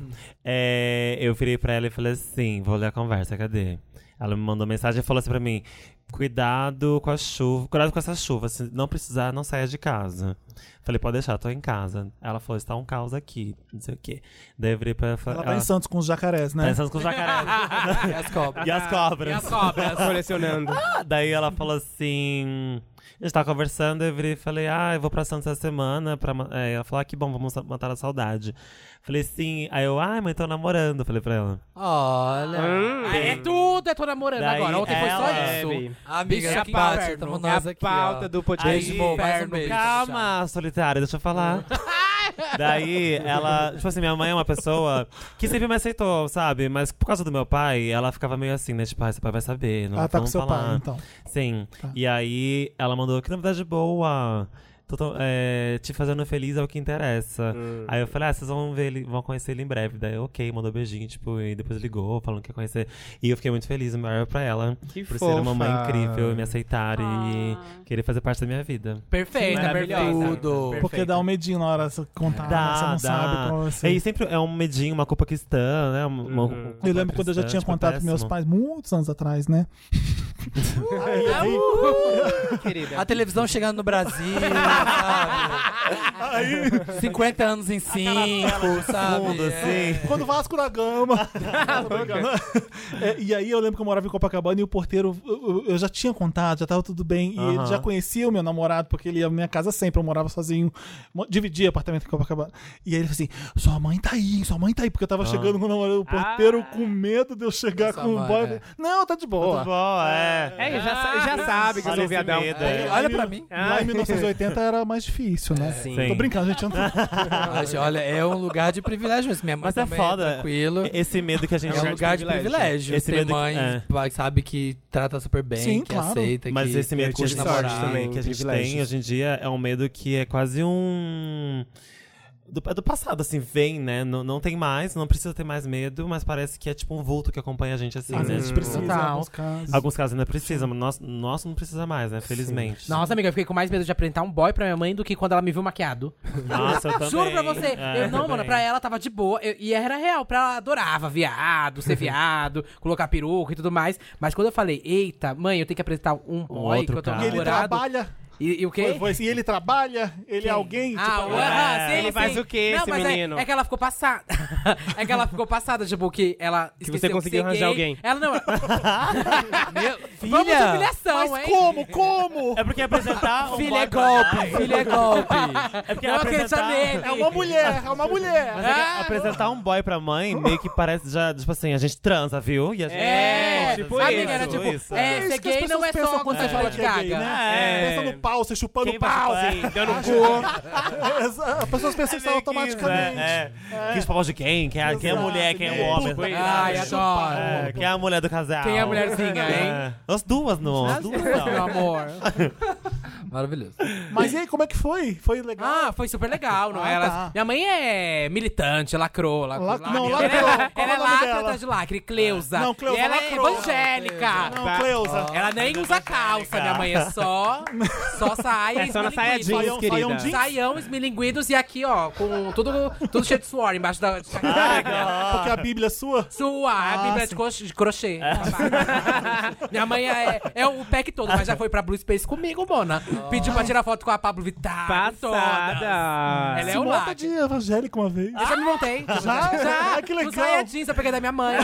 F: É, eu virei pra ela e falei assim: vou ler a conversa, cadê? Ela me mandou mensagem e falou assim pra mim: cuidado com a chuva, cuidado com essa chuva. Se não precisar, não saia de casa. Falei, pode deixar, tô em casa. Ela falou: está um caos aqui, não sei o quê. Daí eu virei pra ela e falei:
A: Ela tá em Santos com os jacarés, né?
F: ah. Santos com os jacarés.
C: E as cobras.
F: e as cobras.
E: E as cobras.
D: Tá Colecionando.
F: Daí ela falou assim. A gente tava conversando, eu virei e falei, ah, eu vou pra Santos essa semana. Pra... ma- é, ela falou, ah, que bom, vamos sa- matar a saudade. Falei, sim. Aí eu, ah, mãe, tô namorando. Falei pra ela.
C: Olha.
E: Ah, é tudo, eu tô namorando
F: Daí
E: agora. Ontem foi só
F: ela-
E: isso.
D: Bebe.
C: Amiga,
E: Bicha
C: que pauta,
E: inferno.
C: estamos
E: É
C: nós
D: a
C: aqui,
D: pauta
C: ó.
D: do
C: Beijo,
D: podcast.
C: bom, mais um
E: inferno,
C: beijo.
F: Calma, solitária, deixa eu falar. Daí ela, tipo assim, minha mãe é uma pessoa que sempre me aceitou, sabe? Mas por causa do meu pai, ela ficava meio assim, né? Tipo, ah, seu pai vai saber. Não
A: Ela tá com
F: vamos
A: seu pai,
F: falar.
A: então.
F: Sim.
A: Tá.
F: E aí ela mandou que novidade boa. Tô, tão- é, te fazendo feliz é o que interessa.
A: Hum.
F: Aí eu falei, ah, vocês vão ver ele, vão conhecer ele em breve. Daí, ok, mandou beijinho, tipo, e depois ligou, falando que ia conhecer. E eu fiquei muito feliz, o maior pra ela.
D: Que
F: por ser
D: fofa.
F: uma mãe incrível né? e me aceitar
B: Ah.
F: e querer fazer parte da minha vida.
E: Perfeita,
F: Maravilhosa.
E: perfeita.
C: Tudo.
A: Porque dá um medinho na hora de contar, né?
F: Dá,
A: Ah, você não
F: dá.
A: sabe como
F: É,
A: você...
F: e sempre é um medinho, uma culpa cristã, né? Uma- uma culpa
A: Uhum. Eu lembro quando eu já
F: cristã,
A: tinha
F: tipo,
A: contado com meus
F: péssimo.
A: pais, muitos anos atrás, né? Aí, aí,
D: Querida.
C: A televisão chegando no Brasil, sabe? 50 anos em 5, sabe?
F: Fundo,
C: É.
F: assim.
A: Quando o Vasco da Gama. Tô brincando. É, e aí eu lembro que eu morava em Copacabana e o porteiro, eu, eu- eu já tinha contado, já tava tudo bem. E ele
F: Aham.
A: já conhecia o meu namorado, porque ele ia à minha casa sempre, eu morava sozinho. mo- Dividia apartamento em Copacabana. E aí ele falou assim: sua mãe tá aí, sua mãe tá aí, porque eu tava chegando com o namorado, o porteiro com medo de eu chegar
C: Sua
A: com o
C: mãe,
A: boy.
C: é.
A: Não, tá de boa.
F: Muito bom, é.
D: É, já, sa-
E: Ah,
D: já sabe que eu
F: Olha
D: sou
F: esse
D: viadão.
F: medo,
A: Aí
F: é.
A: lá
C: Olha
A: em
C: pra
A: mil-
C: mim.
A: Lá em 1980 era mais difícil, né?
F: Sim.
A: Tô brincando, gente. Eu não...
C: Mas, olha, é um lugar de privilégio mesmo. Minha mãe
F: Mas é
C: também
F: foda.
C: tranquilo.
F: Esse medo que a gente
C: É um lugar de privilégio.
F: Esse
C: Tem
F: medo que-
C: mãe,
F: é.
C: pai, sabe, que trata super bem,
A: Sim,
C: que
A: claro.
C: aceita.
F: Mas
C: que...
F: esse medo que a gente,
C: curte
F: tem,
C: namorar,
F: também, que a gente tem
D: privilégios.
F: hoje em dia é um medo que é quase um. Do, é do passado, assim, vem, né? Não, não tem mais, não precisa ter mais medo, mas parece que é tipo um vulto que acompanha a gente, assim,
A: Às
F: né?
A: vezes
F: Tipo,
A: precisa, em
E: Total.
A: alguns casos.
F: Alguns casos ainda precisa, mas nosso, nosso não precisa mais, né? Felizmente.
E: Nossa, amiga, eu fiquei com mais medo de apresentar um boy pra minha mãe do que quando ela me viu maquiado.
F: Nossa, eu também.
E: Juro pra você.
F: É,
E: eu não, mano,
F: também.
E: pra ela tava de boa. eu- e era real, pra ela adorava viado, ser viado, colocar peruca e tudo mais. Mas quando eu falei, eita, mãe, eu tenho que apresentar um boy
F: outro
E: que eu tô
F: cara.
A: E ele
E: namorado.
A: trabalha.
E: E, e o quê?
A: Foi- foi assim, E ele trabalha? Ele é alguém?
E: Ah,
A: tipo,
E: o- ah, sim,
D: ele
E: sim.
D: faz o quê,
E: Não,
D: esse
E: mas é-
D: menino?
E: É, que ela ficou passada. é que ela ficou passada, tipo, que ela
D: você
E: esqueceu
D: conseguiu
E: ser
D: arranjar
E: gay.
D: alguém.
E: Ela não... é
C: Meu,
E: Vamos de
C: filha!
E: humilhação, hein?
A: Como? Como?
F: É porque apresentar um
C: Filha
F: boy
C: é
F: pra
C: golpe,
F: mãe-
C: filha é golpe.
F: É porque
E: Não acredita
F: apresentar...
E: nele.
A: É uma mulher, é uma mulher.
F: Mas é que apresentar um boy pra mãe meio que parece já, tipo assim, a gente transa, viu? E a gente...
E: É,
D: tipo
E: amiga,
D: isso,
E: era tipo,
F: isso.
E: é,
A: isso
E: ser
A: que as
E: gay não
A: pessoas
E: é
A: pensam
E: só quando você fala de
A: que é gay,
E: gaga. Ah,
A: né?
F: É.
A: Pensa no pau, você chupando
F: Quem
A: o pau.
F: vai
A: Assim.
F: chupar?
D: Dando
A: As- As pessoas pensam isso
F: meio que
A: automaticamente.
E: né?
F: É, é. Quem fala de quem? Quem é, quem é a
A: Exato, tipo
F: mulher? Quem é o
A: ninguém-
F: homem?
A: Puta,
E: Ai,
A: Chupa.
E: adoro.
F: É, quem é a mulher do casal?
E: Quem é a mulherzinha, hein?
F: É. As duas não, as duas
E: Meu
F: não.
E: amor.
C: Maravilhoso.
A: Mas e aí, como é que foi? Foi legal?
E: Ah, foi super legal, não
A: Ah,
E: é? Ela-
A: tá.
E: Minha mãe é militante, lacrou, lacrou.
A: Lac- não,
E: ela,
A: lacrou.
E: é-
A: Qual
E: ela
A: é
E: é
A: o nome
E: lacre
A: dela?
E: atrás de lacre, Cleusa.
A: Não, Cleusa
E: E ela
A: lacrou.
E: é evangélica.
A: Não, Cleusa.
E: Ela nem usa calça, minha mãe é só, só saia
D: É só na
E: esmilinguidos.
D: saia jeans,
E: um
A: Saião-
D: querida.
A: saião jeans?
E: Saião, esmilinguidos e aqui, ó, com tudo, tudo cheio de suor embaixo da... Ah.
A: Porque a Bíblia é sua?
E: Sua,
A: Ah,
E: a Bíblia de, crochê, de é crochê. Minha mãe é, é o pack todo, mas já foi pra Blue Space comigo, Mona. Pediu pra tirar foto com a Pablo Vittar. todas.
G: Passada.
E: Ela é o Ah.
A: Simone tá
E: lado.
A: de evangélica uma vez.
E: Eu já me montei.
A: Já?
E: Já?
A: Ah, que legal.
E: O saia jeans eu peguei da minha mãe.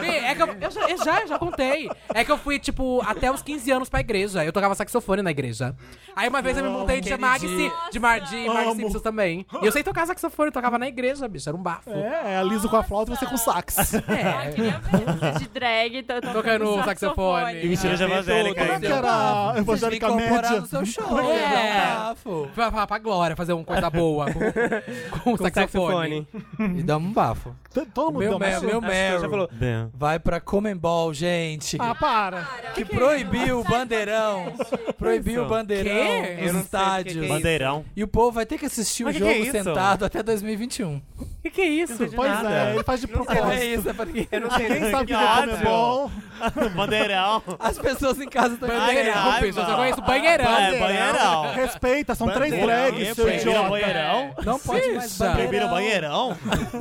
E: Bi, é que eu, eu já, eu já, eu já contei. É que eu fui, tipo, até os 15 anos pra igreja. Eu tocava saxofone na igreja. Aí uma vez eu me montei de Marg Si- de Mar- de Marg
A: Amo.
E: Simpsons também. E eu sei tocar saxofone, eu tocava na igreja, bicho. Era um bafo. É.
A: É, é a Liso com a flauta e você com sax.
B: Ai,
A: É.
B: queria ver vocês de drag to-
E: Tocando
B: tocando
E: saxofone.
F: E mentira de evangélica
A: Como que
F: ainda.
A: era a evangélica média?
C: no seu show.
E: É.
C: dá um bafo.
E: Pra, pra, pra Glória fazer uma coisa boa com, com, saxofone.
D: saxofone.
C: E dá um bafo.
A: T- Todo mundo
C: Meu,
A: deu uma
C: meu,
A: chance.
C: meu Meryl.
F: Damn.
C: Vai pra Comembol, gente.
A: Ah, para.
C: que proibiu o bandeirão. Proibiu o bandeirão
E: Que?
C: nos estádios.
F: Bandeirão.
C: E o povo vai ter que assistir o
F: Mas que
C: jogo
F: que é isso?
C: sentado até 2021.
E: O que, que é isso?
A: Pois
F: nada.
A: é, ele faz de propósito.
C: isso, é pra quê?
A: Quem sabe que
F: Que
A: é
F: ódio.
A: bom.
F: Bandeirão.
C: As pessoas em casa estão
F: Ai,
C: entendendo.
E: Bandeirão,
F: raiva.
E: bicho. Eu só conheço banheirão.
F: É, banheirão.
A: Respeita, são três drags, seu
F: Proibiram
A: idiota.
F: banheirão?
C: Não pode mais
E: Sim,
F: Proibiram banheirão?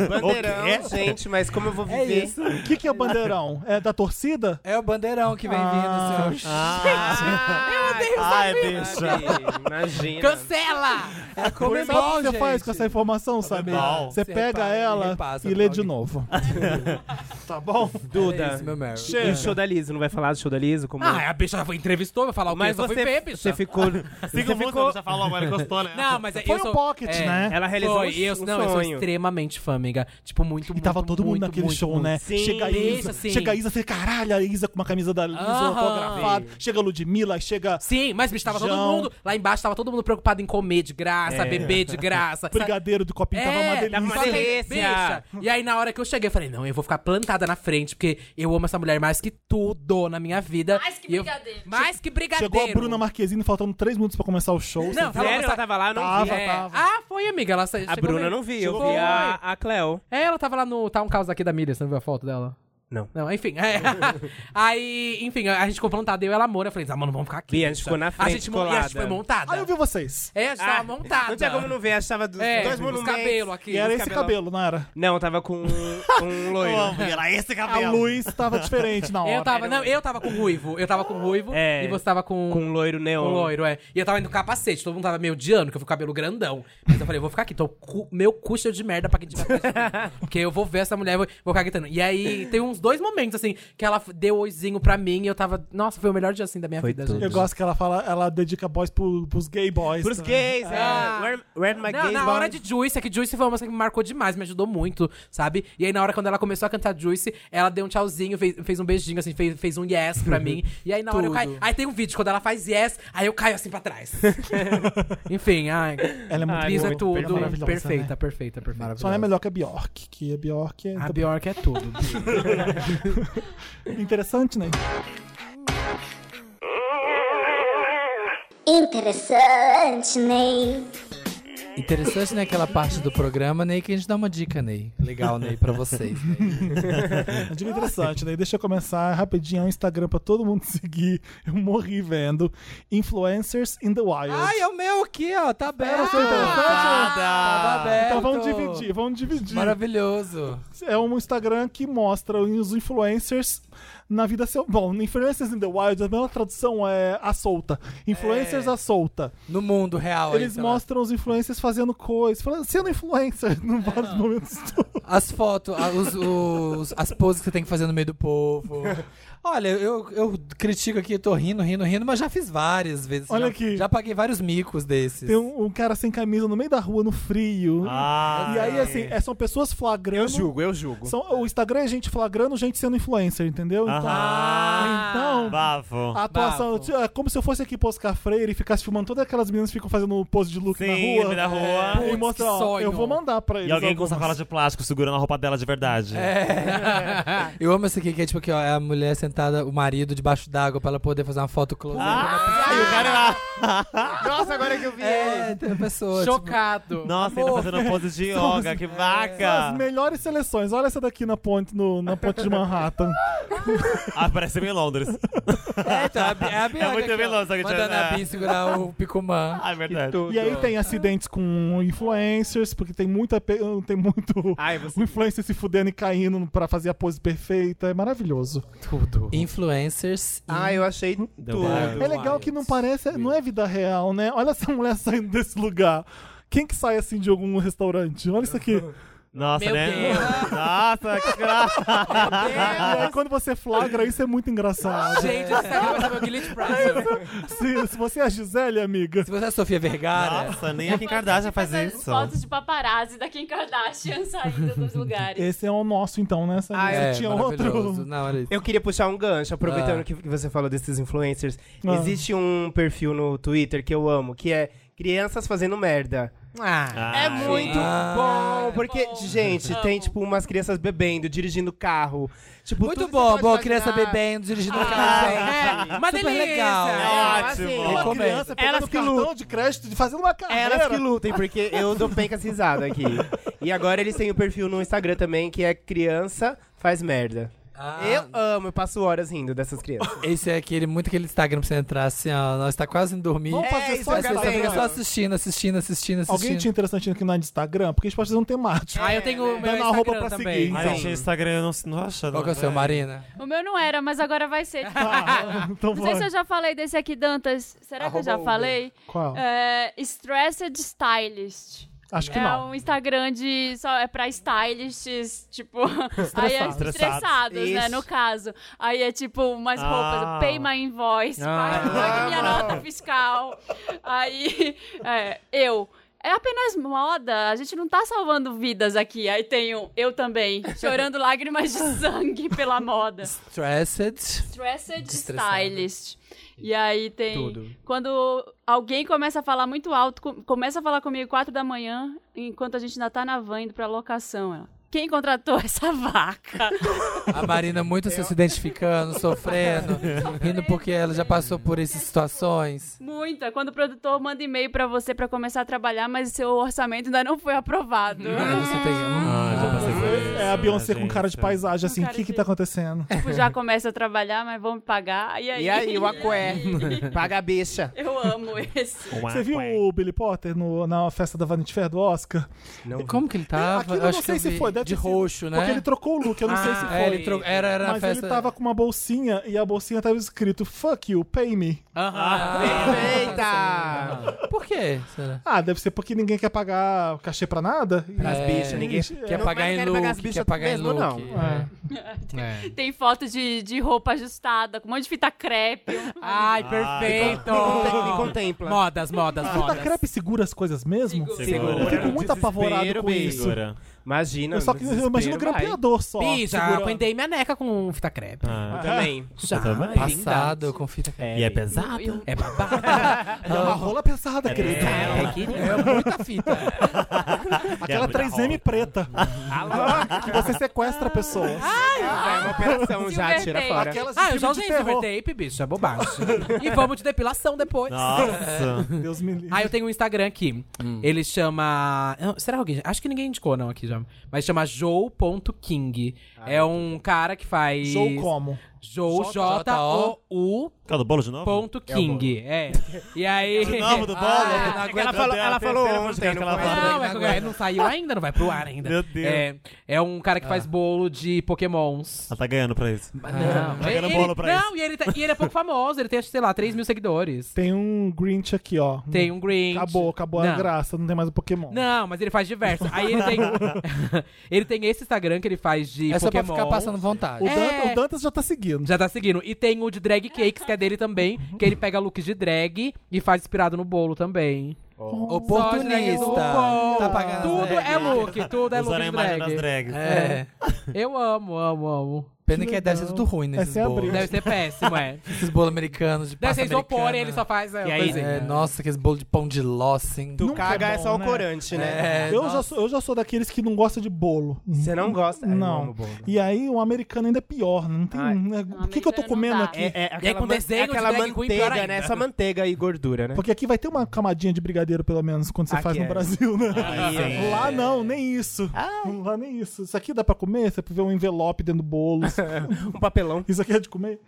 D: Bandeirão,
F: O quê?
D: gente, mas como eu vou
C: É
D: viver?
C: isso.
A: O que, que é bandeirão? É da torcida?
C: É o bandeirão que vem
A: Ah.
C: vindo, seu.
F: Ah, ai, bicha.
D: Imagina.
E: Cancela!
C: É a
A: Sabe o
C: Comembol,
A: que você
C: gente.
A: faz com essa informação, sabe?
F: Comebol.
A: Você
C: Você
A: pega
C: repara,
A: ela
C: repassa
A: e lê
C: pra
A: de
C: alguém.
A: novo. tá bom?
C: É
D: Duda.
C: isso, meu Meryl.
D: E o show da Liso, não vai falar do show da Liso? Como...
E: Ah, a bicha foi entrevistou, vai falar o quê?
D: mas
E: eu só
D: você,
E: fui ver, bicha.
D: você ficou...
F: Siga o mundo, assim já falou agora, gostou, né?
E: Não, mas é-
A: Foi
E: eu
A: um
E: sou-
A: pocket,
E: é,
A: né?
D: Ela realizou
E: Foi,
D: um,
E: eu,
D: um
E: não, eu sou
D: sonho.
E: extremamente fã, amiga. Tipo, muito,
A: E tava
E: muito,
A: todo mundo
E: muito,
A: naquele
E: muito,
A: show,
E: muito.
A: né?
D: Sim,
A: chega a
E: deixa,
A: Isa,
E: sim.
A: chega a Isa, você, caralho, a Isa com uma camisa da Lisa
E: Aham.
A: autografada. Chega a Ludmilla, chega
E: Sim, mas, bicho, tava todo
A: João.
E: mundo... Lá embaixo tava todo mundo preocupado em comer de graça,
D: É.
E: beber de graça. sabe?
A: brigadeiro do copinho,
E: É,
A: tava uma delícia.
D: uma
E: só que,
D: delícia.
E: bicha, E aí, na hora que eu cheguei, eu falei, não, eu vou ficar plantada na frente, porque eu amo essa mulher mais que tudo na minha vida.
B: Mais que
E: E eu-
B: brigadeiro.
E: Mais que brigadeiro.
A: Chegou a Bruna Marquezine faltando três minutos pra começar o show.
E: Não,
A: você-
E: tava
D: Sério, ela tava lá, eu não
A: Tava,
D: vi.
E: É.
A: tava.
E: Ah, foi, amiga. Ela sa-
D: A
E: chegou
D: Bruna
E: bem.
D: eu não Ah. vi, eu
E: Chegou
D: vi
E: bem.
D: a, a Cleo.
E: É, ela tava lá no. Tá um caos aqui da Miriam, você não viu a foto dela?
D: Não.
E: Não, enfim. é. Aí, enfim, a gente ficou plantada, eu e ela, amor. Eu falei, ah, mano, vamos ficar aqui.
D: Vi, a gente
E: bicha."
D: ficou na frente,
E: A gente, mo- e a
D: colada.
E: gente foi montada.
A: Aí "Ah, eu vi vocês.
E: É, a gente
D: Ah,
E: tava montada.
D: Não tinha como não ver, a gente tava dos
E: É,
D: dois
E: os
D: monumentos.
E: cabelos aqui.
A: E era esse
D: cabelão.
A: cabelo, não era?
D: Não, tava com um, um
F: Eu
D: loiro.
F: amo, e era esse
A: A
F: cabelo.
A: luz tava diferente na hora.
E: Eu tava, não, eu tava com ruivo. Eu tava com ruivo
D: um- É.
E: e você tava com.
D: Com um loiro neon.
E: Com loiro, é. E eu tava indo com capacete, todo mundo tava meio odiando, que eu fui com cabelo grandão. Mas eu falei, eu vou ficar aqui, então cu- meu cu cheio de merda pra quem tiver atrás de mim. Porque eu vou ver essa mulher, vou, vou ficar gritando. E aí, tem uns dois momentos, assim, que ela f- deu oizinho pra mim e eu tava... Nossa, foi o melhor dia, assim, da minha
D: Foi
E: vida,
D: tudo.
E: gente.
A: Eu gosto que ela fala, ela dedica boys pro, pros gay boys.
D: Pros
A: né?
D: gays, é.
E: Ah.
D: Where, where my
E: Não,
D: gays
E: na
D: boys?
E: hora de Juice, é que Juice foi uma música que me marcou demais, me ajudou muito, sabe? E aí, na hora quando ela começou a cantar Juice, ela deu um tchauzinho, fez, fez um beijinho, assim, fez, fez um yes pra mim. E aí, na hora eu caí. Aí tem um vídeo, quando ela faz yes, aí eu caio assim pra trás. Enfim, ai.
A: Ela é muito
D: Ai,
E: Pisa
A: boa,
E: tudo.
A: ela é maravilhosa,
E: perfeita,
A: né?
E: perfeita, perfeita.
A: Só não é melhor que a Bjork, que a Bjork é
E: A Bjork é tudo.
A: interessante, né?
I: Interessante, Ney.
C: Interessante, né, aquela parte do programa, Ney, que a gente dá uma dica, Ney. Legal, Ney, pra vocês. Ney.
A: Eu digo interessante, né? Deixa eu começar rapidinho o Instagram pra todo mundo seguir. Eu morri vendo. Influencers in the Wild.
C: Ai, é o meu aqui, ó. Tá aberto.
A: foi interessante?
F: tá.
C: Tava aberto.
A: então vamos dividir, vamos dividir.
C: Maravilhoso.
A: É um Instagram que mostra os influencers na vida seu. Bom, influencers in the wild, a melhor tradução é a solta. Influencers à solta.
C: No mundo real. então. aí,
A: Eles
C: sei lá.
A: mostram os influencers fazendo coisas, falando- sendo influencer em vários momentos.
C: As fotos, a- os- os- as poses que você tem que fazer no meio do povo. Olha, eu, eu critico aqui, tô rindo, rindo, rindo, mas já fiz várias vezes.
A: Olha
C: já,
A: aqui.
C: Já paguei vários micos desses.
A: Tem um, um cara sem camisa no meio da rua, no frio.
F: Ah,
A: e aí, assim, é, são pessoas flagrando.
D: Eu julgo, eu julgo.
A: São- o Instagram é gente flagrando, gente sendo influencer, entendeu? Então,
F: Aham.
A: então,
F: Ah. Bafo.
A: a atuação. É como se eu fosse aqui pro Oscar Freire e ficasse filmando todas aquelas meninas que ficam fazendo pose de look
F: Sim,
A: na rua. é,
F: na rua.
A: E
E: Putz,
A: mostra,
E: que
A: ó, eu
E: sonho.
A: vou mandar pra eles.
F: E alguém com
A: algumas.
F: sacola de plástico segurando a roupa dela de verdade. É.
C: Eu amo esse aqui, que é tipo aqui, ó, é a mulher sentada, o marido debaixo d'água pra ela poder fazer uma foto close.
F: Ah, e o cara lá.
D: Nossa, agora que eu vi ele.
C: é, tem uma pessoa. tipo,
E: Chocado.
F: Nossa, ele fazendo pose de yoga, que
A: As
F: vaca.
A: melhores seleções. Olha essa daqui na ponte, no- na ponte de Manhattan.
F: Ah, parece bem Londres.
C: é, então, é, a Bi- é a Bianca
F: muito
C: aqui, ó,
F: veloz, só que
C: Mandando
F: tinha-
C: a Bi segurar o Picumã.
F: Ah, é verdade.
A: E aí tem acidentes com influencers, porque tem muito. ape- Tem muito.
F: Ah,
D: Ai,
A: o influencer se fudendo e caindo pra fazer a pose perfeita. É maravilhoso.
C: Tudo. Influencers.
D: Ah, eu achei tudo.
A: É legal que não parece, não é vida real, né? Olha essa mulher saindo desse lugar. Quem que sai assim de algum restaurante? Olha isso aqui.
F: Nossa,
E: Meu
F: né?
E: Deus.
F: Nossa, que graça!
A: E aí, É, quando você flagra, isso é muito engraçado.
E: Gente,
D: É.
E: é. esse cara vai saber o Guilherme Price.
A: Se, se você é a Gisele, amiga.
C: Se você é a Sofia Vergara.
F: Nossa, nem a Kim Kardashian faz isso.
B: Fotos de paparazzi da Kim Kardashian saindo dos lugares.
A: Esse é o nosso, então, né? Samir?
D: Ah,
A: Você
C: é,
A: tinha
C: maravilhoso.
A: outro. um.
C: Não, olha isso.
D: Eu queria puxar um gancho, aproveitando
C: Ah.
D: que, que você falou desses influencers.
A: Ah.
D: Existe um perfil no Twitter que eu amo, que é Crianças Fazendo Merda.
E: Ah,
F: Ah,
D: É muito bom, porque,
B: bom.
D: gente, tem, tipo, umas crianças bebendo, dirigindo carro. Tipo,
C: Muito
D: tudo que
C: bom,
D: você pode
C: boa criança
D: imaginar.
C: bebendo, dirigindo o carro.
E: ah, é. Uma
C: Super
E: delícia.
C: legal.
E: É.
D: assim,
F: Ótimo!
A: Uma
C: Recomendo.
A: criança pegando
D: Elas que
A: cartão de crédito, de fazendo uma carreira.
D: Elas que lutem, porque eu dou pencas risada aqui. E agora eles têm o perfil no Instagram também, que é Criança Faz Merda. Eu amo, eu passo horas rindo dessas crianças.
C: Ah. Esse é aquele, muito aquele Instagram pra você entrar assim, ó. Nós tá quase indo dormir.
A: Vamos
D: É,
A: fazer
D: isso
A: só
D: é
C: Aí
A: essa
C: você só fica
D: legal.
C: só assistindo, assistindo, assistindo, assistindo.
A: Alguém tinha interessante aqui no Instagram? Porque a gente pode fazer um temático.
E: Ah, eu tenho o meu
A: Dando
E: Instagram
A: arroba pra
E: também.
A: seguir.
F: Ai, gente, o Instagram eu não, não acho.
C: Qual que é o seu, Marina?
B: O meu não era, mas agora vai ser.
A: Ah, então
B: Não sei se
A: vai.
B: eu já falei desse aqui, Dantas. Será que eu já falei?
A: Qual?
B: É, Stressed Stylist.
A: Acho que
B: é
A: não.
B: um Instagram de. Só é pra stylists, tipo. Aí é
A: Estressados.
B: estressados, né?
D: Isso.
B: No caso. Aí é tipo umas
F: Ah.
B: roupas, pay my invoice,
A: Ah.
B: pague, pague minha nota fiscal. Aí. é, eu. É apenas moda, a gente não tá salvando vidas aqui. Aí tem um, eu também, chorando lágrimas de sangue pela moda.
C: Stressed.
B: Stressed
C: Estressada.
B: Stylist. E aí tem. Quando alguém começa a falar muito alto, com- começa a falar comigo quatro da manhã, enquanto a gente ainda tá na van indo pra locação. Ela, Quem contratou essa vaca?
C: A Marina muito assim, se identificando, sofrendo, rindo porque ela já passou por essas situações.
B: Muita. Quando o produtor manda e-mail pra você pra começar a trabalhar, mas seu orçamento ainda não foi aprovado.
C: Aí você tem. hum,
F: Ah, já passei por isso,
A: É a Beyoncé
F: né,
A: com cara de
F: gente?
A: paisagem, assim, o
B: cara
A: que que
B: de-
A: tá acontecendo?
B: tipo, já começa a trabalhar, mas vão me pagar.
E: É
B: E aí,
D: E aí, o Acué, paga a bicha.
B: eu amo esse.
F: Ué,
A: Você
C: é
A: viu
F: ué.
A: o Billy Potter no- na festa da Vanity Fair do Oscar?
C: Como que ele tava?
A: Aquilo eu
C: Eu
A: não
C: tá, Ah, acho que
A: sei se
C: vi
A: foi, deve
C: de
A: ter sido-
C: roxo, né?
A: Porque ele trocou o look, eu não sei se
E: Ah,
A: foi.
C: É, ele trocou. Era, era na
A: Mas
C: festa.
A: ele tava com uma bolsinha e a bolsinha tava escrito Fuck you, pay me.
E: Aham.
D: Eita!
C: Por quê? Será?
A: Ah, deve ser porque ninguém quer pagar cachê pra nada. E-
C: É, Quer
D: Não,
C: pagar
D: mas quero
C: em
D: pagar as
C: look,
D: bichas
C: quer pagar em
D: mesmo,
C: look.
D: não.
A: é.
C: É.
B: Tem foto de, de roupa ajustada, com um monte de fita crepe.
E: Ai,
D: Me Ah, tá
E: perfeito.
D: contempla.
E: Modas, modas,
A: Puta,
E: modas.
A: crepe segura as coisas mesmo?
B: Segura.
F: Segura.
A: Eu fico muito apavorado
D: Desespero,
A: com
D: bicho.
A: isso.
F: Segura.
D: Imagina.
A: Eu só que eu imagino o
D: desespero, vai.
A: grampeador só.
E: Bi, já
A: segurando.
E: aguentei minha neca com fita crepe.
F: Ah,
D: Também.
E: Já.
F: também.
C: Passado, com fita.
F: E é pesado?
E: É babado.
A: É uma
C: então.
A: rola pesada, querido.
E: É,
C: É muita fita.
F: É
A: Aquela 3M preta. que você sequestra pessoas.
C: Ah,
D: Vai, uma operação já, tira
B: Silver
D: fora.
B: Tape.
A: Aquelas de
E: Ah, eu
A: filme
E: já
A: de
E: usei
A: terror.
E: silver tape, bicho. É bobagem. e vamos de depilação depois.
F: Nossa. Hum.
A: Deus me livre.
E: Ah, eu tenho um Instagram aqui. Ele chama. não, Será que alguém. Acho que ninguém indicou, não, aqui já. Mas chama Joe.king.
F: Ah,
E: é um cara que faz.
A: Sou como?
E: Joe,
C: J-O-U.
E: J-O-U.
F: Cadê o bolo de novo?
E: Ponto King. É. E aí.
F: O nome do bolo?
C: Ah,
D: É que ela falou, ela falou ontem, não foi?
E: Não, é,
C: Agora.
E: é, não saiu ainda, não vai pro ar ainda.
F: Meu Deus. Ah.
E: É, é um cara que faz bolo de pokémons.
F: Ela tá ganhando pra isso.
E: Não,
F: tá ganhando
E: ele-
F: bolo pra
E: não e, ele tá- e ele é pouco famoso, ele tem, acho que, sei lá, 3 mil seguidores.
A: Tem um Grinch aqui, ó.
E: Tem um Green.
A: Acabou, acabou a
E: Não.
A: graça, não tem mais o Pokémon.
E: Não, mas ele faz diversos. Aí ele tem. ele tem esse Instagram que ele faz de
C: É só pra
E: Pokémon.
C: ficar passando
A: O,
C: vontade.
E: É.
A: Dan- o Dantas já tá seguindo.
E: Já tá seguindo. E tem o de drag cakes, que é dele também, que ele pega looks de drag e faz inspirado no bolo também.
C: Oportunista.
E: Só
C: Tá pagando as
E: Tudo
C: drag.
E: é look, tudo é look
F: Usaram a
E: de
F: imagem das
E: drag.
F: drags.
C: É.
E: Eu amo, amo, amo.
C: Pena que deve ser tudo ruim nesses
A: Essa é a
C: bolos.
A: briga.
E: Deve ser péssimo, é.
C: Esses bolos americanos de
E: Deve
C: pasta
E: ser isopor e
C: americana.
E: ele só faz. É,
D: E aí,
E: coisinha.
C: É, nossa, aqueles bolos de pão de ló, assim.
D: Tu
A: Nunca é
D: caga é
A: bom,
D: só o
A: né?
D: corante, né?
C: É,
A: eu,
C: nossa.
A: já sou, eu já sou daqueles que não gosta de bolo.
D: Você não gosta? Ai, eu
A: Não.
D: amo bolo.
A: E aí, o americano ainda é pior. Não tem.
D: Ai.
A: né, o que, que eu tô
B: americano
A: comendo
B: não dá.
A: aqui?
D: É, é aquela,
E: com
D: man- é
E: desenho de
D: aquela
E: drag queen, pior
D: manteiga, né?
E: ainda.
D: Só manteiga e gordura,
E: é.
D: né?
A: Porque aqui vai ter uma camadinha de brigadeiro, pelo menos, quando você
D: Aqui
A: faz no
D: é.
A: Brasil, né?
F: sim.
A: Lá não, nem isso. Lá nem isso. Isso aqui dá pra comer? Você vê um envelope dentro do bolo.
D: Um papelão.
A: isso aqui é de comer?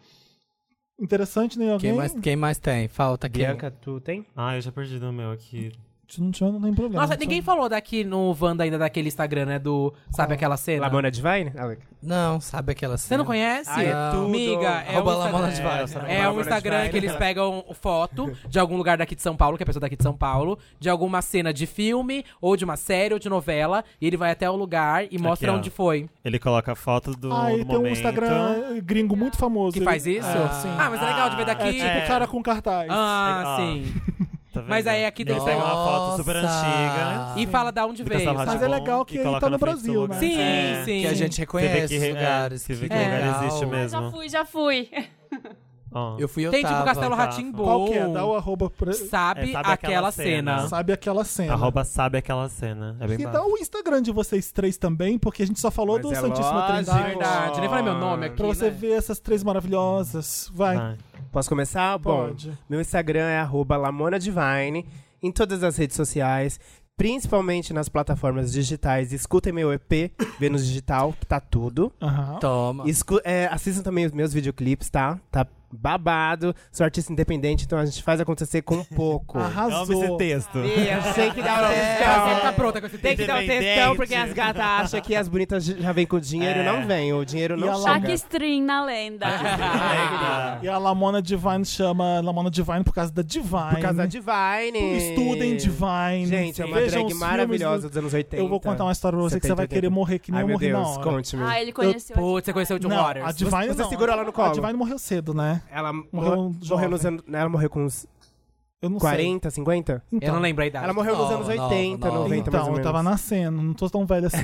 A: Interessante, né? Alguém?
C: Quem mais, quem mais tem? Falta quem?
D: Bianca, tu tem?
F: Ah, eu já perdi no meu aqui.
A: Não tinha, não tem problema.
E: Nossa, ninguém falou daqui no Wanda ainda daquele Instagram, né? Do. Sabe aquela cena?
D: Lamona Divine? Ah,
C: Não, sabe aquela
E: Você
C: cena?
E: não conhece?
C: Ah, é tudo.
E: Amiga, é
C: Arroba
E: um
C: Lamona
E: Instagram-
C: Divine.
F: essa não
E: É um Instagram que eles pegam foto de algum lugar daqui de São Paulo, que é a pessoa daqui de São Paulo, de alguma cena de filme, ou de uma série, ou de novela, e ele vai até o lugar e mostra
F: ó.
E: onde foi.
F: Ele coloca a foto do
A: Ah, e
F: do
A: tem um
F: momento.
A: Instagram gringo muito famoso.
E: Que
A: Ele-
E: faz isso?
A: É, sim.
E: Ah, mas é legal de ver daqui.
A: É tipo o cara com cartaz.
E: Ah,
F: Ah.
E: sim.
F: Tá vendo?
E: Mas aí aqui tem
F: Ele pega uma foto super
C: Nossa.
F: antiga.
E: E fala da onde
F: fica
E: veio.
F: essa
E: sabe?
A: Mas é legal
F: e
A: que ele
F: coloca
A: tá no
F: na frente do
A: Brasil,
F: lugar.
A: né?
E: Sim,
F: É.
E: sim.
C: Que a gente
F: Você vê
C: reconhece
F: que,
C: os
F: é,
C: lugares.
F: você vê que
E: é.
F: lugar existe
B: Ah, já
F: mesmo.
B: fui, já fui.
F: Ó.
C: Eu fui eu
E: Tem tipo
C: tava.
E: Castelo
F: tá.
E: Ratimbu.
A: Qual que é? Dá o arroba pra...
E: Sabe,
F: É,
E: aquela, cena.
A: Sabe aquela cena.
F: Arroba sabe aquela cena. É bem
A: E
F: básico.
A: dá o Instagram de vocês três também, porque a gente só falou do
D: é
A: Santíssima
D: lógico.
A: Trindade.
E: Verdade, nem falei meu nome aqui.
A: Pra você
E: né?
A: ver essas três maravilhosas. Vai.
F: Vai.
D: Posso começar?
A: Pode.
D: Bom, meu Instagram é arroba lamonadivine, em todas as redes sociais, principalmente nas plataformas digitais. Escutem meu EP, Vênus Digital, tá tudo.
A: Aham.
C: Toma.
D: Escu é, assistam também os meus videoclipes, tá? Tá babado. Sou artista independente, então a gente faz acontecer com pouco.
F: Amo esse
D: Então
A: Arrasou.
F: texto.
D: Ih, eu sei que dá um
E: Você tá
D: textão.
E: pronta com esse
D: Tem que dar um textão,
F: Independente.
D: porque as gatas acham que as bonitas já vêm com dinheiro.
F: É.
D: Não vem, o dinheiro
A: E a
D: não
A: Lamona?
D: chega.
B: Shaq String na lenda.
D: Ah.
F: Eita.
A: Ah, E a Lamona Divine chama Lamona Divine por causa da Divine.
D: Por causa da Divine.
A: Estudem Divine.
D: Gente, é uma
A: Vejam
D: drag
A: os filmes
D: maravilhosa
A: do-
D: dos anos 80.
A: Eu vou contar uma história pra você que
D: 70,
A: você vai querer
D: 80.
A: morrer que nem
D: Ai,
A: eu
D: meu
A: morri na
D: Deus,
A: hora.
D: conte-me.
B: Ah, ele conheceu. a
E: Putz, você conheceu o John
A: Não,
E: Waters.
A: a Divine
D: Você
A: não.
D: segurou ela no
A: A
D: colo?
A: Divine morreu cedo, né?
D: Ela
A: Morreu
D: morreu,
A: jovem.
D: nos anos. Ela morreu com uns
A: Eu não
D: 40, 50?
A: sei.
E: Eu
A: Então,
E: não lembro a idade.
D: Ela morreu nos
C: Nova,
D: anos
C: nova,
D: 80,
C: nova.
D: 90, mais ou
A: Então, eu
D: menos.
A: tava nascendo, não tô tão velho assim.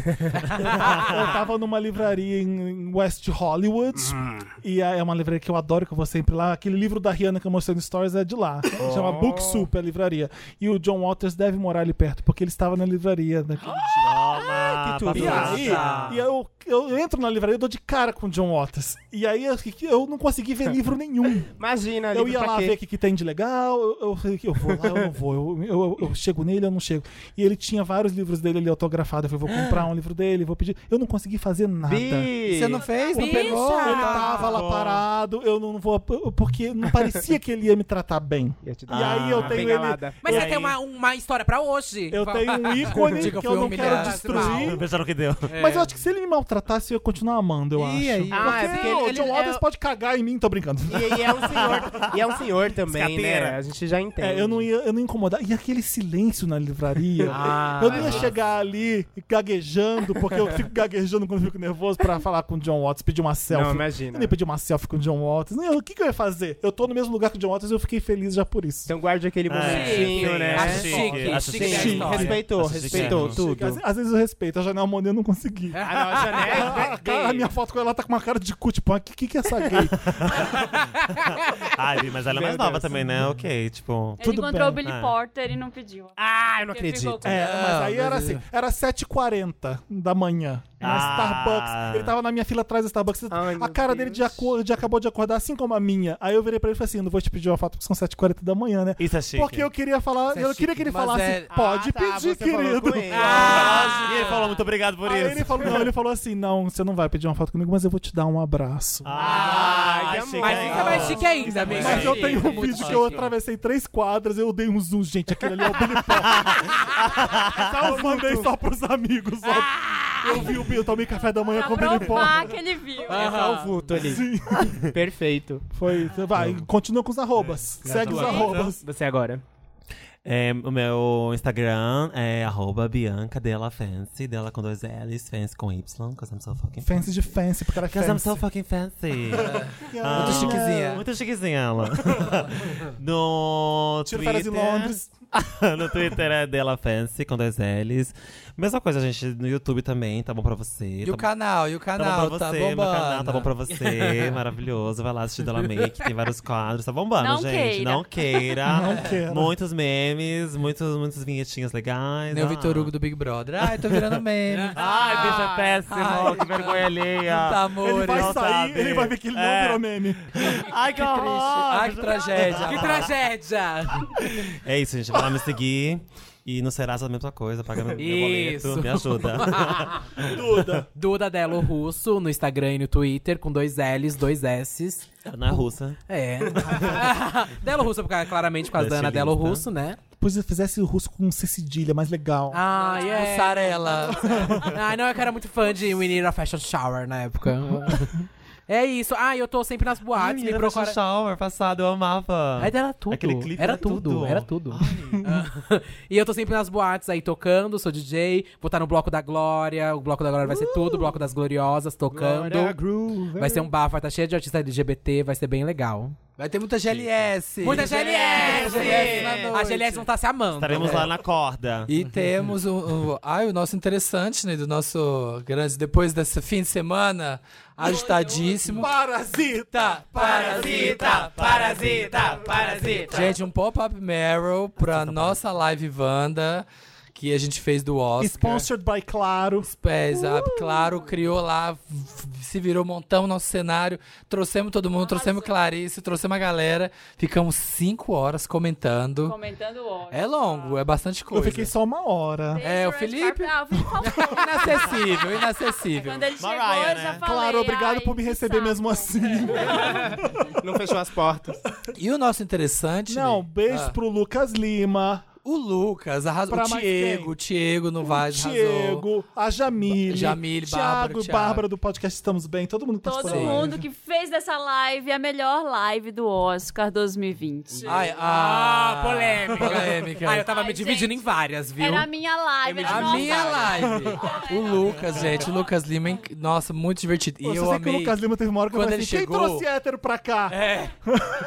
A: eu, eu tava numa livraria em em West Hollywood,
D: Hum.
A: e é uma livraria que eu adoro, que eu vou sempre lá. Aquele livro da Rihanna que eu mostrei no Stories é de lá. Chama
D: Oh.
A: Book Soup, é a livraria. E o John Waters deve morar ali perto, porque ele estava na livraria naquele
F: Ah,
A: dia.
F: Toma,
D: Ah, que tudo.
A: E
F: babado.
A: aí,
E: Ah,
A: e eu, eu entro na livraria, eu dou de cara com o John Waters. E aí eu, eu não consegui ver livro nenhum.
D: Imagina,
A: Eu
D: livro
A: ia
D: tá pra
A: lá
D: quê?
A: ver o que, que tem de legal, eu, eu, falei que eu vou lá, eu não vou, eu, eu, eu- eu chego nele, eu não chego. E ele tinha vários livros dele ali autografados, eu falei, vou comprar um livro dele, vou pedir. Eu não consegui fazer nada.
D: Bi!
C: Você não fez? Não
E: Bicha!
C: pegou?
A: Ele tava lá parado, eu não vou. Porque não parecia que ele ia me tratar bem.
D: Ia te dar
A: E aí eu
D: uma
A: tenho
D: bengalada.
A: ele.
E: Mas
A: eu,
E: você tem uma, uma história pra hoje.
A: eu tenho um ícone
C: Diga,
A: que
C: fui
A: eu não quero
C: humilhado.
E: tá.
A: destruir.
F: Pensa no que deu.
A: Mas eu acho que se ele me maltratasse, eu ia continuar amando, eu acho.
C: aí?
D: Ah, é porque
A: Não,
D: ele,
A: o John
D: ele
A: Waters
D: é-
A: pode cagar em mim, tô brincando.
D: E, e é um senhor, e é um senhor também, né?
F: Escateira.
D: A gente já entende.
A: É, eu não ia, eu não ia incomodar. E aquele silêncio na livraria.
D: Ah,
A: eu não ia chegar ali gaguejando, porque eu fico gaguejando quando eu fico nervoso pra falar com o John Watts, pedir uma selfie.
D: imagina.
A: Eu nem pedi uma selfie com o John Watts. Não, o que, que eu ia fazer? Eu tô no mesmo lugar que o John Watts e eu fiquei feliz já por isso.
D: Então guarde aquele momentinho,
F: É, sim,
D: né?
E: Acho
F: Sim,
E: chique,
F: acho
E: chique,
F: chique.
E: da
A: Chique.
E: história.
D: Respeitou,
F: Acho
D: respeitou
F: chique.
D: tudo.
A: Às, às vezes eu respeito, a Janel Monet eu não consegui.
D: A nossa, né?
A: A, a- a minha foto com ela tá com uma cara de cu, tipo, o que, que que é essa gay?
F: Ai, Bi, mas ela é mais
D: Meu
F: nova
D: Deus.
F: também, né? Ok, tipo.
B: Ele
A: Tudo
B: encontrou
A: bem.
B: o Billy
F: É.
B: Porter e não pediu.
D: Ah, eu não
B: Porque ficou
D: acredito.
B: com-
A: É, mas aí
C: mas
A: era
C: ele-
A: assim, era 7h40 da manhã, na
F: Ah.
A: Starbucks. Ele tava na minha fila atrás da Starbucks.
D: Ai,
A: a
D: meu
A: cara dele de, aco- de acabou de acordar, assim como a minha. Aí eu virei pra ele e falei assim, não vou te pedir uma foto porque são 7h40 da manhã, né?
F: Isso é chique.
A: Porque eu queria falar,
C: Isso é
A: eu queria que ele
C: chique, mas
A: falasse,
C: é-
A: pode
D: Ah, tá,
A: pedir,
D: você falou
A: querido.
D: com ele.
F: Ah, e ele falou muito obrigado por
A: Aí
F: isso.
A: Ah, ele falou, não, ele falou assim, não, você não vai pedir uma foto comigo, mas eu vou te dar um abraço.
F: Ah,
D: Ai, que
F: chique,
D: amor.
E: Mas isso é mais chique ainda, amiga.
A: Mas eu tenho um
E: Muito
A: vídeo que
E: chique.
A: eu atravessei três quadras, eu dei um zoom, gente, aquele ali é o Billy Porter. Só eu mandei só pros amigos, só. Eu vi o Billy, eu tomei café da manhã
B: Pra
A: com o Billy
B: provar
A: Porter.
B: que ele viu.
D: É só o vulto ali. Perfeito.
A: Foi, vai, continua com os arrobas. Segue os arrobas.
D: Você agora.
F: É, o meu Instagram é arroba Bianca Della Fancy, dela com dois L's, Fancy com Y, cause I'm so fucking
A: Fancy de fancy, porque ela é
F: Cause I'm
A: fancy.
F: so fucking fancy.
A: Ah,
C: Muito chiquezinha.
F: Muito chiquezinha ela. no
A: Tiro
F: Twitter...
A: férias em Londres.
F: no Twitter é Della Fancy, com dois L's. Mesma coisa, gente, no YouTube também, tá bom pra você.
C: E
F: tá
C: o canal, e o
F: Tá bom
C: canal,
F: pra
C: tá
F: você,
C: bombando.
F: meu canal tá bom pra você, maravilhoso. Vai lá assistir Della Make, tem vários quadros, tá bombando,
B: Não
F: gente.
B: queira.
F: Não queira.
A: Não queira.
F: Muitos memes, muitos, muitos vinhetinhas legais.
C: Nem o
F: Ah.
C: Vitor Hugo do Big Brother. Ai, tô virando meme.
F: Ai, bicha péssimo,
C: Ai.
F: que vergonha alheia.
C: Tá,
A: Ele
C: amor.
A: vai
F: não
A: sair,
F: sabe.
A: ele vai ver que ele não
F: É.
A: virou meme.
F: Ai, que horror.
E: Ah,
D: Ah,
C: Ai, que tragédia.
E: Que tragédia!
F: É isso, gente. Vai lá me seguir. E no Serasa a mesma coisa, paga meu meu
E: Isso.
F: boleto, me ajuda.
A: Duda.
E: Duda Delo Russo no Instagram e no Twitter, com dois L's, dois S's.
F: Na russa.
E: É. Delo Russo, porque, é claramente por causa da Ana
F: Estilista.
E: Delo Russo, né?
A: Depois eu fizesse o russo com C cedilha, mais legal.
E: Ah, é.
C: Mussarela.
E: Ai, não, é que eu era muito fã de We Need a Fashion Shower na época. é isso. Ah, eu tô sempre nas boates, me
F: Menina,
E: procura. tá-
F: Fashion Shower passado, eu amava.
E: Aí era tudo.
F: Aquele clipe
E: era
F: era
E: tudo,
F: tudo.
E: era tudo. Ah, e eu tô sempre nas boates aí tocando, sou DJ, vou estar no bloco da Glória, o bloco da Glória vai ser
C: Uh!
E: tudo, o bloco das Gloriosas tocando. Vai ser um bafo, vai estar cheio de artistas LGBT, vai ser bem legal.
C: Vai ter muita GLS.
E: Muita GLS!
C: GLS na
E: A GLS
C: noite.
E: não tá se amando.
F: Estaremos lá na corda.
A: Uhum.
C: E temos o, o, ai, o nosso interessante, né? Do nosso grande, depois desse fim de semana, agitadíssimo. Parasita! Parasita! Parasita! Parasita! Gente, um pop-up Meryl pra nossa live Wanda, que a gente fez do Oscar.
A: é Sponsored by Claro.
C: Pés, a
A: Uh!
C: Claro criou lá, v- se virou montão o nosso cenário. Trouxemos todo mundo, trouxemos Clarice, trouxemos a galera. Ficamos cinco horas comentando.
B: Comentando o ódio.
C: É longo, é bastante coisa.
A: Eu fiquei só uma hora.
C: É, o Felipe.
B: Ah, o Felipe faltou.
C: Inacessível, inacessível.
B: Quando ele chegou,
F: Mariah,
B: eu já
F: né?
B: falei.
A: Claro, obrigado
B: ai,
A: por me
B: que
A: receber
B: saco.
A: mesmo assim.
D: Não fechou as portas.
C: E o nosso interessante.
A: Não,
C: né?
A: beijo
C: Ah,
A: pro Lucas Lima,
C: O Lucas, arrasou.
A: Pra
C: O
A: mais
C: Diego,
A: quem?
C: o Diego no Vaz arrasou.
A: Diego, a Jamile,
C: Jamile, Bárbara,
A: Thiago e
C: Thiago.
A: Bárbara do podcast Estamos Bem, todo mundo que tá
B: Todo
A: participou.
B: mundo que fez dessa live a melhor live do Oscar 2020.
C: Ai, ah,
E: Ah, polêmica.
C: polêmica.
E: Ah, eu tava
B: Ai,
E: me dividindo
B: gente,
E: em várias, viu?
B: Era a minha live, era
C: A
B: nossa
C: minha live. O Lucas, gente, o Lucas Lima, hein? nossa, muito divertido. E
A: Eu,
C: eu
A: sei que o
C: amei.
A: Lucas Lima teve uma hora que eu
C: Quando
A: falei
C: ele
A: assim,
C: chegou-
A: quem trouxe hétero pra cá?
C: É.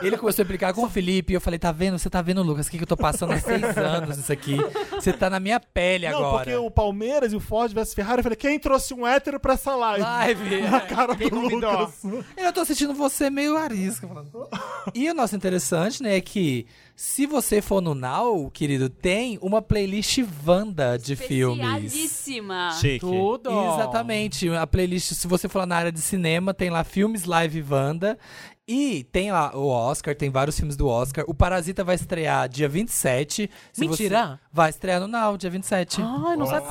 C: Ele começou a implicar com o Felipe e eu falei: tá vendo? Você tá vendo, Lucas? O que, que eu tô passando há seis anos isso aqui? Você tá na minha pele
A: Não,
C: agora.
A: porque o Palmeiras e o Ford versus Ferrari, eu falei, quem trouxe um hétero pra essa live?
C: Live.
A: Na cara do Lucas.
C: Eu tô sentindo você meio arisca. falando. E o nosso interessante, né, é que se você for no Now, querido, tem uma playlist Wanda de filmes.
B: Especialíssima.
F: Chique.
E: Tudo.
C: Exatamente. A playlist, se você for lá na área de cinema, tem lá filmes live Wanda. E tem lá o Oscar, tem vários filmes do Oscar. O Parasita vai estrear dia 27. Se
E: Mentira! Ah,
C: você- Vai estrear no Now, dia 27.
E: Ai, não sabia.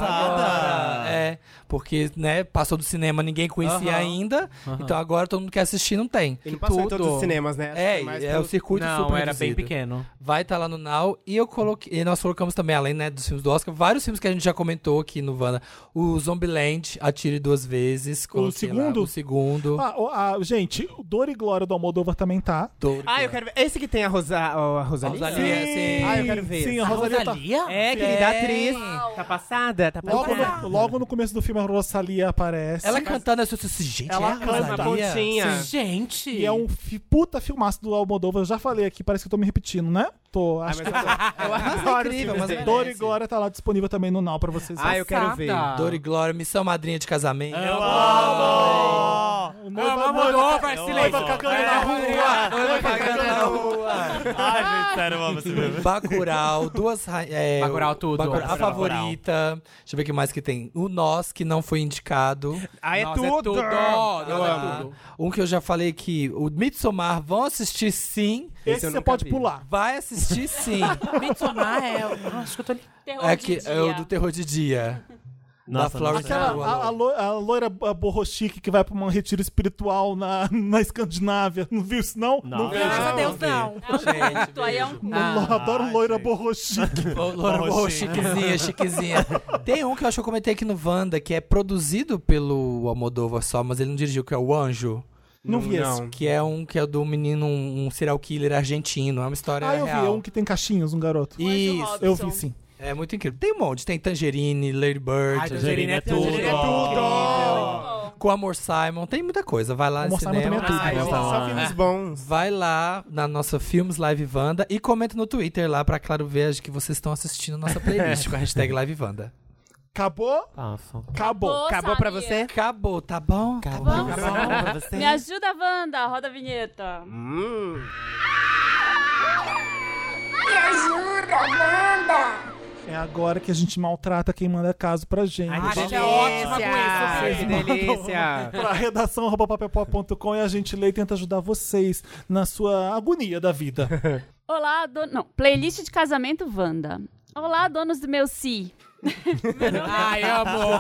C: Agora, é, porque, né, passou do cinema, ninguém conhecia
E: Aham.
C: ainda. Então agora todo mundo quer assistir, não tem.
D: E não passou em todos
E: tudo.
D: os cinemas, né? Acho que
C: É,
D: foi mais
C: é
D: pelo-
C: o circuito
E: Não,
C: super
E: era bem
C: reduzido.
E: pequeno.
C: Vai estar lá no Now. E eu coloquei. E nós colocamos também, além né, dos filmes do Oscar, vários filmes que a gente já comentou aqui no Vanda. O Zombieland, Atire Duas Vezes. coloquei lá.
A: segundo?
C: o segundo.
A: Ah, o- ah, gente, o Dor e Glória do Almodóvar também tá.
C: Doido.
D: Ah, eu quero ver. Esse que tem a, Rosa... ó, a Rosalia?
C: Rosalia, sim.
D: Ah, eu quero ver.
A: Sim,
D: esse.
A: a Rosalia, tá-
E: É,
D: É, querida
C: É.
D: atriz. Tá passada? Tá
A: Logo
D: passada.
A: no, logo no começo do filme, a Rosalia aparece.
C: Ela cantando, eu disse, gente,
A: Ela
C: é a
A: canta,
C: Rosalia?
D: pontinha.
E: Gente!
A: E é um fi- puta filmaço do Almodóvar. Eu já falei aqui, parece que eu tô me repetindo, né? Tô, acho que...
C: Mas é incrível, mas merece.
A: Dor e Glória tá lá disponível também no Now pra vocês
D: Ah, eu quero ver.
C: Dor e Glória, Missão Madrinha de Casamento.
E: É.
A: O
E: Ah,
A: noivo-
E: vamos é
A: noivo-
E: novo, Arcelino!
A: noiva cagando na
C: Rua, noiva cagando na
F: Ai, gente, sério, eu amo esse filme.
C: Bacurau, duas... ra- É,
E: Bacurau
C: o-
E: tudo.
C: Bacurau, a
E: Bacurau.
C: favorita. Deixa eu ver o que mais que tem. O Nós, que não foi indicado.
D: Ah, é
E: Nossa,
D: tudo!
E: Nossa,
C: Eu
E: é
C: amo.
E: tudo.
C: Um que eu já falei que o Midsommar vão assistir sim.
A: Esse você pode pular.
C: Vai assistir sim.
E: Midsommar é... Ah, Acho que eu tô... ali.
B: Terror
C: é,
B: de
C: que,
B: dia.
C: é o do terror de dia.
F: Nossa,
C: Flor
F: não sei.
A: Aquela,
C: Claro,
A: a, a lo- a loira b- borrochique que vai pra um retiro espiritual na, na Escandinávia. Não viu isso, não?
F: Não.
A: viu?
E: Graças a
F: não
E: Deus,
F: vi.
E: não.
B: Tu aí é um cu.
A: Eu adoro
F: Ai,
A: loira
F: gente.
A: borrochique.
C: Ô, Loura,
F: Bom,
C: ô,
F: sim.
C: chiquezinha, chiquezinha. Tem um que eu acho que eu comentei aqui no Wanda, que é produzido pelo Almodóvar só, mas ele não dirigiu, que é o Anjo.
D: Não vi esse.
C: Que é um que é do menino, um, um serial killer argentino. É uma história
A: Ah, eu vi.
C: real.
A: É um que tem cachinhos, um garoto.
C: Isso,
A: Eu vi, sim.
C: é muito incrível. Tem um monte. Tem Tangerine, Lady Bird,
E: Ai,
F: Tangerine é tudo.
E: Tangerine é
C: com Amor Simon. Tem muita coisa. Vai lá
A: Amor
C: no
A: Simon
C: cinema.
A: também é tudo.
F: né?
D: Ai, gente, só filmes bons.
C: Vai lá na nossa Filmes Live Vanda e comenta no Twitter lá pra Claro ver que vocês estão assistindo a nossa playlist com a hashtag Live Vanda.
E: É.
A: Acabou?
F: Nossa.
A: Acabou.
B: Acabou pra você?
C: Acabou, tá bom? Tá bom.
B: Me ajuda, Wanda. Roda a vinheta.
I: Me ajuda, Wanda!
A: É agora que a gente maltrata quem manda caso pra gente.
E: A gente é
D: delícia.
E: ótima com isso,
D: Que
E: filho.
D: delícia.
A: pra redação arroba papelpop.com e a gente lê e tenta ajudar vocês na sua agonia da vida.
B: Olá, do... não. Playlist de casamento Wanda. Olá, donos do meu si.
E: Ai, amor.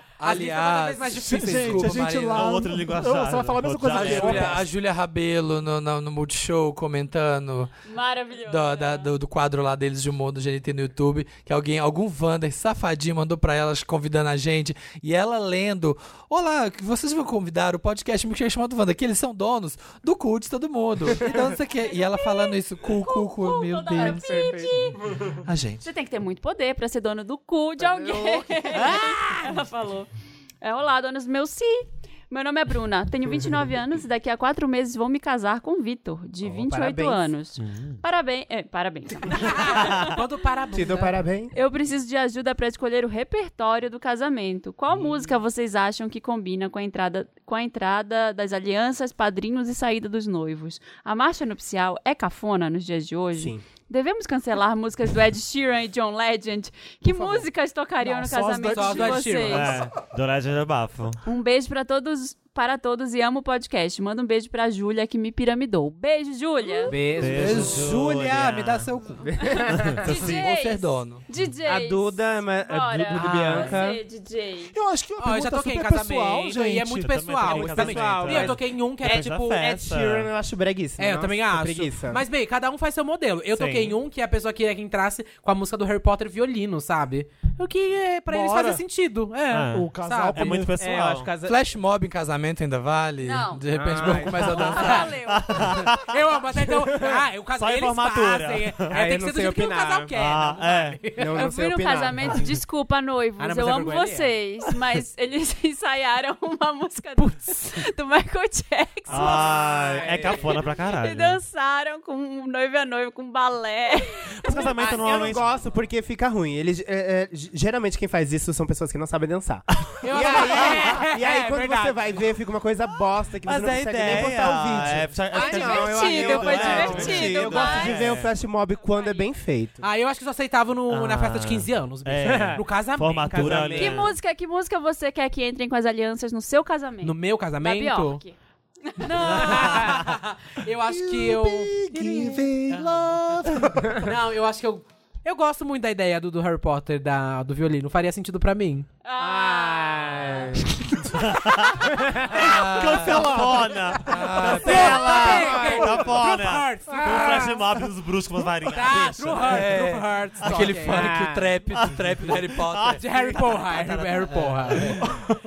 C: é Aliás,
E: tá mais difícil,
A: Gente, a gente
C: Marina.
A: lá.
F: Ou É um outro linguajar.
A: Não, Você vai falar a mesma
F: Ou
A: coisa
F: já
A: que
F: é.
A: eu.
C: Júlia- a Júlia Rabelo no, no, no Multishow comentando
B: Maravilhoso.
C: do, da- do, do quadro lá deles de humor do GNT no YouTube, que alguém, algum Wander safadinho mandou pra elas convidando a gente, e ela lendo, olá, que vocês vão convidar o podcast me chamado Wander, que eles são donos do cu de todo mundo. Então, não sei o que. E ela falando isso, cu, cu, cu, meu
B: toda hora,
C: Deus. A gente.
B: Você tem que ter muito poder pra ser dono do cu de alguém. Ela falou. É, olá, donos do meu si. Meu nome é Bruna, tenho 29 anos e daqui a quatro meses vou me casar com o Vitor, de 28
G: parabéns.
B: anos. Parabéns. É, parabéns. não.
E: Quando parabéns.
D: Te dou parabéns.
B: Eu preciso de ajuda pra escolher o repertório do casamento. Qual
E: Hum.
B: música vocês acham que combina com a entrada com a entrada das alianças, padrinhos e saída dos noivos? A marcha nupcial é cafona nos dias de hoje?
D: Sim.
B: Devemos cancelar músicas do Ed Sheeran e John Legend? Que músicas tocariam no casamento
E: só as
B: de
E: do Ed
B: vocês?
E: Sheeran.
F: É, Dourado é bafo.
B: Um beijo pra todos, para todos e amo o podcast. Manda um beijo pra Júlia que me piramidou. Beijo, Júlia.
G: Beijo.
F: Beijo,
C: Júlia, me dá seu é cu.
B: DJs.
C: Vou ser dono.
B: DJs.
G: A Duda, ma- a
B: É Bora.
G: Duda do
E: Ah,
G: Bianca.
B: Você, DJ.
A: Eu acho que é uma
E: Ó, eu
A: pergunta
E: já toquei em
A: super
E: casamento,
A: pessoal, gente.
E: e é muito
F: Eu também
E: pessoal.
F: toquei em
E: também.
F: casamento,
E: E eu
F: é.
E: toquei em um que era
F: Depois da
E: tipo...
F: festa.
D: É, Ed Sheeran eu acho breguíssimo.
E: É, eu
D: Nossa,
E: também acho.
D: né? Preguiça.
E: Mas bem, cada um faz seu modelo. Eu
F: Sim.
E: toquei em um que a pessoa queria que entrasse com a música do Harry Potter violino, sabe? O que é, pra eles
A: Bora.
E: fazia sentido. É.
F: Ah.
A: O casal
E: Sabe?
F: É muito pessoal.
G: É, eu acho que casa...
C: Flash mob em casamento ainda vale?
B: Não.
D: Ah,
C: De repente vamos começar a dançar.
B: Valeu.
E: Eu amo, até então. Ah, o casal
F: Só em
E: eles
F: formatura.
E: fazem. É,
G: Ah, eu não
E: tem que ser do
G: sei
E: jeito que o
G: opinar.
E: casal quer.
F: Ah, é.
G: Não,
B: Eu
G: não
B: fui
G: sei
B: no
G: opinar.
B: casamento, desculpa, noivos,
E: Ah, não, mas
B: eu
E: é
B: amo
E: vergonha
B: vocês, mas eles ensaiaram uma música do, do Michael Jackson
F: Ai, é cafona pra
B: e
F: caralho.
B: dançaram com noiva a noivo, com balé.
F: Mas casamento
G: Ah,
F: é um
G: eu não
F: normalmente.
G: gosto porque fica ruim. Eles, é, é, g- geralmente quem faz isso são pessoas que não sabem dançar.
E: Eu-
G: E aí,
E: É,
G: e aí
E: é
G: quando
E: verdade.
G: você vai ver, fica uma coisa bosta que você
F: Mas
G: não
F: é a
G: consegue
F: ideia.
G: nem postar o vídeo.
F: É, precisa-
B: Foi
F: precisa-
G: não, eu-
B: divertido,
G: eu-
F: né?
B: foi
G: eu-
B: divertido.
G: Eu gosto de
B: mas-
G: ver o flash mob quando é bem feito.
E: Ah, eu acho que só aceitavam no, na festa de 15 anos.
F: É.
E: bicho. No casamento.
F: Formatura né? ali.
B: Que música, que música você quer que entrem com as alianças no seu casamento?
E: No meu
B: da
E: casamento?
B: Bjork.
E: Não! eu acho que eu.
F: É.
E: Não, eu acho que eu. Eu gosto muito da ideia do, do Harry Potter, da, do violino. Faria sentido pra mim.
B: Ah,
F: Ah, Cafona! tá
E: Ela!
F: Cafona!
E: Hearts!
F: Um tá flash mob dos bruxos com as varinhas.
E: Tá,
F: Bicha.
E: True Hearts,
C: É.
E: True Hearts.
C: Aquele
E: ok. Ah.
C: funk,
F: Ah.
C: o trap, o trap do Harry Potter.
E: De Harry Porra, Harry, Harry Porra.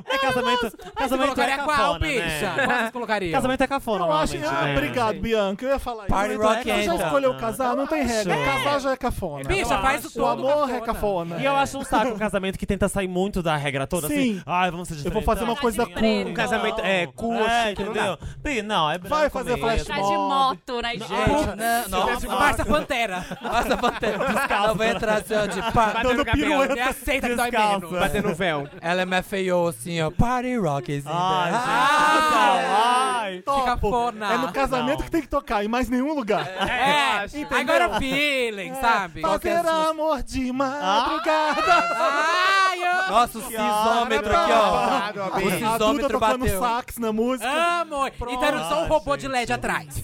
F: É casamento.
E: Você
F: Casamento é
E: colocaria qual,
F: cafona,
E: bicha?
F: né?
E: Qual vocês colocariam?
F: Casamento é cafona,
A: Eu acho.
F: normalmente,
A: Ah,
F: né?
A: Obrigado, Bianca. Eu ia falar isso.
C: Party
A: Eu
C: rock
A: já
C: entra.
A: escolheu casar, não tem regra.
F: É.
A: Casar já é cafona.
E: Ah, Bicha, faz o
A: o
E: todo
A: amor é
E: cafona.
A: cafona.
F: E eu acho um saco um casamento que tenta sair muito da regra toda, assim.
A: Sim.
F: Ai, vamos ser
A: Eu vou fazer uma coisa
B: Tá de preto.
A: cool.
G: Um casamento é cu, assim, que não dá.
F: entendeu? Bi, Não, é
A: Vai
F: branco
A: fazer
F: mesmo.
A: flash
B: Atrás de
A: mob.
B: moto, né, gente?
C: Não, nossa,
E: Marcia Pantera.
C: nossa, bateu. Ela vai entrar assim, ó, de pá.
F: Dando
E: Me
F: pirueta.
E: aceita que dói menos.
F: Descalça.
G: Batendo véu.
C: Ela é MFAO, assim, ó. Party rock is in
F: Ai,
C: the-
F: Ah, gente.
E: Ah,
F: Ai.
A: Topo.
E: cafona.
A: É no casamento
F: Não.
A: que tem que tocar, em mais nenhum lugar.
E: É, agora feeling, sabe?
A: Fazer amor de madrugada. Tá
E: Ai, eu
C: Nossa, o sisômetro aqui, ó.
G: Babado, ó,
C: O
G: bem.
A: a Duda
C: sisômetro
A: Tá tocando
C: bateu.
A: sax na música.
E: amo. E tá só um robô de LED atrás.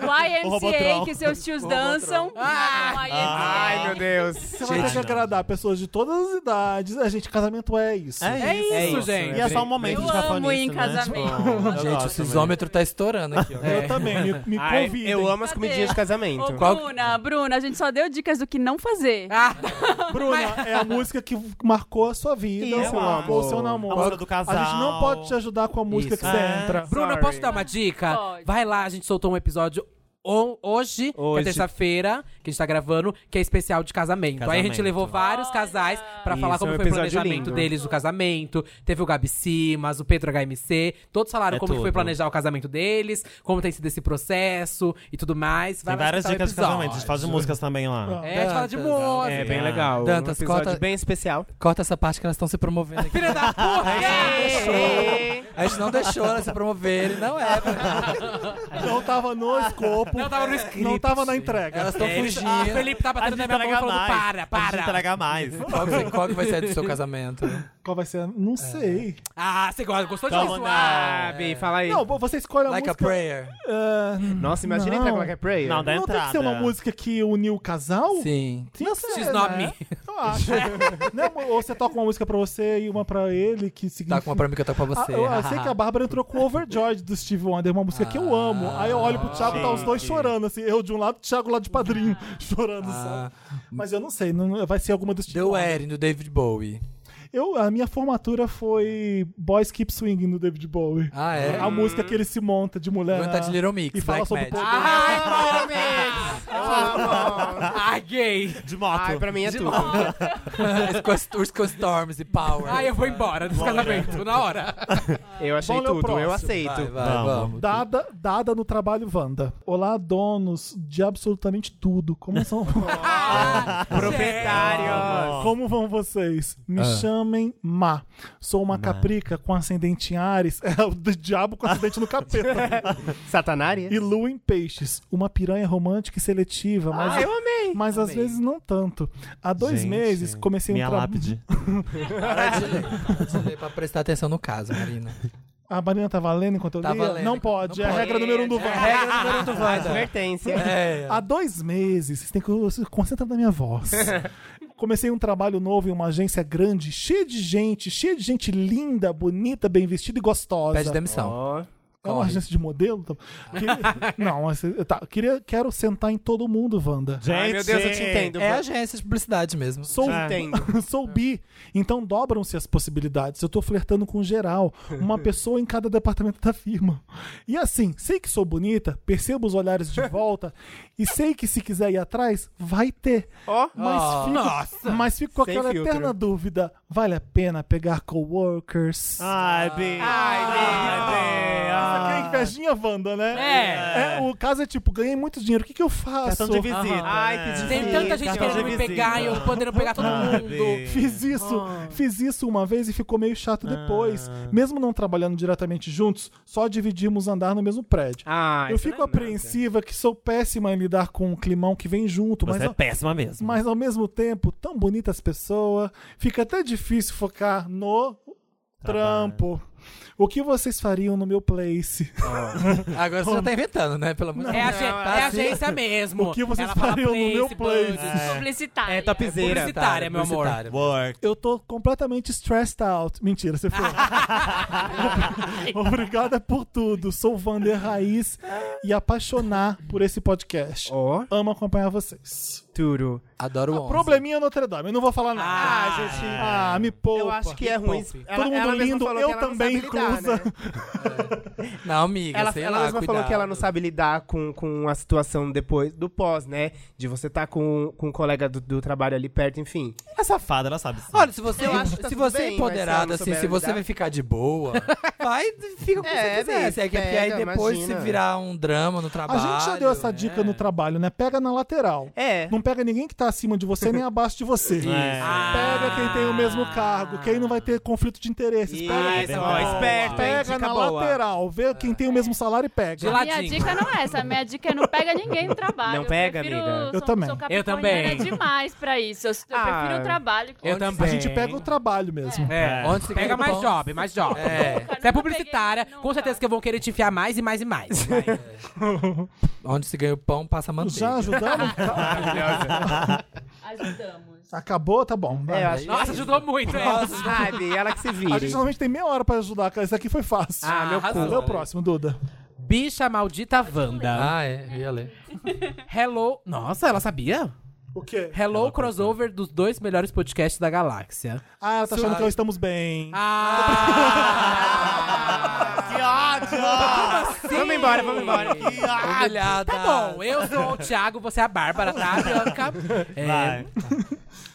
F: O
B: YMCA,
F: Robotron.
B: que seus tios dançam. Ah,
G: Ai, meu Deus.
A: Você vai ter que
F: não.
A: agradar pessoas de todas as idades. A gente, casamento é isso.
E: É isso, gente.
F: E é só um momento
B: Eu
F: de
B: amo
F: cafonice,
B: ir em
F: né?
B: casamento.
F: Tipo, eu
C: Gente,
F: gosto
C: o sisômetero tá estourando aqui, ó.
E: É.
A: Eu também, me, me
G: Ai,
A: convidem.
G: eu amo as
B: Cadê?
G: comidinhas de casamento.
B: Ô,
C: Qual-
B: Bruna, Bruna, a gente só deu dicas do que não fazer.
E: Ah,
A: Bruna, é a música que marcou a sua vida,
G: Isso,
A: ou seu amor, ou seu
F: também. A música
A: namoro.
F: do
A: A
F: casal.
A: gente não pode te ajudar com a música
E: Isso.
A: que você
F: É.
A: entra.
E: Bruna,
G: Sorry.
E: posso dar uma dica?
B: Pode.
E: Vai lá, a gente soltou um episódio on- hoje, que é
G: Hoje.
E: terça-feira, que a gente tá gravando, que é especial de casamento. Aí a gente
F: Casamento.
E: levou vários casais pra
G: Isso,
E: falar como
G: é um
E: foi o
G: episódio
E: planejamento
G: lindo.
E: deles do casamento. Teve o Gabi Simas, o Pedro HMC, todos falaram
F: É
E: como que foi
F: tudo.
E: planejar o casamento deles, como tem sido esse processo e tudo mais. Vai
F: Tem
E: lá
F: várias
E: escutar o
F: dicas de casamento. A gente
E: episódio.
F: fala de músicas também lá.
E: É, a gente fala de música.
G: É, bem
F: Ah.
G: legal.
C: Dantas,
G: um episódio
C: corta-
G: bem especial.
C: Corta essa parte que elas estão se promovendo aqui.
E: Filha da puta!
C: A gente não deixou elas se promoverem, não é.
A: Não tava no escopo,
E: Não tava no script.
A: Não tava na entrega.
C: Elas estão
E: É, eles-
C: fugindo.
E: Ah, Felipe tá
F: A
E: batendo
F: gente
E: na minha mão
F: entrega
E: falando,
F: mais.
E: para,
F: A gente
E: para.
F: entrega mais.
C: Qual que, qual que vai ser do seu casamento?
A: Qual vai ser? a- Não sei.
E: Ah, você gosta, gostou de
F: Calma,
E: zoar?
D: Ah, Bi, fala aí.
A: Não, você escolhe a
C: Like a
A: música.
C: prayer.
A: Ah,
D: Nossa, imagina
A: Não.
D: entrar com Like a Prayer.
F: Não, da
A: não tem
F: entrada.
A: que ser uma música que uniu o casal?
C: Sim.
A: Tinha que ser,
E: She's not
A: né?
E: me.
A: Eu acho. Não, ou você toca uma música pra você e uma pra ele, que significa.
C: Tá com uma pra mim que eu tô pra
A: Ah,
C: você.
A: eu, eu sei que a Bárbara entrou com Overjoyed do Steve Wonder, uma música que eu
C: Ah,
A: amo. Aí eu olho pro Thiago e tá os dois chorando, assim. Eu de um lado, o Thiago lá de padrinho,
C: Ah.
A: chorando, sabe? Mas eu não sei, não, vai ser alguma do Steve
C: The
A: Wonder.
C: Wedding, do David Bowie.
A: Eu, a minha formatura foi Boys Keep Swinging, do David Bowie.
C: Ah, é?
A: A música que ele se monta de mulher.
C: Vou entrar de Little Mix,
A: E fala
C: Black
A: sobre o
C: Magic. Ah,
A: poder.
E: Ai,
D: Amo.
E: Ai, Ah, gay.
F: De moto.
D: Ai, pra mim é tudo.
C: Os com Storms e Power.
E: Ai, eu vou embora desse casamento, na hora.
D: Eu achei
A: Vamos ler o
D: tudo, eu
A: próximo.
D: aceito.
C: Vai, vai,
F: Vamos.
C: vamos.
A: Dada, dada no trabalho, Wanda. Olá, donos de absolutamente tudo. Como são?
D: Proprietário.
A: Como vão vocês? Me chamem Má. Sou uma caprica com ascendente em Ares. É o do diabo com ascendente no capeta.
D: Satanari?
A: e lua em peixes. Uma piranha romântica e seletiva, mas,
D: eu amei.
A: mas às vezes não tanto. Há dois
F: Gente,
A: meses comecei um
F: Minha
A: trabalho.
F: lápide.
C: Para de ler. Para de ler pra prestar atenção no caso, Marina.
A: A Marina tava lendo enquanto eu
C: Tava
A: lia?
C: lendo
A: Não
C: enquanto-
A: pode.
C: não
A: é a
C: pode.
A: regra número um do Wanda.
C: Regra número do Wanda.
D: Advertência.
C: É.
A: Há dois meses, vocês têm que se concentrar na minha voz. Comecei um trabalho novo em uma agência grande, cheia de gente, cheia de gente linda, bonita, bem vestida e gostosa.
C: Pede demissão.
D: Ó.
A: É uma
C: corre.
A: agência de modelo? Tá. Que- Não, mas, tá, queria, quero sentar em todo mundo, Wanda.
F: Gente,
D: Ai, meu Deus, eu te entendo.
C: É agência de publicidade mesmo.
A: Sou, um
D: Já entendo.
A: sou bi, então dobram-se as possibilidades. Eu tô flertando com geral, uma pessoa em cada departamento da firma. E assim, sei que sou bonita, percebo os olhares de volta e sei que se quiser ir atrás, vai ter.
D: Ó.
A: Mas,
C: Ah.
A: fico, mas fico com
D: Sem
A: aquela
D: filtro.
A: eterna dúvida: vale a pena pegar coworkers?
F: Ai, Ah. Bi.
A: Essa aqui é
D: Ah.
F: Ai, Bi. Ai.
A: invejinha Wanda, né?
E: É.
A: É, O caso é tipo, ganhei muito dinheiro, o que, que eu faço?
F: Cartão de visita.
D: Ai, que
F: né?
D: difícil.
E: Tem tanta gente
D: Cartão
E: querendo
D: de
E: me
D: visita.
E: pegar e eu podendo pegar todo
F: Ah,
E: mundo.
F: Bi.
A: Fiz isso, fiz isso uma vez e ficou meio chato depois.
D: Ah.
A: Mesmo não trabalhando diretamente juntos, só dividimos andar no mesmo prédio.
D: Ah,
A: eu
D: isso
A: fico
D: não é nada.
A: apreensiva que sou péssima em lidar com o climão que vem junto, mas,
F: Você é
A: ao-
F: péssima mesmo.
A: mas ao mesmo tempo, tão bonitas pessoas, fica até difícil focar no trampo. O que vocês fariam no meu place?
C: Agora você já tá inventando, né? Pelo menos.
E: É, a ge-
D: Não,
E: é
C: Assim,
E: a agência mesmo.
A: O que vocês
E: Ela fala
A: fariam no meu
E: place,
A: place?
E: budget.
B: Publicitária.
E: tá
D: É topzera.
E: Publicitária, meu amor.
C: Publicitária.
F: Work.
A: Eu tô completamente stressed out. Mentira, você foi. Obrigada por tudo. Sou Vander Raiz e apaixonar por esse podcast.
D: Ó,
A: Amo acompanhar vocês.
D: Turo.
C: Adoro o 11.
A: Probleminha Notre Dame, eu não vou falar nada.
D: Ah, gente.
A: Ah, me poupa.
D: Eu acho que é
A: Me
D: ruim.
A: poupe.
D: Ela-
A: Todo
D: ela
A: mundo
D: mesma
A: lindo,
D: falou
A: eu
D: que ela não
A: também,
D: sabe lidar,
A: inclusa.
D: né?
C: Não, amiga,
D: Ela,
C: sei
D: ela
C: lá,
D: mesma falou
C: cuidado.
D: que ela não sabe lidar com, com a situação depois do pós, né? De você estar com, com um colega do, do trabalho ali perto, enfim.
F: É safada, ela sabe. sim.
C: Olha, se você,
D: Eu acho que tá
C: se
D: tudo
C: você é
D: bem, mas se ela
C: empoderada,
D: não
C: assim,
D: souber
C: se você
D: lidar.
C: vai ficar de boa, vai, fica com o que
D: É,
C: você quiser.
D: bicho,
C: assim, é que- porque aí
D: pega,
C: depois
D: imagina.
C: se virar um drama no
A: A
C: trabalho.
A: gente já deu essa dica no trabalho, né? Pega na lateral.
D: É.
A: Não pega ninguém que tá acima de você nem abaixo de você.
D: Ah.
A: Pega quem tem o mesmo cargo, quem não vai ter conflito de interesses.
D: Isso,
A: Pega,
F: bem
D: ó,
F: boa.
D: esperta, hein?
A: pega
D: Dica
A: na
D: boa. Ah.
A: lateral, vê quem tem o mesmo salário e
E: De
A: pega.
E: lá-
B: Minha
E: Tadinho.
B: dica não é essa. a Minha dica é não pega ninguém no trabalho.
D: Não pega,
B: eu prefiro,
D: amiga?
B: Sou,
A: Eu também.
B: Sou
E: Eu também.
B: capricorniana demais pra isso. Eu, eu prefiro
D: Ah,
B: o trabalho.
E: Eu
C: Onde-
A: A
E: também.
A: gente pega o trabalho mesmo.
E: É.
C: Onde se
E: Pega
C: ganha
E: mais
C: pão,
E: job, mais job.
C: É.
E: Você é publicitária, com certeza que vão querer te enfiar mais e mais e mais. Vai.
C: Onde se ganha o pão, passa a manteiga.
A: Já ajudamos?
B: Ajudamos.
A: Acabou? Tá bom. vai.
D: É, eu acho
E: Nossa, ajudou muito, é.
D: Sabe, ela que se
A: A gente
D: vire.
A: normalmente tem meia hora pra ajudar, cara. Isso aqui foi fácil.
E: Ah, meu
A: Qual é o próximo, Duda?
E: Bicha maldita Wanda.
C: Ah, é, eu ia ler.
E: Hello. Nossa, ela sabia?
A: O quê?
E: Hello crossover dos dois melhores podcasts da galáxia.
A: Ah, ela tá achando que eu estamos bem.
E: Ah!
F: Que ódio!
D: Vamos embora, vamos embora.
C: Humilhada.
E: assim? Tá bom, eu sou o Thiago, você é a Bárbara, tá, Bianca? É,
F: Vai.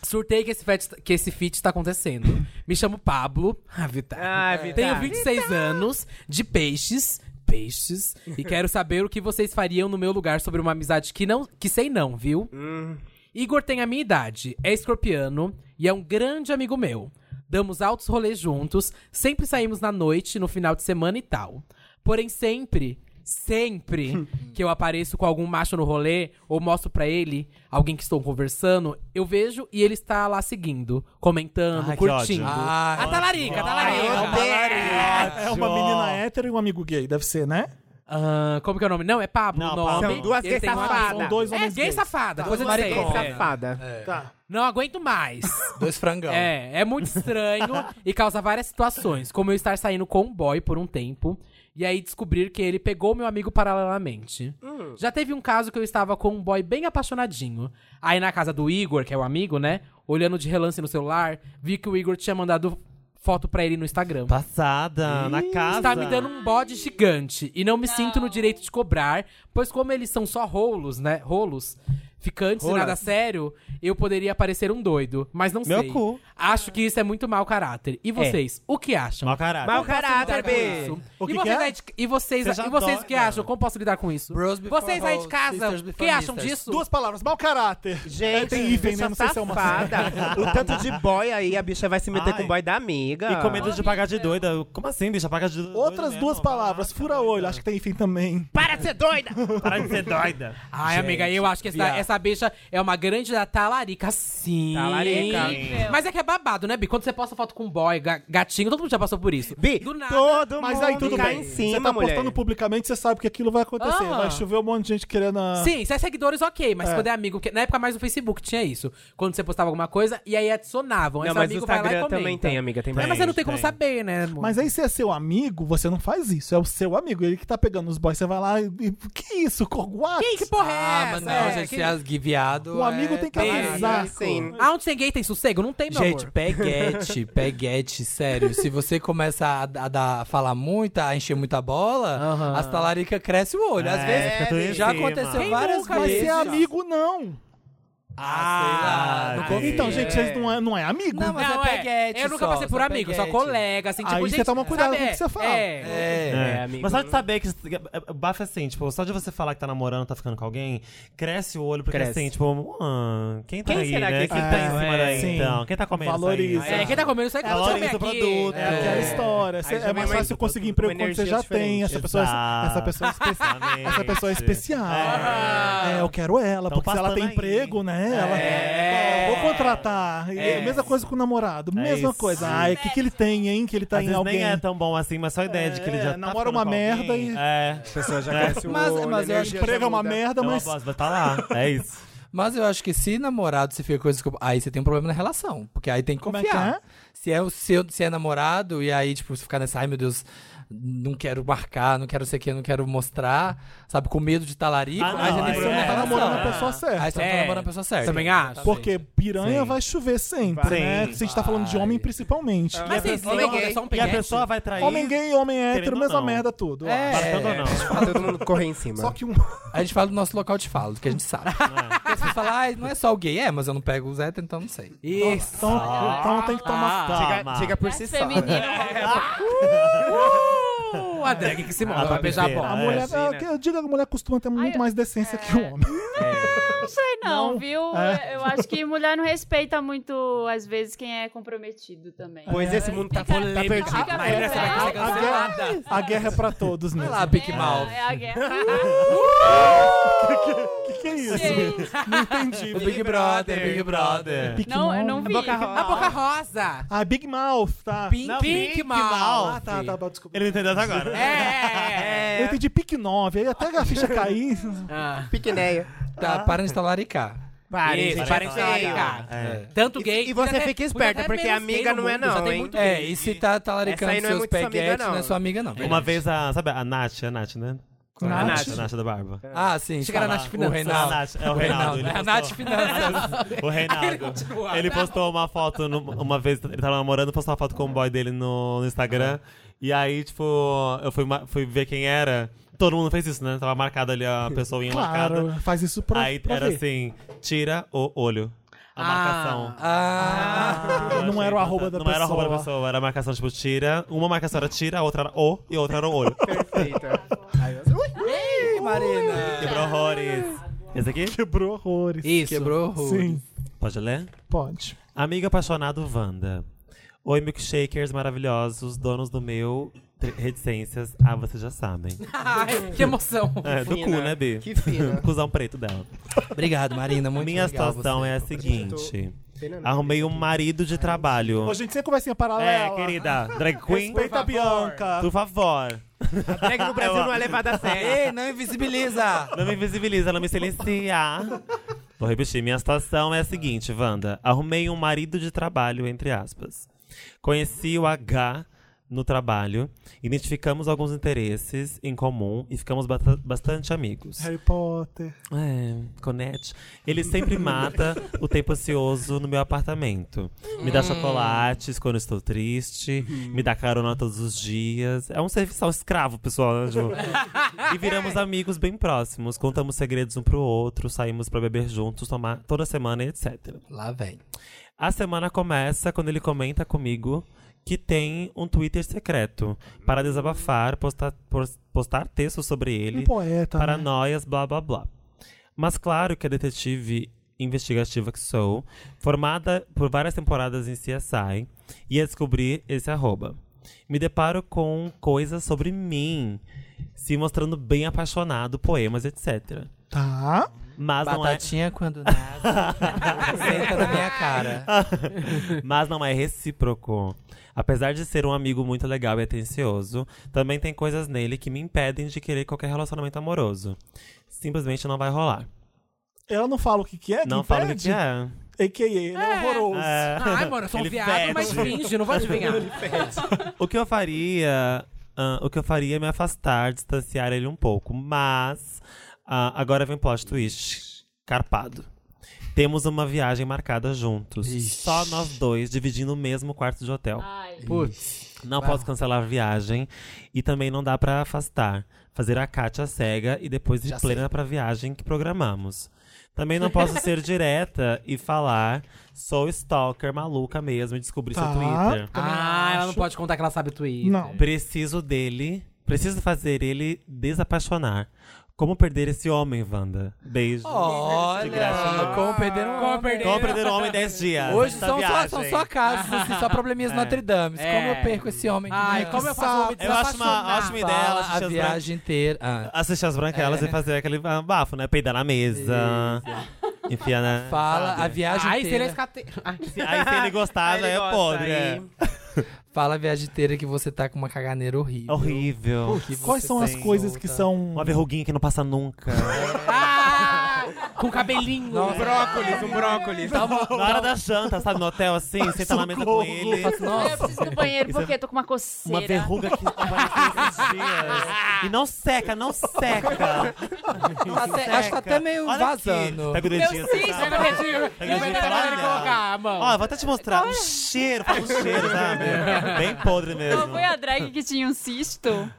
E: Surtei que esse, feat, que esse feat está acontecendo. Me chamo Pablo. Ah, Vittar.
D: Ah, Vittar.
E: Tenho 26 anos, de peixes. Peixes. E quero saber o que vocês fariam no meu lugar sobre uma amizade que não. que sei não, viu? Igor tem a minha idade, é escorpiano e é um grande amigo meu. Damos altos rolês juntos, sempre saímos na noite, no final de semana e tal. Porém, sempre, Sempre que eu apareço com algum macho no rolê, ou mostro pra ele, alguém que estou conversando, eu vejo e ele está lá seguindo, comentando,
F: Ai, que
E: curtindo.
F: ódio.
E: Ah, a talarica, a talarica.
F: Ai, eu
A: É, é uma menina hétero e um amigo gay, deve ser, né?
E: Ah, como que é o nome? Não, é Pablo
F: Não,
E: o nome.
F: Pablo.
D: São duas
E: Ele
D: gays
E: tem um nome-
D: safadas.
A: São dois
E: É,
A: homens
E: gay
A: gays.
E: safada, coisa de
D: Maricona.
E: seis, é.
D: safada.
A: Tá.
E: Não aguento mais.
C: Dois frangão.
E: tá. É, é muito estranho e causa várias situações, como eu estar saindo com um boy por um tempo e aí descobrir que ele pegou meu amigo paralelamente. Já teve um caso que eu estava com um boy bem apaixonadinho. Aí na casa do Igor, que é o amigo, né? Olhando de relance no celular, vi que o Igor tinha mandado foto pra ele no Instagram.
F: Passada, na casa.
E: Está me dando um bode gigante e não me sinto no direito de cobrar, pois como eles são só rolos, né? Rolos. Ficantes e
F: Rolas.
E: nada sério, eu poderia parecer um doido, mas não
F: Meu
E: sei.
F: cu.
E: Acho que isso é muito mau caráter. E vocês, o que acham?
F: Mau caralho.
D: Mau
E: Lidar
D: caráter,
E: com
D: B.
E: isso?
A: O que
E: e,
A: que
E: vocês
A: é?
E: aí de- e vocês,
F: Seja
E: e vocês o que
F: doida.
E: acham? Como posso lidar com isso?
C: Bros before
E: vocês aí de
C: hoes,
E: casa,
C: sisters
E: o que
C: before
E: acham
C: misters.
E: disso?
A: Duas palavras, mau caráter. É,
D: Gente,
A: tem hífen, né?
D: bicha
A: Não sei se é uma série.
D: safada. o tanto de boy aí, a bicha vai se meter
F: Ai.
D: com o boy da amiga.
F: E com medo de pagar de doida. Como assim, bicha? Pagar de doida.
A: Outras duas palavras,
F: né?
A: fura-olho, acho que tem hífen também.
D: Para de ser doida!
F: Para de ser doida.
E: Ai, amiga, eu acho que essa,
C: viado.
E: essa bicha é uma grande da talarica, sim.
D: Talarica.
B: Incrível.
E: Mas é que é babado, né, Bi? Quando você posta foto com boy, ga- gatinho, todo mundo já passou por isso.
D: Bi,
E: Do nada.
D: todo
A: Mas
D: mundo
A: aí tudo
D: cai
A: bem.
D: em cima,
A: você tá
D: mulher.
A: postando publicamente, você sabe que aquilo vai acontecer.
E: Ah.
A: Vai chover um monte de gente querendo. a-
E: Sim, se é seguidores, ok, mas
A: É.
E: quando é amigo, que na época mais no Facebook tinha isso. Quando você postava alguma coisa, e aí adicionavam.
D: Não,
E: Esse
D: mas o
E: amigo vai lá e
D: Instagram
E: comenta.
D: também tem, amiga. Tem
E: É, mas
D: mais.
E: você não tem como
F: Tem.
E: saber, né? amor?
A: Mas aí, se é seu amigo, você não faz isso. É o seu amigo, ele que tá pegando os boys. Você vai lá e. e- Que isso? Co- What?
E: Quem que porra
C: Ah,
E: é essa?
C: mas não,
E: É,
C: gente,
E: que-
C: se as gui- viado.
A: O Um amigo
C: é
A: tem que
C: beijo.
A: avisar.
D: Sim.
E: Aonde tem gay tem sossego? Não tem, meu
C: Gente,
E: amor.
C: peguete, peguete, sério. Se você começa a, a dar- a falar muito, a encher muita bola,
E: Aham.
C: as talarica cresce o olho. Às
F: É, fica tudo em
C: vezes já
F: cima.
C: aconteceu
E: Quem
C: várias
E: nunca?
A: Mas
C: vezes.
A: se é amigo, não.
C: Ah,
F: sei lá,
C: não confio.
A: Então, gente, vocês não é, não é amigo.
C: Não, mas
E: não,
C: é
E: é.
C: peguete
E: eu nunca
C: só,
E: passei por
C: só
E: amigo, só
C: peguete.
E: colega, assim, tipo,
A: Aí você
E: gente,
A: toma cuidado
E: sabe,
A: com o que você fala.
E: É.
C: É.
F: É.
D: É, amigo.
F: Mas só de saber que. é, é, Bafo é assim, tipo, só de você falar que tá namorando, tá ficando com alguém, cresce o olho, porque
D: Cresce.
F: assim, tipo, ah, quem tá
D: Quem
F: aí,
D: será
F: né?
D: que
F: quem
A: tá
F: tá em
A: aí?
F: cima daí,
A: Sim.
F: então? Quem tá comendo
A: Valoriza.
F: isso aí?
E: É, quem tá comendo isso aí,
F: Ela
E: consome
F: olha o
E: aqui.
F: produto.
A: É aquela
F: É.
A: história. Você-
D: Aí já
A: é
D: vem
A: mais
D: mais
A: fácil
D: um-
A: conseguir
D: uma
A: emprego quando você já
D: energia
A: tem.
D: diferente.
A: Essa pessoa,
F: Exato.
A: essa pessoa é especial. Essa pessoa é especial. É, eu quero ela,
F: Tão
A: porque se ela tem
F: passando aí.
A: emprego, né? Ela,
F: É.
A: Vou contratar. E
F: É.
A: Mesma coisa com o namorado. Mesma
F: isso.
A: coisa. Ai, o que, que ele tem, hein? Que ele tá
F: Às
A: em
F: vezes
A: alguém.
F: nem é tão bom assim, mas só a ideia de que ele
A: É,
F: já tá
A: namora
F: ficando
A: uma
F: com
A: merda
F: alguém.
A: e-
F: É.
D: A pessoa já
F: É.
D: cresce o
C: Mas-
D: olho,
C: mas eu
D: né?
C: acho que
A: Emprego é uma merda,
F: É uma
A: mas.
F: bosta, mas tá lá. É isso.
C: Mas eu acho que se namorado se fica com isso, aí você tem um problema na relação. Porque aí tem que
A: Como é
C: confiar.
A: que
C: Se é o seu, se é namorado, e aí, tipo, você ficar nessa, ai meu Deus, não quero marcar, não quero sei o que, não quero mostrar, sabe, com medo de talarico,
F: Ah, não,
C: aí já
F: aí
C: tem
A: Você
C: problema
A: não
C: na
A: tá
F: É.
A: namorando a
C: relação.
A: pessoa certa.
C: Aí você não tá
E: É.
C: namorando a pessoa certa.
E: Também acho.
A: Porque piranha
F: Sim.
A: vai chover sempre,
F: Vai.
A: né? Se a gente tá falando de homem principalmente.
E: Mas vocês
D: pessoa-
E: ligam
D: Homem
E: é só um
F: E a
E: peguete?
F: pessoa vai trair.
A: Homem gay, homem hétero,
F: Querendo
A: mesma
F: ou não.
A: merda, tudo.
C: É.
F: Bastando ou não.
D: Pra todo mundo correr em cima.
A: Só que um.
C: A gente fala do nosso local de fala, do que a gente sabe. Porque as pessoas falam, ai, não é só o gay, é, mas eu não pego o Zé, então não sei.
E: Isso.
A: Então, então tem que tomar.
D: Diga,
F: Toma.
D: diga por si
B: Mas
D: só.
B: feminino.
E: Uh, a drag que se
F: Ah,
E: manda pra
F: tá
E: beijar a
F: besteira.
A: A
E: bola.
F: É,
A: mulher,
D: sim, né?
A: que eu digo, a mulher costuma ter muito
B: Ai,
A: mais decência que o homem.
B: Não sei não,
A: Não.
B: viu?
A: É.
B: Eu acho que mulher não respeita muito, às vezes, quem é comprometido também.
D: Pois esse mundo tá, tá perdido.
B: Fica
E: Mas
B: bem,
E: essa vai
B: né?
E: ser
A: A
E: cancelada.
A: guerra, a guerra é pra todos
C: Vai
A: mesmo.
C: lá, Big Mouth.
B: É, é a guerra.
A: que, que é isso?
B: Gente,
A: Não entendi.
C: O Big Brother, Big Brother.
A: Big
B: não, eu não
A: Mouth.
B: vi.
E: A boca rosa.
A: Ah, Big Mouth, tá.
E: Pink,
F: Não,
E: Pink,
F: Pink
E: Mouth.
F: Mouth.
A: Ah, tá, tá, desculpa.
F: Ele não entendeu até
E: É,
F: agora.
E: é, é.
A: Eu entendi Pique 9, aí até a ficha cair.
E: Ah,
D: Piquineia.
C: Tá, para de talaricar.
E: Isso,
D: gente,
E: Ah, parem de
D: feio.
E: talaricar.
F: É.
E: Tanto
D: E-
E: gay.
D: e você
E: podia
D: fica
E: ter-
D: esperta,
E: podia ter
D: porque
E: menos
D: amiga
E: gay no
D: não é
E: mundo, já
D: não,
E: tem
D: hein?
E: muito
C: É,
E: gay.
C: e se tá
D: Essa
C: talaricando
D: aí
C: seus
D: não é muito sua amiga,
C: peguetes, não.
D: não.
C: é sua amiga, não.
F: Uma vez a. Sabe a Nath? A Nath, né? A
A: Nath?
F: Nath, a Nath da Barba.
C: Ah, sim.
E: Chega na
C: fala.
E: Nath Finanças.
C: O
F: A
C: Reinaldo.
F: Nath, é o Reinaldo. ele
C: É a
F: postou-
C: Nath Finanças.
F: O Reinaldo. Ele postou uma foto num- uma vez, ele tava namorando, postou uma foto com o boy dele no, no Instagram. E aí, tipo, eu fui, ma- fui ver quem era. Todo mundo fez isso, né? Tava marcado ali a pessoinha marcada.
A: Claro, faz isso pra,
F: aí
A: pra
F: era
A: ver.
F: assim: tira o olho. A
E: Ah.
F: marcação.
C: Ah,
F: Eu
A: Não
F: achei
A: era o arroba da
F: Não era o arroba da
A: pessoa.
F: pessoa, era a marcação, tipo, tira. Uma marcação era tira, a outra era o e a outra era o olho.
D: Perfeita.
C: Ih, Marina.
F: Quebrou horrores. Esse aqui?
A: Quebrou horrores.
E: Isso.
C: Quebrou o rosto.
A: Sim,
F: Pode ler?
A: pode.
F: Amigo apaixonado Wanda. Oi, milkshakers maravilhosos, donos do meu Tre- Reticências, ah, vocês já sabem.
E: Ai, que emoção.
F: É, do cu, né, Bi?
D: Que fina.
F: Cusão preto dela.
C: Obrigado, Marina. Muito
F: Minha
C: legal
F: situação
C: você.
F: é a seguinte. Arrumei um marido de trabalho.
A: Ô, gente, sem conversinha
F: É,
A: paralela.
F: querida, drag queen,
A: Respeita a Bianca.
F: por favor.
D: Drag no Brasil não é levada a sério.
C: Ei, não invisibiliza!
F: Não me invisibiliza, não me silencia. Vou repetir. Minha situação é a seguinte, Wanda. Arrumei um marido de trabalho, entre aspas. Conheci o H no trabalho, identificamos alguns interesses em comum e ficamos bata- bastante amigos.
A: Harry Potter.
F: É, conete. Ele sempre mata o tempo ansioso no meu apartamento. Me dá chocolates quando estou triste, me dá carona todos os dias. É um serviçal escravo, pessoal. Né, Ju? e viramos amigos bem próximos. Contamos segredos um pro outro, saímos pra beber juntos, tomar toda semana, e etc.
C: Lá vem.
F: A semana começa quando ele comenta comigo que tem um Twitter secreto para desabafar, postar, pos- postar textos sobre ele
A: Um poeta. né?
F: paranoias, blá blá blá. Mas claro que a detetive investigativa que sou, formada por várias temporadas em CSI, ia descobrir esse arroba. Me deparo com coisas sobre mim, se mostrando bem apaixonado, poemas, etc.
A: Tá.
F: Mas não é
C: Batatinha quando nasce. Senta na minha cara.
F: Mas não é recíproco. Apesar de ser um amigo muito legal e atencioso, também tem coisas nele que me impedem de querer qualquer relacionamento amoroso. Simplesmente não vai rolar.
A: Ela não fala o que, que é?
F: não fala o que que é.
A: é. AKA, ele é horroroso.
F: É.
E: Ai, mano, eu sou um
F: Ele
E: viado, mas
F: fede.
E: finge, não vou adivinhar.
F: O que eu faria. ah, o que eu faria é me afastar, distanciar ele um pouco. Mas. ah, agora vem plot twist. Carpado. Temos uma viagem marcada juntos.
C: Ixi.
F: Só nós dois, dividindo o mesmo quarto de hotel.
B: Ai.
C: Putz.
F: Não posso cancelar a viagem e também não dá pra afastar. Fazer a Kátia cega e depois ir
C: Já sei.
F: plena pra viagem que programamos. Também não posso ser direta e falar sou stalker maluca mesmo e descobrir
A: Tá.
F: seu Twitter.
A: Também
E: Ah, ela não
A: acho.
E: pode contar que ela sabe o Twitter.
A: Não.
F: É. Preciso dele, preciso fazer ele desapaixonar. Como perder esse homem, Wanda? Beijo. De
C: Olha,
F: graça.
C: como perder um
E: Como perder-
F: Como perder um homem em 10 dias?
C: Hoje
F: Essa
C: são só,
F: viagem.
C: são só casos, assim, só probleminhas Notre Dame.
E: É.
C: Como eu perco esse homem?
E: Ai,
C: que
E: como eu faço pra me
F: Eu acho uma
E: desapaixonar?
F: ótima ideia. ela
C: Fala
F: assistir
C: a
F: as
C: viagem inteira. Ah,
F: assistir as branquelas e fazer aquele ah, bafo, né? Peidar na mesa. Enfia na.
C: fala a viagem
E: Ai, se ele é
C: inteira.
E: escate... Ai, se-
F: Aí se ele gostar,
D: Aí
F: já
D: ele
F: é
D: gosta,
F: podre.
D: aí-
F: É.
C: Fala a viagem inteira que você tá com uma caganeira horrível.
F: É Horrível.
C: Que você
A: Quais são as
F: sem
A: coisas que são.
F: Uma verruguinha que não passa nunca.
E: Ah, com cabelinho.
D: Brócolis, um brócolis.
F: Na hora da janta, sabe? No hotel assim, senta na mesa com
A: Socorro.
F: ele.
B: Ai, Eu preciso do banheiro porque eu tô com uma coceira.
F: Uma verruga que apareceu esses dias. E não seca, não seca.
C: Até- acho que tá até meio
F: Olha aqui.
C: vazando.
F: Pega o dedinho.
B: Meu cis,
F: assim,
E: Pega o
F: sabe?
E: dedinho,
F: Pega o
E: eu vou
F: dedinho
E: tentar
F: pra
E: ele
F: lá.
E: colocar a mão. Então,
F: Ó, vou até te mostrar. Um cheiro, faz um cheiro, sabe? Bem podre mesmo.
B: Não foi
E: assim.
B: a drag que tinha um cisto?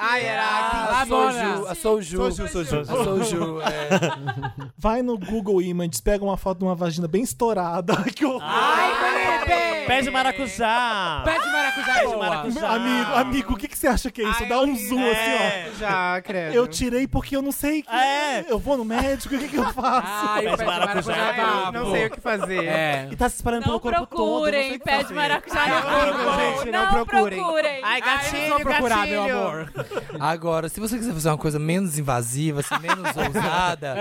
D: Ai, era.
E: Ah,
C: A Soju, a Soju.
D: Soju, soju.
C: A Soju, é.
A: Vai no Google Images, pega uma foto de uma vagina bem estourada. que horror.
F: Pé de maracujá.
E: Pé de maracujá é boa.
F: maracujá.
A: Amigo, amigo, o que, que você acha que é isso? Dá um zoom assim, ó.
F: É.
D: Já, credo.
A: Eu tirei porque eu não sei. Que...
F: É.
A: Eu vou no médico, o que, que eu faço?
E: Ai, o pé de maracujá
F: maracujá
E: é
F: é
E: babo.
D: Não sei o que fazer.
E: É.
F: E tá se espalhando
B: Não
F: pelo corpo
B: procurem,
F: todo.
B: pé de maracujá no Google.
D: gente, não procurem.
B: Ai,
E: Ai, Ah, eu não vou procurar, meu amor.
C: Agora, se você quiser fazer uma coisa menos invasiva, assim, menos ousada,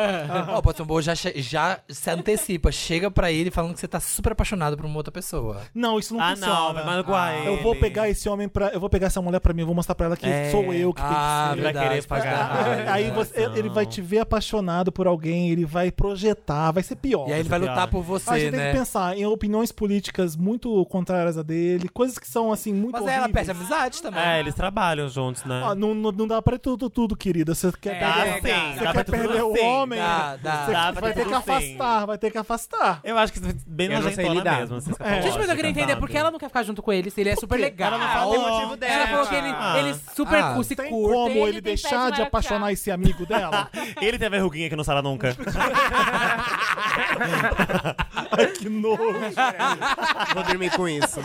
C: ó, pode ser um bom, já, che- já se antecipa. Chega pra ele falando que você tá super apaixonado por uma outra pessoa.
A: Não, isso não
F: Ah, não,
A: funciona.
F: vai magoar ele.
A: eu vou pegar esse homem pra. Eu vou pegar essa mulher pra mim, eu vou mostrar pra ela que
F: É.
A: sou eu que
C: ah,
F: Ele vai
C: verdade.
F: querer pagar.
A: tem que.
F: Ah,
A: Aí
F: não,
A: você-
F: não.
A: ele vai te ver apaixonado por alguém, ele vai projetar, vai ser pior.
C: E aí ele vai lutar por
A: a
C: você,
A: gente tem
C: né?
A: que pensar em opiniões políticas muito contrárias a dele, coisas que são assim muito.
C: Mas aí ela
A: horríveis.
C: perde a amizade também.
F: É, eles trabalham juntos, né?
A: Ah, não, não, não dá pra tudo, tudo, querida. Você quer
F: dá
A: perder,
F: sim,
A: você
F: dá pra
A: quer
F: tudo
A: perder o
F: sim.
A: homem?
C: Dá, dá.
A: Você
F: Dá pra
A: vai ter que
F: tudo sim.
A: afastar, vai ter que afastar.
F: Eu acho que bem
D: Eu não sei
F: nojentona
D: lidar.
F: mesmo. Assim,
E: Gente, mas eu queria entender por que ela não quer ficar junto com ele, se ele é super legal.
F: Ela não fala o motivo
E: Ela
F: dela.
E: falou que ele,
F: Ah.
E: ele super
C: Ah,
E: se
A: Tem
E: curta.
A: como ele,
B: ele tem pé de
A: deixar de
B: maracujá.
A: apaixonar esse amigo dela?
F: Ele tem a verruguinha que não sara nunca.
A: Ai, que nojo.
D: Vou dormir com isso.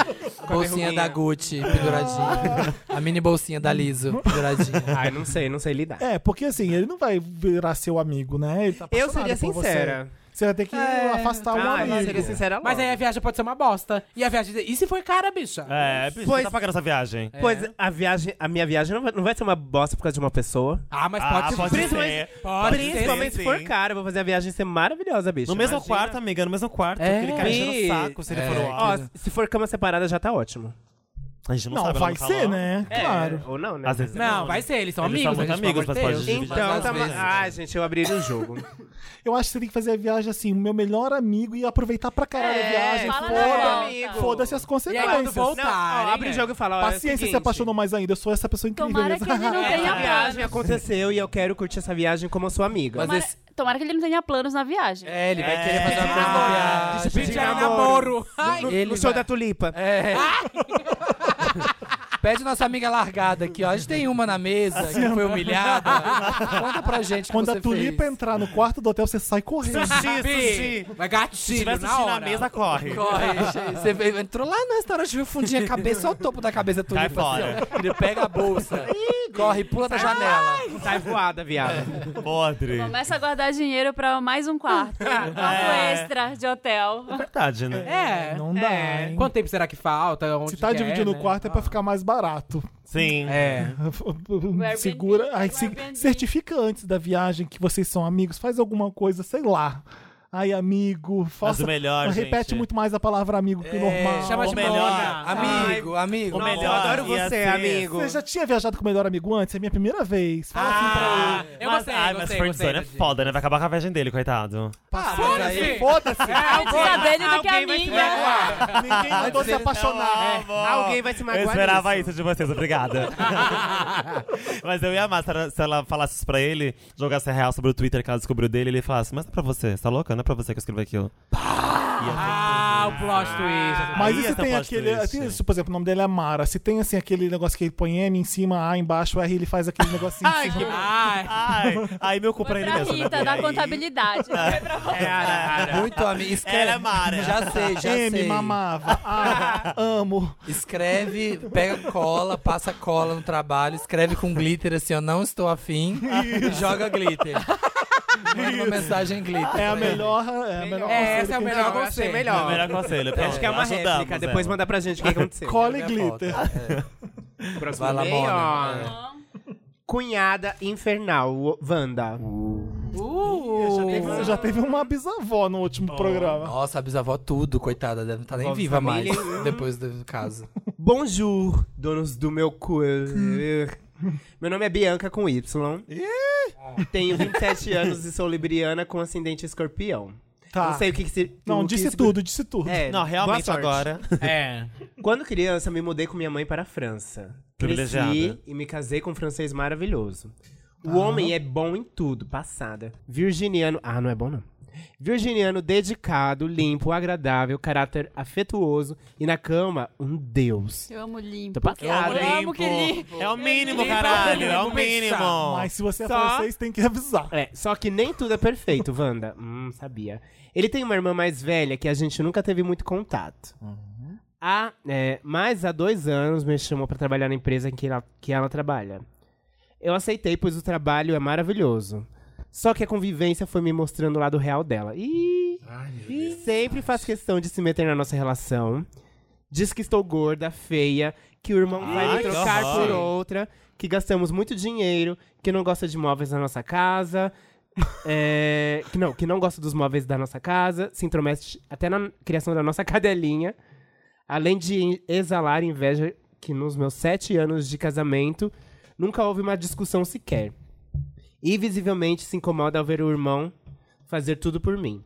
C: Bolsinha
D: verruguinha.
C: da Gucci, penduradinha. a mini bolsinha da Liso, penduradinha.
D: Ai, não sei, não sei lidar.
A: É, porque assim, ele não vai virar seu amigo, né? Ele tá
D: Eu
A: apaixonado
D: seria
A: por
D: sincera.
A: Você. Você vai ter que afastar o
D: Ah,
A: amigo.
D: eu seria sincera
E: Tá Mas é- aí a viagem pode ser uma bosta. E a viagem. E se foi cara, bicha?
F: É, bicho,
D: Pois-
F: você tá pagando essa viagem.
D: Pois
E: É.
D: a viagem, a minha viagem não vai, não vai ser uma bosta por causa de uma pessoa.
E: Ah, mas
F: Ah,
E: pode,
F: pode
E: Principalmente-
F: ser.
E: Pode
F: Sim,
D: Principalmente se
F: sim.
D: for cara, eu vou fazer a viagem ser maravilhosa, bicho.
F: No mesmo
D: Imagina.
F: quarto, amiga, no mesmo quarto.
E: É.
F: Aquele cara enchendo
D: Ih,
F: o saco, se ele
C: é,
F: for o
D: Ó,
F: ó.
D: se for cama separada já tá ótimo.
F: A gente não,
A: Não,
F: sabe,
A: vai
F: ela não
A: ser,
F: falou.
A: né? Claro.
D: É, ou não, né?
F: Às vezes
E: Não, vai ser, eles são
F: Eles
E: amigos.
F: são muito
E: né, gente,
F: amigos,
E: pelo
F: mas
E: amor de
F: pode
E: Deus.
F: dividir.
D: Então,
F: Às
D: tá ma-
F: vezes.
E: ah,
D: Ai, gente, eu abriria o jogo.
A: Eu acho que você tem que fazer a viagem assim, o meu melhor amigo e aproveitar pra
D: É,
A: caralho a viagem.
B: fala
A: foda-
B: na volta.
A: Foda-se as
E: E aí, quando
A: consequências.
E: voltarem,
D: Ó, abre o jogo e fala, ó, é o
A: Paciência, se
D: seguinte,
A: apaixonou mais ainda. Eu sou essa pessoa incrível.
B: Tomara que ele não
E: É,
D: A
B: tenha
D: viagem
B: planos.
D: aconteceu e eu quero curtir essa viagem como sua amiga.
C: Mas
B: Tomara,
C: esse-
B: tomara que ele não tenha planos na viagem.
C: É, ele vai querer fazer uma coisa
E: Ah,
C: viagem.
E: Pedir
D: Pedir
E: namoro. Ai,
D: no,
C: ele
D: no show
C: vai-
D: da Tulipa.
C: É. Pede nossa amiga largada aqui, ó. A gente tem uma na mesa que foi humilhada. Conta pra gente o
A: Assim, Quando
C: que você
A: a tulipa
C: fez.
A: entrar no quarto do hotel, você sai correndo.
E: Bi, Vai
F: Se
E: gatilho
F: tiver
E: na
F: assistindo
E: hora.
F: na mesa, corre.
C: Corre, você veio- entrou lá no restaurante, viu fundinha a cabeça, só o topo da cabeça da
F: Cai
C: tulipa.
F: fora.
C: assim, ó. Ele pega a bolsa, corre, pula da janela.
D: Sai tá voada,
F: É.
D: viado.
F: Podre.
B: Começa a guardar dinheiro pra mais um quarto. Um quarto extra de hotel.
F: Verdade, né?
E: É.
A: Não dá,
E: É.
A: hein?
E: Quanto tempo será que falta? Onde
A: Se tá
E: que é,
A: dividindo né? o
E: né?
A: quarto, é pra ficar mais barato.
F: Sim.
E: É.
B: Airbnb,
A: Segura. Ai,
B: o
A: se-
B: Airbnb.
A: certifica antes da viagem que vocês são amigos. Faz alguma coisa, sei lá. Ai, amigo. Faça,
F: o melhor,
A: Repete
F: gente.
A: muito mais a palavra amigo que normal.
E: Chama
F: Ou
E: de
F: melhor,
E: Mona.
C: Amigo, amigo.
F: O
C: Nossa,
F: melhor
D: adoro
F: ia
D: você,
F: ser-
D: amigo.
A: Você já tinha viajado com o melhor amigo antes? É minha primeira vez. Fala assim pra ele.
F: Ah,
E: Eu
F: mas,
E: gostei,
F: ai,
E: gostei,
F: mas Friendzone
E: gostei,
F: é foda, né? Vai acabar com a viagem dele, coitado.
C: Ah, mas
E: Foda-se!
C: aí-
B: Antes da dele do que a minha.
A: Ninguém mandou se apaixonar.
E: É,
F: Amo.
D: Alguém vai se magoar
F: Eu esperava isso de vocês, obrigada. mas eu ia amar se ela, se ela falasse isso pra ele, jogasse a real sobre o Twitter que ela descobriu dele, ele falasse, mas não é pra você, você tá louca? Não é pra você que eu escrevi aquilo.
E: Ah, o plot twist.
A: Mas
F: Aí
A: e se
F: essa
A: tem
F: plot
A: aquele.
F: twist.
A: tem isso, por exemplo, o nome dele é Mara. Se tem assim aquele negócio que ele põe M em cima, A embaixo, R, ele faz aquele negocinho. Ai, que
E: Ai,
F: Ai, aí meu cu pra
B: Foi
F: ele
B: pra
F: mesmo, né?
B: Rita,
F: E
B: da
F: aí-
B: contabilidade. Foi pra
D: É.
B: você.
C: Muito amigo. Escreve.
F: Ela é Mara.
C: Já sei, já
A: M,
C: sei.
A: mamava. A, amo.
C: Escreve, pega cola, passa cola no trabalho, escreve com glitter assim, eu não estou afim, e joga glitter. Manda uma mensagem em glitter.
A: É a
C: pra ele.
A: melhor. É a melhor
E: É,
A: conselho
E: essa é o
A: que a gente-
E: melhor
D: Eu
E: conselho.
D: achei
F: É o melhor
D: melhor.
F: conselho.
C: Então,
D: Acho que é uma
F: ajudamos
D: réplica. Depois
F: ela.
D: manda pra gente o que aconteceu.
A: Cola e
E: é
C: Minha
A: glitter.
C: foto.
D: Próximo
C: Vai lá,
D: e-mail,
C: Mona.
D: ó. Cunhada infernal, o- Wanda.
A: Você já teve uma bisavó no último programa.
C: Nossa, a bisavó tudo, coitada, deve estar nem
D: Vovó de
C: viva mais
D: família.
C: depois do caso.
D: Bonjour, donos do meu cu. Meu nome é Bianca com Y. Tenho 27 anos e sou libriana com ascendente escorpião.
A: Tá.
D: Não sei o que, que se.
A: Não,
D: o que
A: disse
D: se-
A: tudo, disse tudo.
D: É,
F: Não,
D: boa
F: realmente
D: sorte.
F: agora.
E: É.
D: Quando criança, me mudei com minha mãe para a França.
F: Privilegiada.
D: Cresci e me casei com um francês maravilhoso. O homem é bom em tudo, passada. Virginiano. Ah, não é bom não. Virginiano dedicado, limpo, agradável, caráter afetuoso e na cama, um deus.
B: Eu amo limpo.
D: Tô passada.
B: Eu amo que
F: limpo.
B: limpo.
F: É o mínimo,
E: Limpo,
F: caralho.
E: limpo,
F: É o
E: bicha.
F: mínimo.
A: Mas se você é
D: Só-
A: francês, tem que avisar.
D: É, só que nem tudo é perfeito, Wanda. Hum, sabia. Ele tem uma irmã mais velha que a gente nunca teve muito contato. Há, é, mas há dois anos me chamou pra trabalhar na empresa em que ela, que ela trabalha. Eu aceitei, pois o trabalho é maravilhoso. Só que a convivência foi me mostrando o lado real dela. E sempre faz questão de se meter na nossa relação. Diz que estou gorda, feia, que o irmão vai
F: que
D: me trocar
F: horror.
D: por outra, que gastamos muito dinheiro, que não gosta de móveis na nossa casa. é, que não, que não gosta dos móveis da nossa casa, se intromete até na criação da nossa cadelinha. Além de exalar inveja que nos meus sete anos de casamento nunca houve uma discussão sequer. E visivelmente se incomoda ao ver o irmão fazer tudo por mim.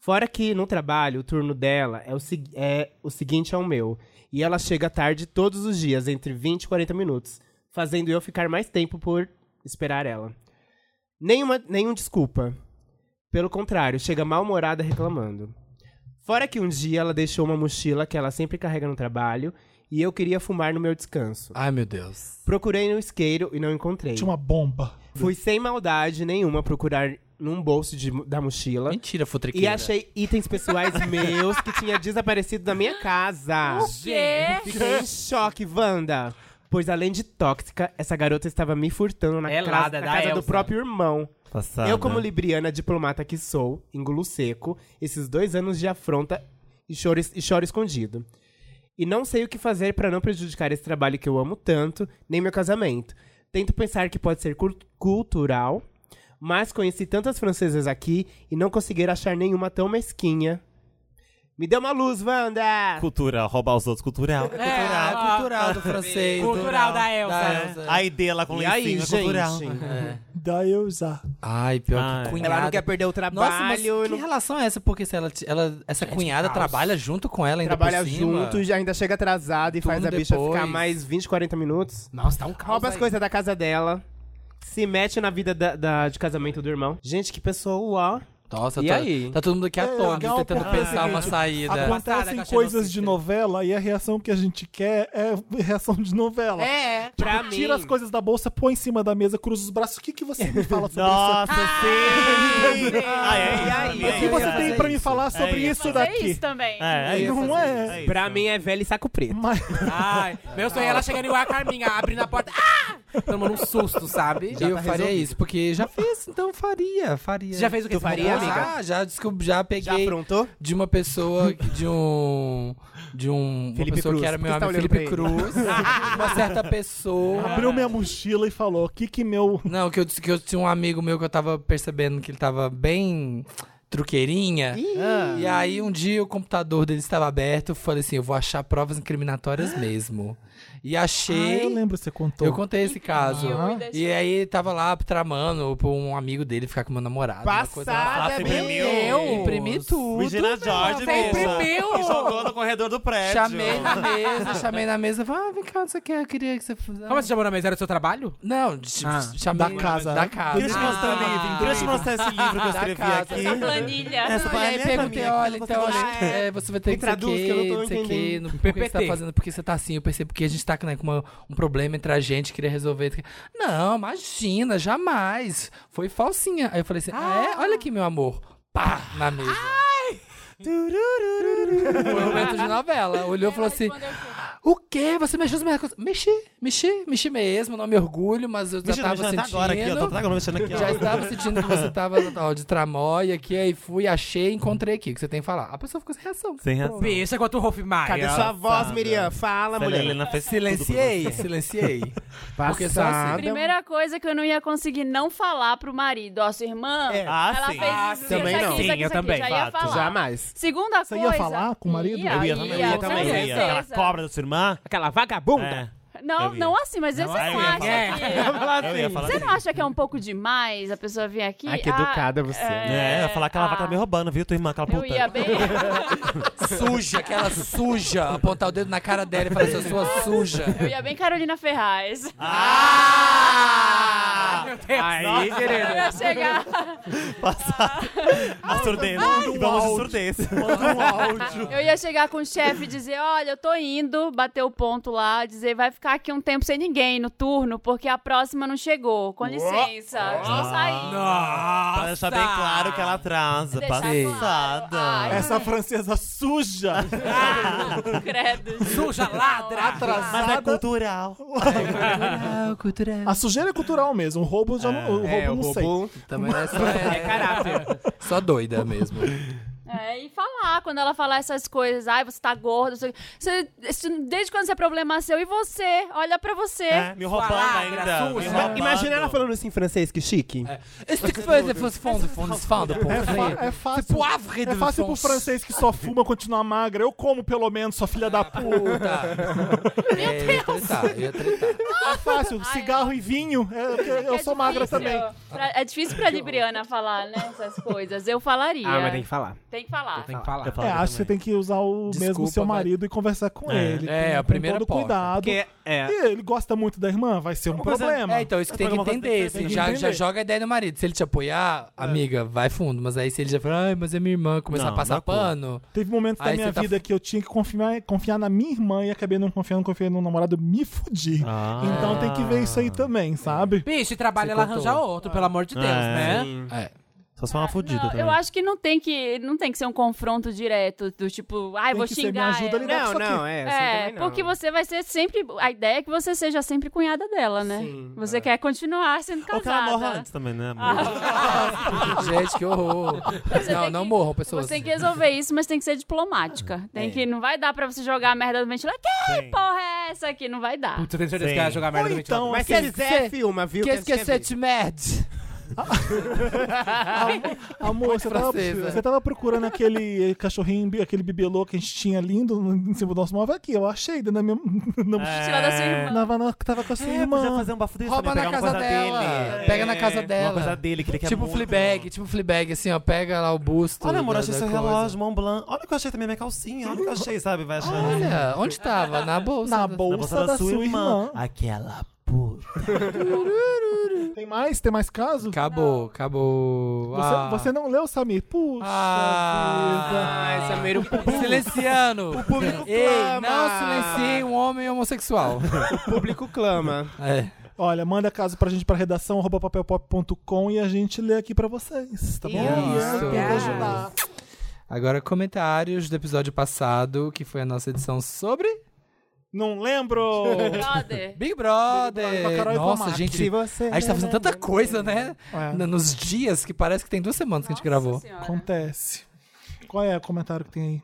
D: Fora que no trabalho o turno dela é o, segui- é o seguinte ao meu. E ela chega tarde todos os dias, entre 20 e 40 minutos, fazendo eu ficar mais tempo por esperar ela. Nenhuma, nenhum desculpa. Pelo contrário, chega mal-humorada reclamando. Fora que um dia ela deixou uma mochila que ela sempre carrega no trabalho e eu queria fumar no meu descanso.
C: Ai, meu Deus.
D: Procurei no isqueiro e não encontrei.
A: Tinha uma bomba.
D: Fui sem maldade nenhuma procurar num bolso de- da mochila.
C: Mentira, futriqueira.
D: E achei itens pessoais meus que tinha desaparecido da minha casa.
B: O quê?
D: Fiquei em choque, Wanda. Pois além de tóxica, essa garota estava me furtando na,
E: Ela,
D: casa-
E: da-
D: na
E: da
D: casa do
E: Elsa.
D: próprio irmão.
F: Passada.
D: Eu, como libriana diplomata que sou, engulo seco, esses dois anos de afronta e choro, e choro escondido. E não sei o que fazer pra não prejudicar esse trabalho que eu amo tanto, nem meu casamento. Tento pensar que pode ser cul- cultural, mas conheci tantas francesas aqui e não conseguir achar nenhuma tão mesquinha. Me dê uma luz, Wanda!
F: Cultura, roubar os outros. Cultural.
E: É,
F: cultural.
C: Cultural do francês.
E: Cultural da Elsa.
F: A ideia lá com
D: E
F: lencinho
D: aí,
F: é cultural.
D: gente?
A: Da eu usar.
C: Ai, pior
F: Ai.
C: que cunhada.
D: Ela não quer perder o trabalho.
C: Nossa, mas que
D: não É
C: relação é essa? Porque se ela, te- ela essa cunhada trabalha junto com ela ainda
D: trabalha
C: por cima.
D: junto e ainda chega atrasado e
C: Tudo
D: faz a bicha
C: depois.
D: ficar mais 20, 40 minutos.
E: Nossa, tá um caos
D: Rouba as
E: aí.
D: coisas da casa dela. Se mete na vida da, da- de casamento do irmão. Gente, que pessoa uau.
C: Nossa,
D: E
C: tá,
D: aí?
C: tá todo mundo aqui atônito,
A: legal
C: tentando
A: porque é o
C: pensar uma
A: seguinte,
C: saída.
E: Passada,
A: Acontecem
E: caixa
A: coisas
E: não
A: de
E: fica.
A: novela e a reação que a gente quer é reação de novela.
E: É,
A: Tipo,
D: pra
A: tira
D: mim-
A: as coisas da bolsa, põe em cima da mesa, cruza os braços. O que, que você me fala sobre isso?
F: Nossa, sim! Ah, é isso,
D: aí?
F: amiga,
A: O
F: é
A: que
F: isso,
A: você
F: é
A: tem
F: isso.
A: pra me falar sobre isso,
B: Fazer
A: daqui?
B: isso também.
F: É, é isso.
A: Não é.
F: isso.
D: Pra mim é velho e saco preto.
A: Mas,
E: Ai, meu sonho é ela chegando igual a Carminha, abrindo a porta. Ah! Tomando um susto, sabe?
C: eu
D: tá
C: faria isso, porque já fiz, então faria, faria. Ah,
E: Você já fez o que?
D: Tu ah, faria,
E: Você-
D: amiga?
C: Já, já descobri, já
D: Já
C: peguei
D: aprontou?
C: de uma pessoa, de um. De um. Uma
D: Felipe
C: pessoa
D: Cruz.
C: que era
D: Por
C: meu
D: que você tá
C: amigo
D: olhando
C: Felipe
D: pra
C: Cruz. uma certa pessoa.
A: abriu minha mochila e falou: o que que meu.
C: Não, que eu, disse que eu tinha um amigo meu que eu tava percebendo que ele tava bem truqueirinha. E aí um dia o computador dele estava aberto, eu falei assim, eu vou achar provas incriminatórias mesmo. E
A: Ah, eu
C: achei.
A: lembro, você contou.
C: eu contei esse caso.
A: Aham.
C: E aí ele tava lá tramando pra um amigo dele ficar com meu namorado. uma coisa lá.
F: Ah,
D: Passada,
F: você
D: meu.
F: imprimiu?
C: Imprimi tudo.
F: Regina
E: Você
F: George, bicha.
E: imprimiu!
F: E jogou no corredor do prédio.
C: Chamei na mesa, chamei na mesa. Falei, ah, vem cá, você quer? Eu queria que você fizesse.
E: Como você chamou na mesa? Era o seu trabalho?
C: Não, ch-
E: Ah,
C: chamei
A: da casa,
C: Da
A: né?
F: Queria te
C: casa.
F: mostrar o livro, queria te mostrar esse livro que eu escrevi
C: casa.
B: Essa
F: aqui.
B: planilha.
F: Essa
C: E aí
F: planilha
C: perguntei,
F: minha,
C: olha,
F: você
C: então,
F: gosta?
C: olha, é, você vai ter
D: Me
C: que não sei o
D: traduz, que eu não tô
C: não sei o quê,
D: entendendo.
C: no- por que você tá
E: PPT.
C: fazendo, porque você tá assim, eu percebo que a gente tá né, com uma- um problema entre a gente, queria resolver. Não, imagina, jamais. Foi falsinha. Aí eu falei assim, ah, é? Olha aqui, meu amor. Pá, na mesa. Foi um momento de novela. Olhou e falou assim, o quê? Você mexeu nas minhas coisas? Mexi, mexi, mexi mesmo, não me orgulho, mas eu já
F: Mexendo,
C: tava
F: mexendo
C: sentindo.
F: até tá agora aqui, ó. Tô até agora mexendo aqui, ó.
C: Já estava sentindo que você estava ó, de tramóia aqui, aí fui, achei, encontrei aqui, o que você tem que falar. A pessoa ficou sem reação.
F: Sem reação.
E: Bicha quanto o Rolf Maia.
D: Cadê sua voz, Miriam? Fala,
F: Olha,
D: mulher.
F: Helena fez tudo
C: Silenciei, silenciei. Porque só assim.
D: Passada.
B: Primeira coisa que eu não ia conseguir não falar pro marido, ó, sua irmã,
D: É.
F: Ah,
B: ela
F: sim.
B: fez
F: Ah,
B: isso,
D: também
B: isso aqui,
D: não.
B: isso
D: Sim,
B: aqui,
F: eu
B: isso aqui,
F: também.
B: já ia
F: Fato, é
B: falar.
D: Jamais.
B: Segunda
A: Você ia
B: coisa...
A: falar com o marido?
B: Ia,
F: Eu ia
B: ia,
F: também. Eu ia
B: com
F: também. Eu ia. Aquela
B: certeza.
F: cobra da sua irmã.
D: Aquela vagabunda.
F: É.
B: Não,
F: Eu ia.
B: não assim, mas você não
F: eu ia
B: acha
F: falar.
B: que...
F: Eu ia falar
B: Você
F: assim.
B: não acha que é um pouco demais a pessoa vir aqui?
D: Ah, que
B: Ah,
D: educada você.
F: É, eu ia falar que ela vai tá
B: ah,
F: me roubando, viu, tua irmã, aquela
B: Eu
F: puta.
B: ia bem...
C: Suja, aquela suja. Apontar o dedo na cara dela e falar assim, eu sou a suja.
B: Eu ia bem Carolina Ferraz.
F: Ah!
D: Aí,
B: Eu
D: querida.
B: ia chegar...
F: Passado. A surdez. Vamos de surdez.
B: Eu ia chegar com o chefe e dizer: olha, eu tô indo, bater o ponto lá, dizer: vai ficar aqui um tempo sem ninguém no turno, porque a próxima não chegou. Com licença,
F: Ah.
B: estou saindo.
E: Nossa!
F: Pra deixar bem claro que ela atrasa.
B: Deixar claro.
F: Passada.
B: Ai.
A: Essa francesa suja!
B: Ah, Credo.
E: Suja, ladra!
F: Mas é cultural.
C: Cultural, cultural.
A: A sujeira é cultural mesmo, o roubo já não, o roubo
D: É, o
A: não sei.
D: robô.
C: Também é só, é,
D: Caráter.
C: só doida mesmo.
B: É, e falar, quando ela falar essas coisas, ai, você tá gordo, você, você- isso- desde quando você é problema seu, e você? Olha pra você.
F: É, me roubando
E: Palavra
F: ainda. me
E: suja.
F: roubando.
D: Imagina ela falando isso em francês, que chique.
C: Esse que fazer fosse fundo, fundo, fundo, pô.
A: É, fa- é fácil.
C: poivre
A: É
C: de
A: fácil pro
C: France.
A: francês que só fuma continuar magra. Eu como pelo menos, sua filha da puta.
C: Puta. É, eu ia tretar, eu ia tretar.
A: É fácil, cigarro e vinho. é- é- eu
B: É
A: sou magra
B: difícil.
A: também.
B: Pra- é difícil pra Libriana falar, né? Essas coisas. Eu falaria.
D: Ah, mas tem que falar.
B: Tem que falar.
E: Tem que falar.
F: Eu
A: É,
F: falava
A: acho que você tem que usar o
C: Desculpa,
A: mesmo seu
C: mas-
A: marido e conversar com
F: É.
A: ele.
C: É,
A: com-
C: a primeira
A: com todo
C: porta.
A: cuidado.
D: Porque, é,
A: E ele gosta muito da irmã, vai ser um
F: coisa-
A: problema.
C: É, então, isso que tem que
F: Alguma coisa
C: entender. É.
F: tem
C: Assim,
F: que
C: já,
F: entender.
C: já joga a ideia do marido. Se ele te apoiar, amiga, vai fundo. Mas aí se ele já falar, ai, mas é minha irmã, começar
F: Não,
C: a passar
F: dá cu.
C: pano.
A: Teve momentos da
C: Aí
A: minha
C: você tá
A: vida que eu tinha que confiar, confiar na minha irmã e acabei não confiando, confiei no namorado, me fudi.
F: Ah.
A: Então tem que ver isso aí também, sabe?
E: Bicho, e trabalha ela arranjar outro, pelo amor de Deus,
F: É.
E: né?
C: É.
F: Só se for uma fudida
B: Ah, Não,
F: também.
B: eu acho que não tem que não tem que ser um confronto direto do tipo, ai,
A: Tem
B: vou
A: que ser, me
B: xingar.
A: ajuda a
B: ela.
A: lidar com
D: Não,
A: isso aqui.
D: não, é. assim
B: É,
D: também não.
B: porque você vai ser sempre. A ideia é que você seja sempre cunhada dela, né?
D: É.
B: você quer continuar sendo
F: Ou que ela
B: casada. Ah.
F: morra antes também, né? amor?
C: Gente, que horror.
B: Você
C: não,
B: tem
C: não
B: que-
C: morram, pessoas.
B: Você tem que resolver isso, mas tem que ser diplomática. Tem que. Não vai dar pra você jogar a merda do ventilador. Que
F: Sim.
B: porra é essa aqui? Não vai dar.
E: Putz, eu tenho certeza
F: Sim.
E: que ela ia jogar merda no ventilador.
D: Mas se
C: quer
D: quiser,
C: dizer-
D: filma, viu?
C: Que
D: a gente quer
C: esquecer
D: ver.
C: de merda.
A: Amor, você tava,
C: Ah. francesa.
A: você tava procurando aquele cachorrinho, bi- aquele bibelô que a gente tinha lindo no- em cima do nosso móvel aqui. Eu achei dentro da minha. Na mochila.
B: Tirar da sua irmã.
A: Tava, na- tava com a sua
F: É,
A: irmã.
F: podia fazer um bafo desse
C: Rouba
F: também,
C: na
F: pegar uma
C: casa
F: coisa
C: dela.
A: É.
F: dele.
C: Pega na casa
F: Uma
C: dela.
F: coisa dele que ele quer
C: tipo
F: muito.
C: Fleabag, tipo Fleabag, assim, ó. Pega lá o busto.
F: Olha, amor,
C: da-
F: achei
C: da
F: seu
C: coisa.
F: relógio, Mont Blanc. Olha o que eu achei também, minha calcinha. Olha o que eu achei, sabe? Vai achando.
C: Olha, onde tava? Na bolsa.
A: Na
C: da-
A: bolsa, da, sua irmã.
F: Aquela puta.
A: Tem mais? Tem mais caso?
C: Acabou, acabou.
A: Você,
C: Ah.
A: você não leu, Samir? Puxa
C: Ah,
D: Ai, Samir, o um público,
C: Silenciano.
D: o público
A: é
C: Ei,
D: clama.
C: não silencie um homem homossexual.
D: O público clama.
C: É.
A: vida. Olha, manda caso pra gente pra redação arroba papelpop.com e a gente lê aqui pra vocês, tá bom?
C: Isso.
A: E aí, ajudar.
C: Agora, comentários do episódio passado, que foi a nossa edição sobre
A: Não lembro!
B: Brother.
C: Big Brother.
A: Big Brother, com a Carol e É. com a
C: nossa,
A: Mac.
C: gente,
D: Se você.
C: a gente tá fazendo tanta coisa, né? N- Nos dias que parece que tem duas semanas que a gente gravou.
B: Senhora.
A: Acontece. Qual é o comentário que tem aí?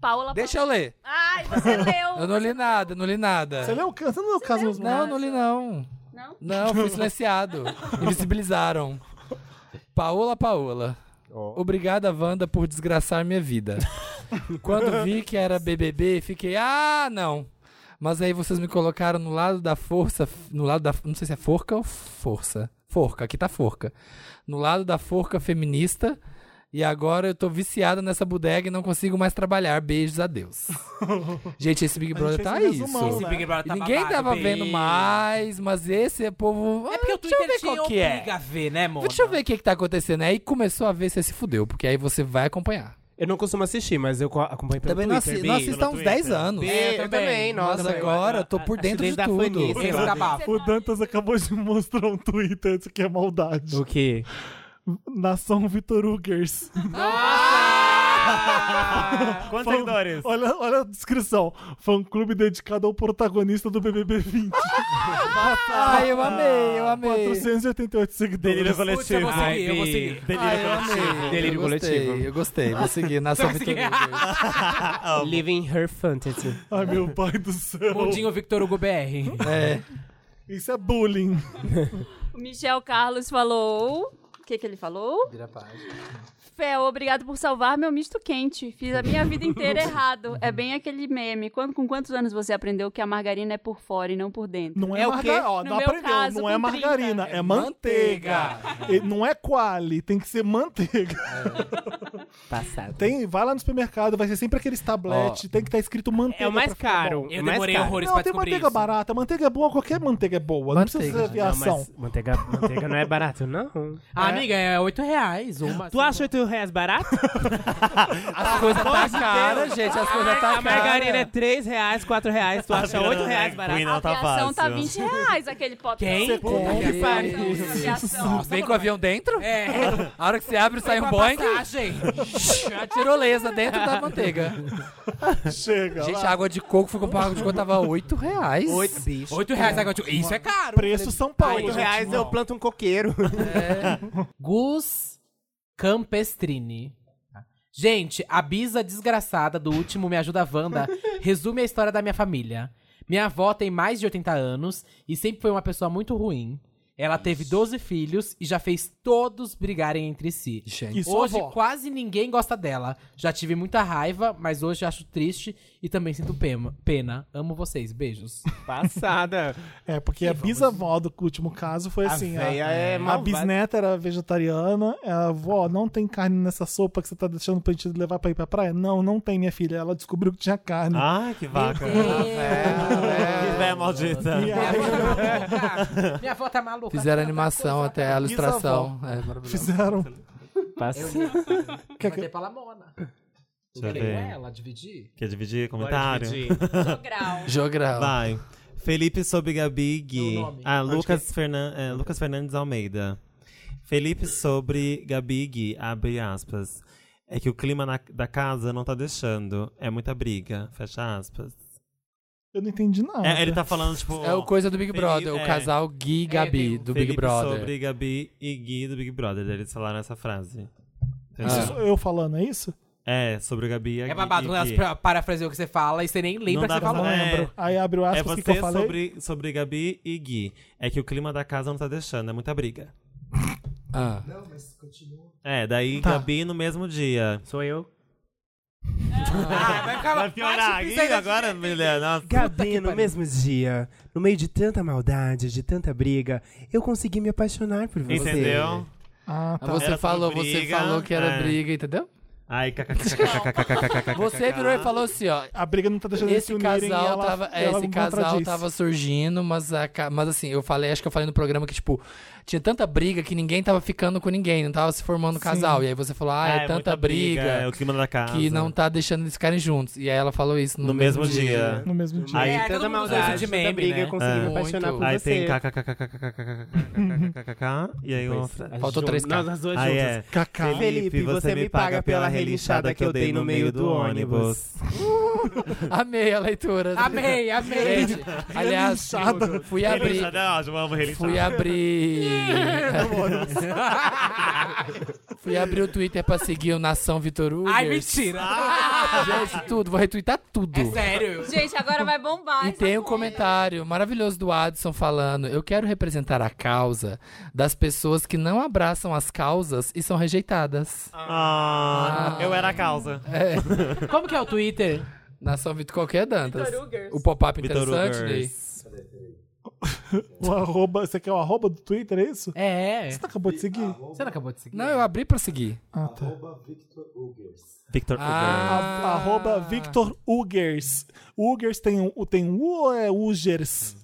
B: Paula.
C: Deixa eu ler.
B: Ai, você leu.
C: Eu não li nada, não li nada.
A: Você leu o caso? Você não leu o caso mesmo?
C: É. Não, não li não.
B: Não?
C: Não, fui silenciado. Invisibilizaram. Paola Paola. Obrigada, Wanda, por desgraçar minha vida. Quando vi que era BBB, fiquei, ah, não. Mas aí vocês me colocaram no lado da força, no lado da, não sei se é forca ou força. Forca, aqui tá forca. No lado da forca feminista. E agora eu tô viciada nessa bodega e não consigo mais trabalhar. Beijos, adeus. gente, esse Big Brother
A: fez
C: tá
A: um
C: isso.
A: resumão,
E: Esse Big Brother tá
C: Ninguém
E: babado,
C: tava
E: bem.
C: vendo mais, mas esse é povo.
E: É porque
C: Ah,
E: o Twitter
C: deixa eu ver
E: te
C: qual que é.
E: obriga a ver, né, amor?
C: Deixa eu ver o que, que tá acontecendo. Aí começou a ver se se fudeu, porque aí você vai acompanhar.
G: Eu não costumo assistir, mas eu co- acompanho pelo
C: Também não
G: Twitter.
C: assi-
G: Bi.
C: não assisto há uns 10 anos.
E: É, eu
D: eu
E: também.
D: também,
C: Mas
D: nossa.
C: agora eu tô por dentro de
G: desde a
C: tudo.
G: Fanny.
E: Esse tá bafo.
A: Ah, O Dantas acabou de me mostrar um Twitter, isso aqui é maldade.
G: O quê?
A: Nação Vitor Ugers.
F: Quantos
A: é
F: seguidores?
A: Olha, olha a descrição. Fã clube dedicado ao protagonista do BBB 20.
C: Ai, eu amei, eu amei.
A: 488
F: Delírio
A: seguidores.
E: Putz, eu
F: coletivo.
E: vou seguir, eu vou seguir.
C: Ai, eu
F: Delírio
C: amei.
G: Delírio
C: eu gostei,
G: coletivo.
C: Eu gostei, vou seguir na sua
G: Living Her Fantasy.
A: Ai, meu pai do céu.
E: Mundinho Victor Hugo BR.
C: É.
A: Isso é bullying.
B: O Michel Carlos falou. O que, que ele falou? Fel, obrigado por salvar meu misto quente. Fiz a minha vida inteira errado. É bem aquele meme. Quando, com quantos anos você aprendeu que a margarina é por fora e não por dentro?
A: Não é,
E: É o quê?
A: margarina. Ó,
B: No
A: não
B: meu
A: aprendeu.
B: caso,
A: não é
B: com
A: margarina,
B: 30.
A: é manteiga. E não é quali, tem que ser manteiga. É.
G: Passado.
A: Tem, vai lá no supermercado, vai ser sempre aqueles tabletes, tem que estar escrito manteiga.
G: É o mais
A: pra ficar
G: caro.
A: bom.
E: Eu
G: o mais
E: demorei
G: caro.
E: horrores
A: Não,
E: pra
A: tem
E: descobrir
A: manteiga
E: isso.
A: barata. Manteiga é boa, qualquer manteiga é boa. Não precisa ser
C: Manteiga.
G: Não,
A: aviação.
G: mas manteiga, manteiga não é barato, não.
E: Ah, amiga, é 8 reais. Uma,
G: Tu acha 8 reais barato?
C: As coisas tá cara, gente, as coisas tá
G: a margarina é
C: cara.
G: 3 reais, 4 reais.
F: Tá
G: Tu acha 8 reais barato?
F: Não
B: a
F: tá
B: aviação
F: fácil.
B: tá 20 reais aquele pote.
E: Quem?
C: que pariu. Vem com o avião dentro?
E: É.
C: A hora que você abre, sai
E: Com
C: um
E: a
C: Boeing.
E: passagem.
C: A tirolesa dentro da manteiga.
A: Chega.
C: Gente,
A: lá.
C: a água de coco, fui comprar água de coco, tava 8 reais.
G: 8 bicho.
E: 8 reais. agora, tipo, Isso é caro.
A: Preço São Paulo.
G: 8
A: gente.
G: reais eu planto um coqueiro.
E: Gus Campestrini. Tá. Gente, a Bisa desgraçada do último Me Ajuda Wanda resume a história da minha família. Minha avó tem mais de 80 anos e sempre foi uma pessoa muito ruim. Ela teve 12 filhos e já fez todos brigarem entre si.
C: Gente.
A: E sua
E: Hoje
A: avó?
E: quase ninguém gosta dela. Já tive muita raiva, mas hoje acho triste e também sinto pema- pena. Amo vocês. Beijos.
G: Passada.
A: É, porque a bisavó do último caso foi assim. A,
G: véia é
A: a
G: malvada.
A: bisneta era vegetariana, a avó, não tem carne nessa sopa que você tá deixando pra gente levar pra ir pra praia? Não, não tem, minha filha. Ela descobriu que tinha carne.
F: Ai, que vaca. Que véia maldita.
A: E
E: Minha
A: aí,
E: avó tá maluca. Minha avó tá maluca.
C: Fizeram animação até a ilustração. É maravilhoso.
A: fizeram.
G: Passada.
E: Quer que... pra Lamona.
F: Deixa eu
E: Querer
F: ver.
E: ela, é dividir.
F: Quer dividir comentário?
C: Jogral.
F: Vai. Felipe Sobigabig.
E: É o nome.
F: Ah, Lucas, Fernan... é, Lucas Fernandes Almeida. Felipe sobre Gabi e Gui, abre aspas. É que o clima na- da casa não tá deixando. É muita briga, fecha aspas.
A: Eu não entendi nada.
F: É, ele tá falando, tipo.
C: É o coisa do Big
F: Felipe-
C: Brother, o
F: é.
C: casal Gui e
E: É,
C: Gabi
E: um
C: do Big
F: Felipe
C: Brother.
F: Sobre Gabi e Gui do Big Brother. Eles falaram essa frase.
A: Isso
F: Entendeu?
A: sou eu falando, é isso?
F: É, sobre Gabi e a
E: É
F: Gui-
E: babado
F: e
E: quando elas
F: Gui.
E: pra- parafraseiam o que você fala e você nem lembra
F: Não
E: que você
F: dá pra
E: falou.
F: falar. É.
A: Aí abre o
F: É
A: aspas o que, que eu
F: você
A: falei.
F: sobre, sobre Gabi e Gui. É que o clima da casa não tá deixando, é muita briga.
C: Ah.
F: É, daí
A: Tá.
F: Gabi no mesmo dia.
G: Sou eu.
E: Ah, vai ficar
F: Vai piorar
E: mais
F: Gui
E: difícil ainda.
F: agora, mulher? Nossa.
D: Gabi, no mesmo dia, no meio de tanta maldade, de tanta briga, eu consegui me apaixonar por você.
F: Entendeu?
A: Ah, tá.
C: Você
F: Era tudo
C: falou, você
F: briga,
C: falou que era
F: é.
C: briga, entendeu?
F: Ai, kkkkkkkkkkkkk.
C: Você virou e falou assim, ó.
A: A briga não tá deixando eles se
C: Esse
A: unirem
C: casal
A: e ela,
C: tava, é,
A: ela
C: esse
A: me
C: casal
A: contradiz.
C: tava surgindo, mas, a ca- mas assim, eu falei, acho que eu falei no programa que, tipo, tinha tanta briga que ninguém tava ficando com ninguém, não tava se formando casal. E aí você falou, ah, é, tanta
F: muita
C: briga,
F: É o clima da casa.
C: que não tá deixando eles ficarem juntos. E aí ela falou isso no,
F: No mesmo dia.
A: no mesmo dia.
F: Aí,
E: É, todo
G: Tanta
E: mundo usa
G: maldade,
E: isso de
G: tanta
E: meme,
G: briga,
E: né?
G: eu consegui me
C: É.
G: apaixonar por
F: aí
G: você.
F: tem kkkkkkkkkkkkk. E aí outra.
C: Faltou três
G: Nós as duas
F: Aí
G: juntas.
F: é.
A: Cacá.
G: Felipe, você me paga pela relinchada que eu dei no meio do ônibus.
C: Amei a leitura.
E: Amei, amei.
C: Gente,
A: é
C: aliás, fui abrir.
F: Relinchada, é ótimo, amo relinchada.
C: Fui abrir. fui abrir o Twitter pra seguir o Nação Vitor Hugo.
E: Ai, mentira.
F: Ah,
C: Gente, tudo, vou retweetar tudo.
E: É sério.
B: Gente, agora vai bombar.
C: E
B: essa
C: tem um
B: porra.
C: comentário maravilhoso do Adson falando: Eu quero representar a causa das pessoas que não abraçam as causas e são rejeitadas.
F: Ah, eu era a causa.
E: Como que é o Twitter?
C: Nação Vitor qualquer Dantas.
B: Vitor Ugers.
C: O pop-up
F: Vitor
C: interessante,
F: Ugers.
C: Ney.
A: O arroba, você quer o arroba do Twitter, é isso?
E: É.
A: Você não acabou de seguir?
E: Você não acabou de seguir?
C: Não, eu abri pra seguir.
A: Ah, tá.
F: Victor Hugo.
A: A- Arroba Victor Ugers. Ugers tem um, tem um U ou é Ugers?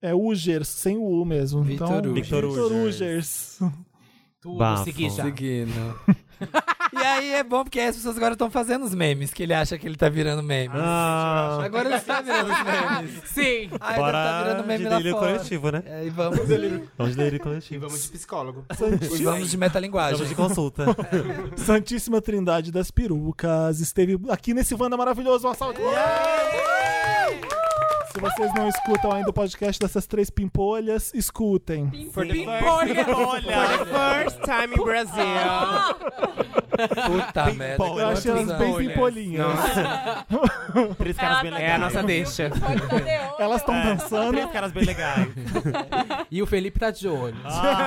A: É Ugers, sem o U mesmo.
C: Victor
A: então,
C: Ugers.
F: Victor
A: Victor
F: Ugers.
A: Ugers.
E: Tu
F: Bafo.
E: seguir já.
C: Seguindo. e aí é bom porque as pessoas agora estão fazendo os memes, que ele acha que ele tá virando meme.
F: Ah,
C: Agora ele tá virando os memes.
E: Sim.
C: Ah, ele tá
F: bora
C: virando meme
F: de
C: lá
F: delírio
C: fora.
F: coletivo, né?
C: É, e vamos,
F: Vamos de delírio coletivo.
G: Vamos de psicólogo.
C: e vamos de metalinguagem.
F: Vamos de consulta.
A: Santíssima Trindade das Perucas esteve aqui nesse Wanda maravilhoso. Uma salva de palmas. Se vocês não escutam ainda o podcast dessas três pimpolhas, escutem.
G: For the
F: Olha!
G: first time in Brazil.
C: Puta merda.
A: Eu achei elas bem pimpolinhas.
F: Três caras bem
B: tá
G: É a
F: legais.
G: nossa deixa.
B: Pode fazer outra.
A: Elas estão dançando.
F: É, Três caras bem legais.
E: E o Felipe tá de olho.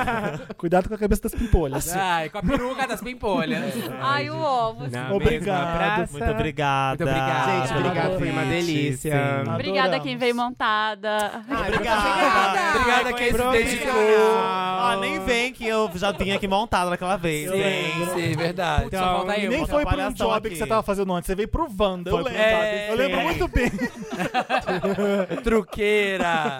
A: Cuidado com a cabeça das pimpolhas.
E: Ai, com a peruca das pimpolhas.
B: Ai, o ovo.
G: Na
A: Obrigado.
G: mesma praça.
F: Muito obrigada.
E: Muito obrigado.
G: Gente, obrigado, foi uma delícia.
A: Adoramos.
B: Obrigada a quem veio montada.
F: Obrigada.
C: Obrigada a quem se dedicou.
F: Ah, nem vem que eu já vim aqui montado naquela vez. Vem.
C: Sim, verdade.
E: Só
F: Então,
E: falta eu.
A: Nem
F: Nossa,
A: foi pro um
F: palhação
A: job
F: aqui.
A: que você tava fazendo antes, você veio pro Wanda.
F: Foi
A: Eu
F: pro
A: lembro,
F: job,
A: eu lembro
F: sim.
A: muito bem.
C: Truqueira.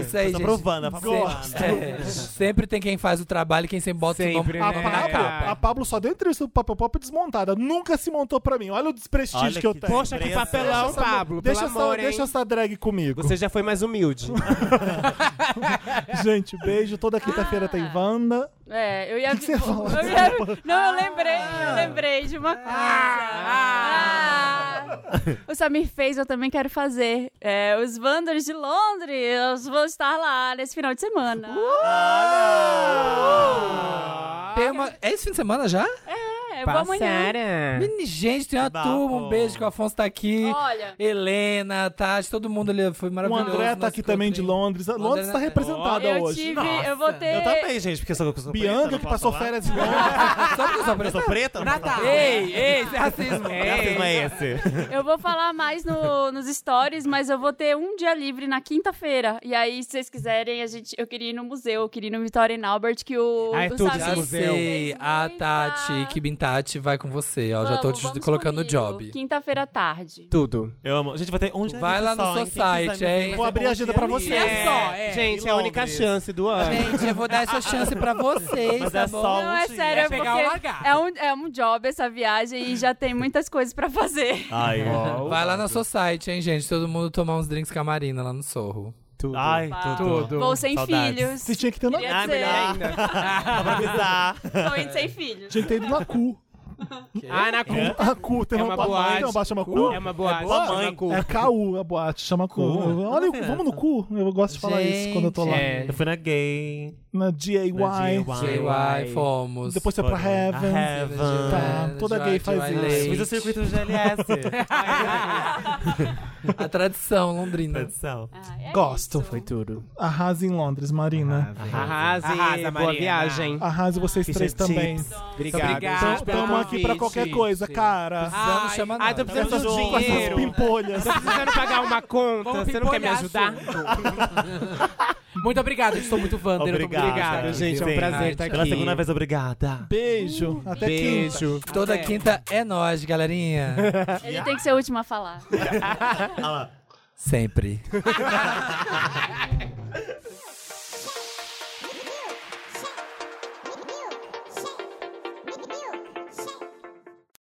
C: Isso aí,
F: Tô
C: gente.
F: provando, tá provando.
C: Sempre,
G: né?
C: é, sempre tem quem faz o trabalho e quem sempre bota o nome
E: É,
G: Sempre,
A: A
G: né?
A: Pablo, a Pablo só deu entrevista do Papel Pop desmontada. Nunca se montou pra mim. Olha o desprestígio
F: Olha
A: que eu
F: que
A: tenho.
G: Poxa, que
F: Empresa.
G: papelão, Pablo.
A: Deixa,
G: pelo
A: essa,
G: amor, hein?
A: deixa essa drag comigo.
G: Você já foi mais humilde.
A: Gente, beijo. Toda quinta-feira tem Wanda.
B: É, eu ia.
A: O que que você Ah. falou?
B: eu ia- Não, eu lembrei, eu lembrei de uma coisa. Ah. O Samir fez, eu também quero fazer. É, os Wanderers de Londres vão estar lá nesse final de semana.
A: Uh,
F: Ah!
C: Tem uma- É esse fim de semana já?
B: É, eu vou amanhã.
C: Menino, gente, tem uma
F: Bafo.
C: turma. Um beijo que o Afonso tá aqui.
B: Olha.
C: Helena, Tati, todo mundo ali. Foi
A: O
C: maravilhoso.
A: André tá
C: nosso
A: aqui também de
C: encontro, hein?
A: Londres. A Londres
C: André-
A: tá representada
B: Eu
A: hoje.
B: tive, eu vou ter.
F: Eu também, gente, porque eu sou, eu sou preta.
A: Bianca,
F: não
A: que
F: posso
A: passou
F: falar.
A: férias em Londres.
C: Sabe o que eu sou
F: Eu
C: preta?
F: sou preta? não posso falar.
C: Ei, ei, isso é racismo.
F: Que racismo é esse?
B: Eu vou falar mais no- nos stories, mas eu vou ter um dia livre na quinta-feira. E aí, se vocês quiserem, a gente, eu queria ir no museu, eu queria ir no Victoria and Albert, que o,
G: Ah, é
B: o
G: tudo
B: Samir
G: esse
C: Já
G: museu.
C: sei,
B: fez
C: a
B: muita-
C: ah, Tati, Kibintati vai com você, ó. já tô
B: Vamos,
C: te
B: vamos
C: colocando no
B: comigo.
C: job.
B: Quinta-feira à tarde.
G: Tudo.
F: Eu amo. Gente, vai ter um dia
C: Vai lá
F: desse
C: no
F: só,
C: seu
F: hein? Quem quiser
C: site,
F: me ver,
C: hein?
F: vai
A: Vou
F: ser
A: abrir
F: bom
A: a agenda
F: dia.
A: pra você.
E: É só, é.
G: Gente, é a única
F: Londres.
G: chance do ano.
C: Gente, eu vou dar essa chance pra vocês,
F: Mas
C: tá
F: é
C: bom?
F: só
B: Não,
F: um
B: é
F: dia.
B: sério, é
E: pegar
B: porque
E: o lagarto.
B: é um, é um job essa viagem e já tem muitas coisas pra fazer.
F: Ai,
C: Vai lá no seu site, hein, gente? Todo mundo tomar uns drinks camarina lá no Sorro.
G: Tudo.
F: Ai,
B: Ufa.
F: tudo.
G: Tudo.
B: Vou sem
F: Saudades.
B: filhos.
A: Você tinha que ter na
B: Queria
F: Ah, melhor
B: dizer,
F: ainda. Só pra avisar.
B: tô indo sem filhos.
A: Tinha que ter ido na cu.
G: Ah, na
F: É?
A: A cu, tem
G: É
A: uma,
G: uma
A: boate. Tem uma boate chama cu?
G: É uma boate.
F: boa
G: chama
F: mãe.
G: cu.
A: É KU a boate, chama cu.
F: Cu?
A: Olha,
F: Eu não sei
A: vamos no
F: essa.
A: cu. Eu gosto de falar isso quando eu tô lá.
G: É.
F: Eu fui na gay.
A: Na DAY.
F: Na DIY.
C: JY, fomos.
A: Depois você foi pra
F: Foram na
A: Heaven.
G: Ah, é.
F: Heaven.
A: Tá, toda
C: JY,
A: gay faz
C: JY,
A: isso.
F: Fiz o circuito GLS.
C: a tradição londrina.
F: Tradição.
B: Ah, é
A: Gosto.
B: isso.
A: Foi
G: Tudo.
A: Arrasa em Londres, Marina.
D: Ah,
G: Arrase,
E: Arrasa,
G: boa
E: Marina.
G: viagem.
A: Arrase vocês
F: Fish
A: três
F: and
A: também.
F: chips.
G: Obrigado.
E: Obrigado.
G: gente, pelo
A: Tamo aqui pra
G: convite.
A: qualquer coisa, cara.
C: Não, não
E: Ai,
C: chama
G: Ai,
C: nada.
G: tô precisando
F: Tamo
G: de
F: junto.
A: Com essas
G: dinheiro.
A: pimpolhas.
G: Tô precisando pagar uma conta.
C: Tá
E: Vamos
G: Você não quer me
E: pimpolhar
G: ajudar?
E: Muito obrigado, eu sou muito Wander.
F: Obrigado,
E: Obrigado,
G: gente, é um prazer tá
F: Pela
G: aqui.
F: segunda vez, obrigada.
A: Beijo. Até quinta.
G: Beijo.
B: Tá
C: Toda
E: Até.
C: quinta é nós, galerinha.
B: Ele tem que ser o último a falar.
C: Sempre.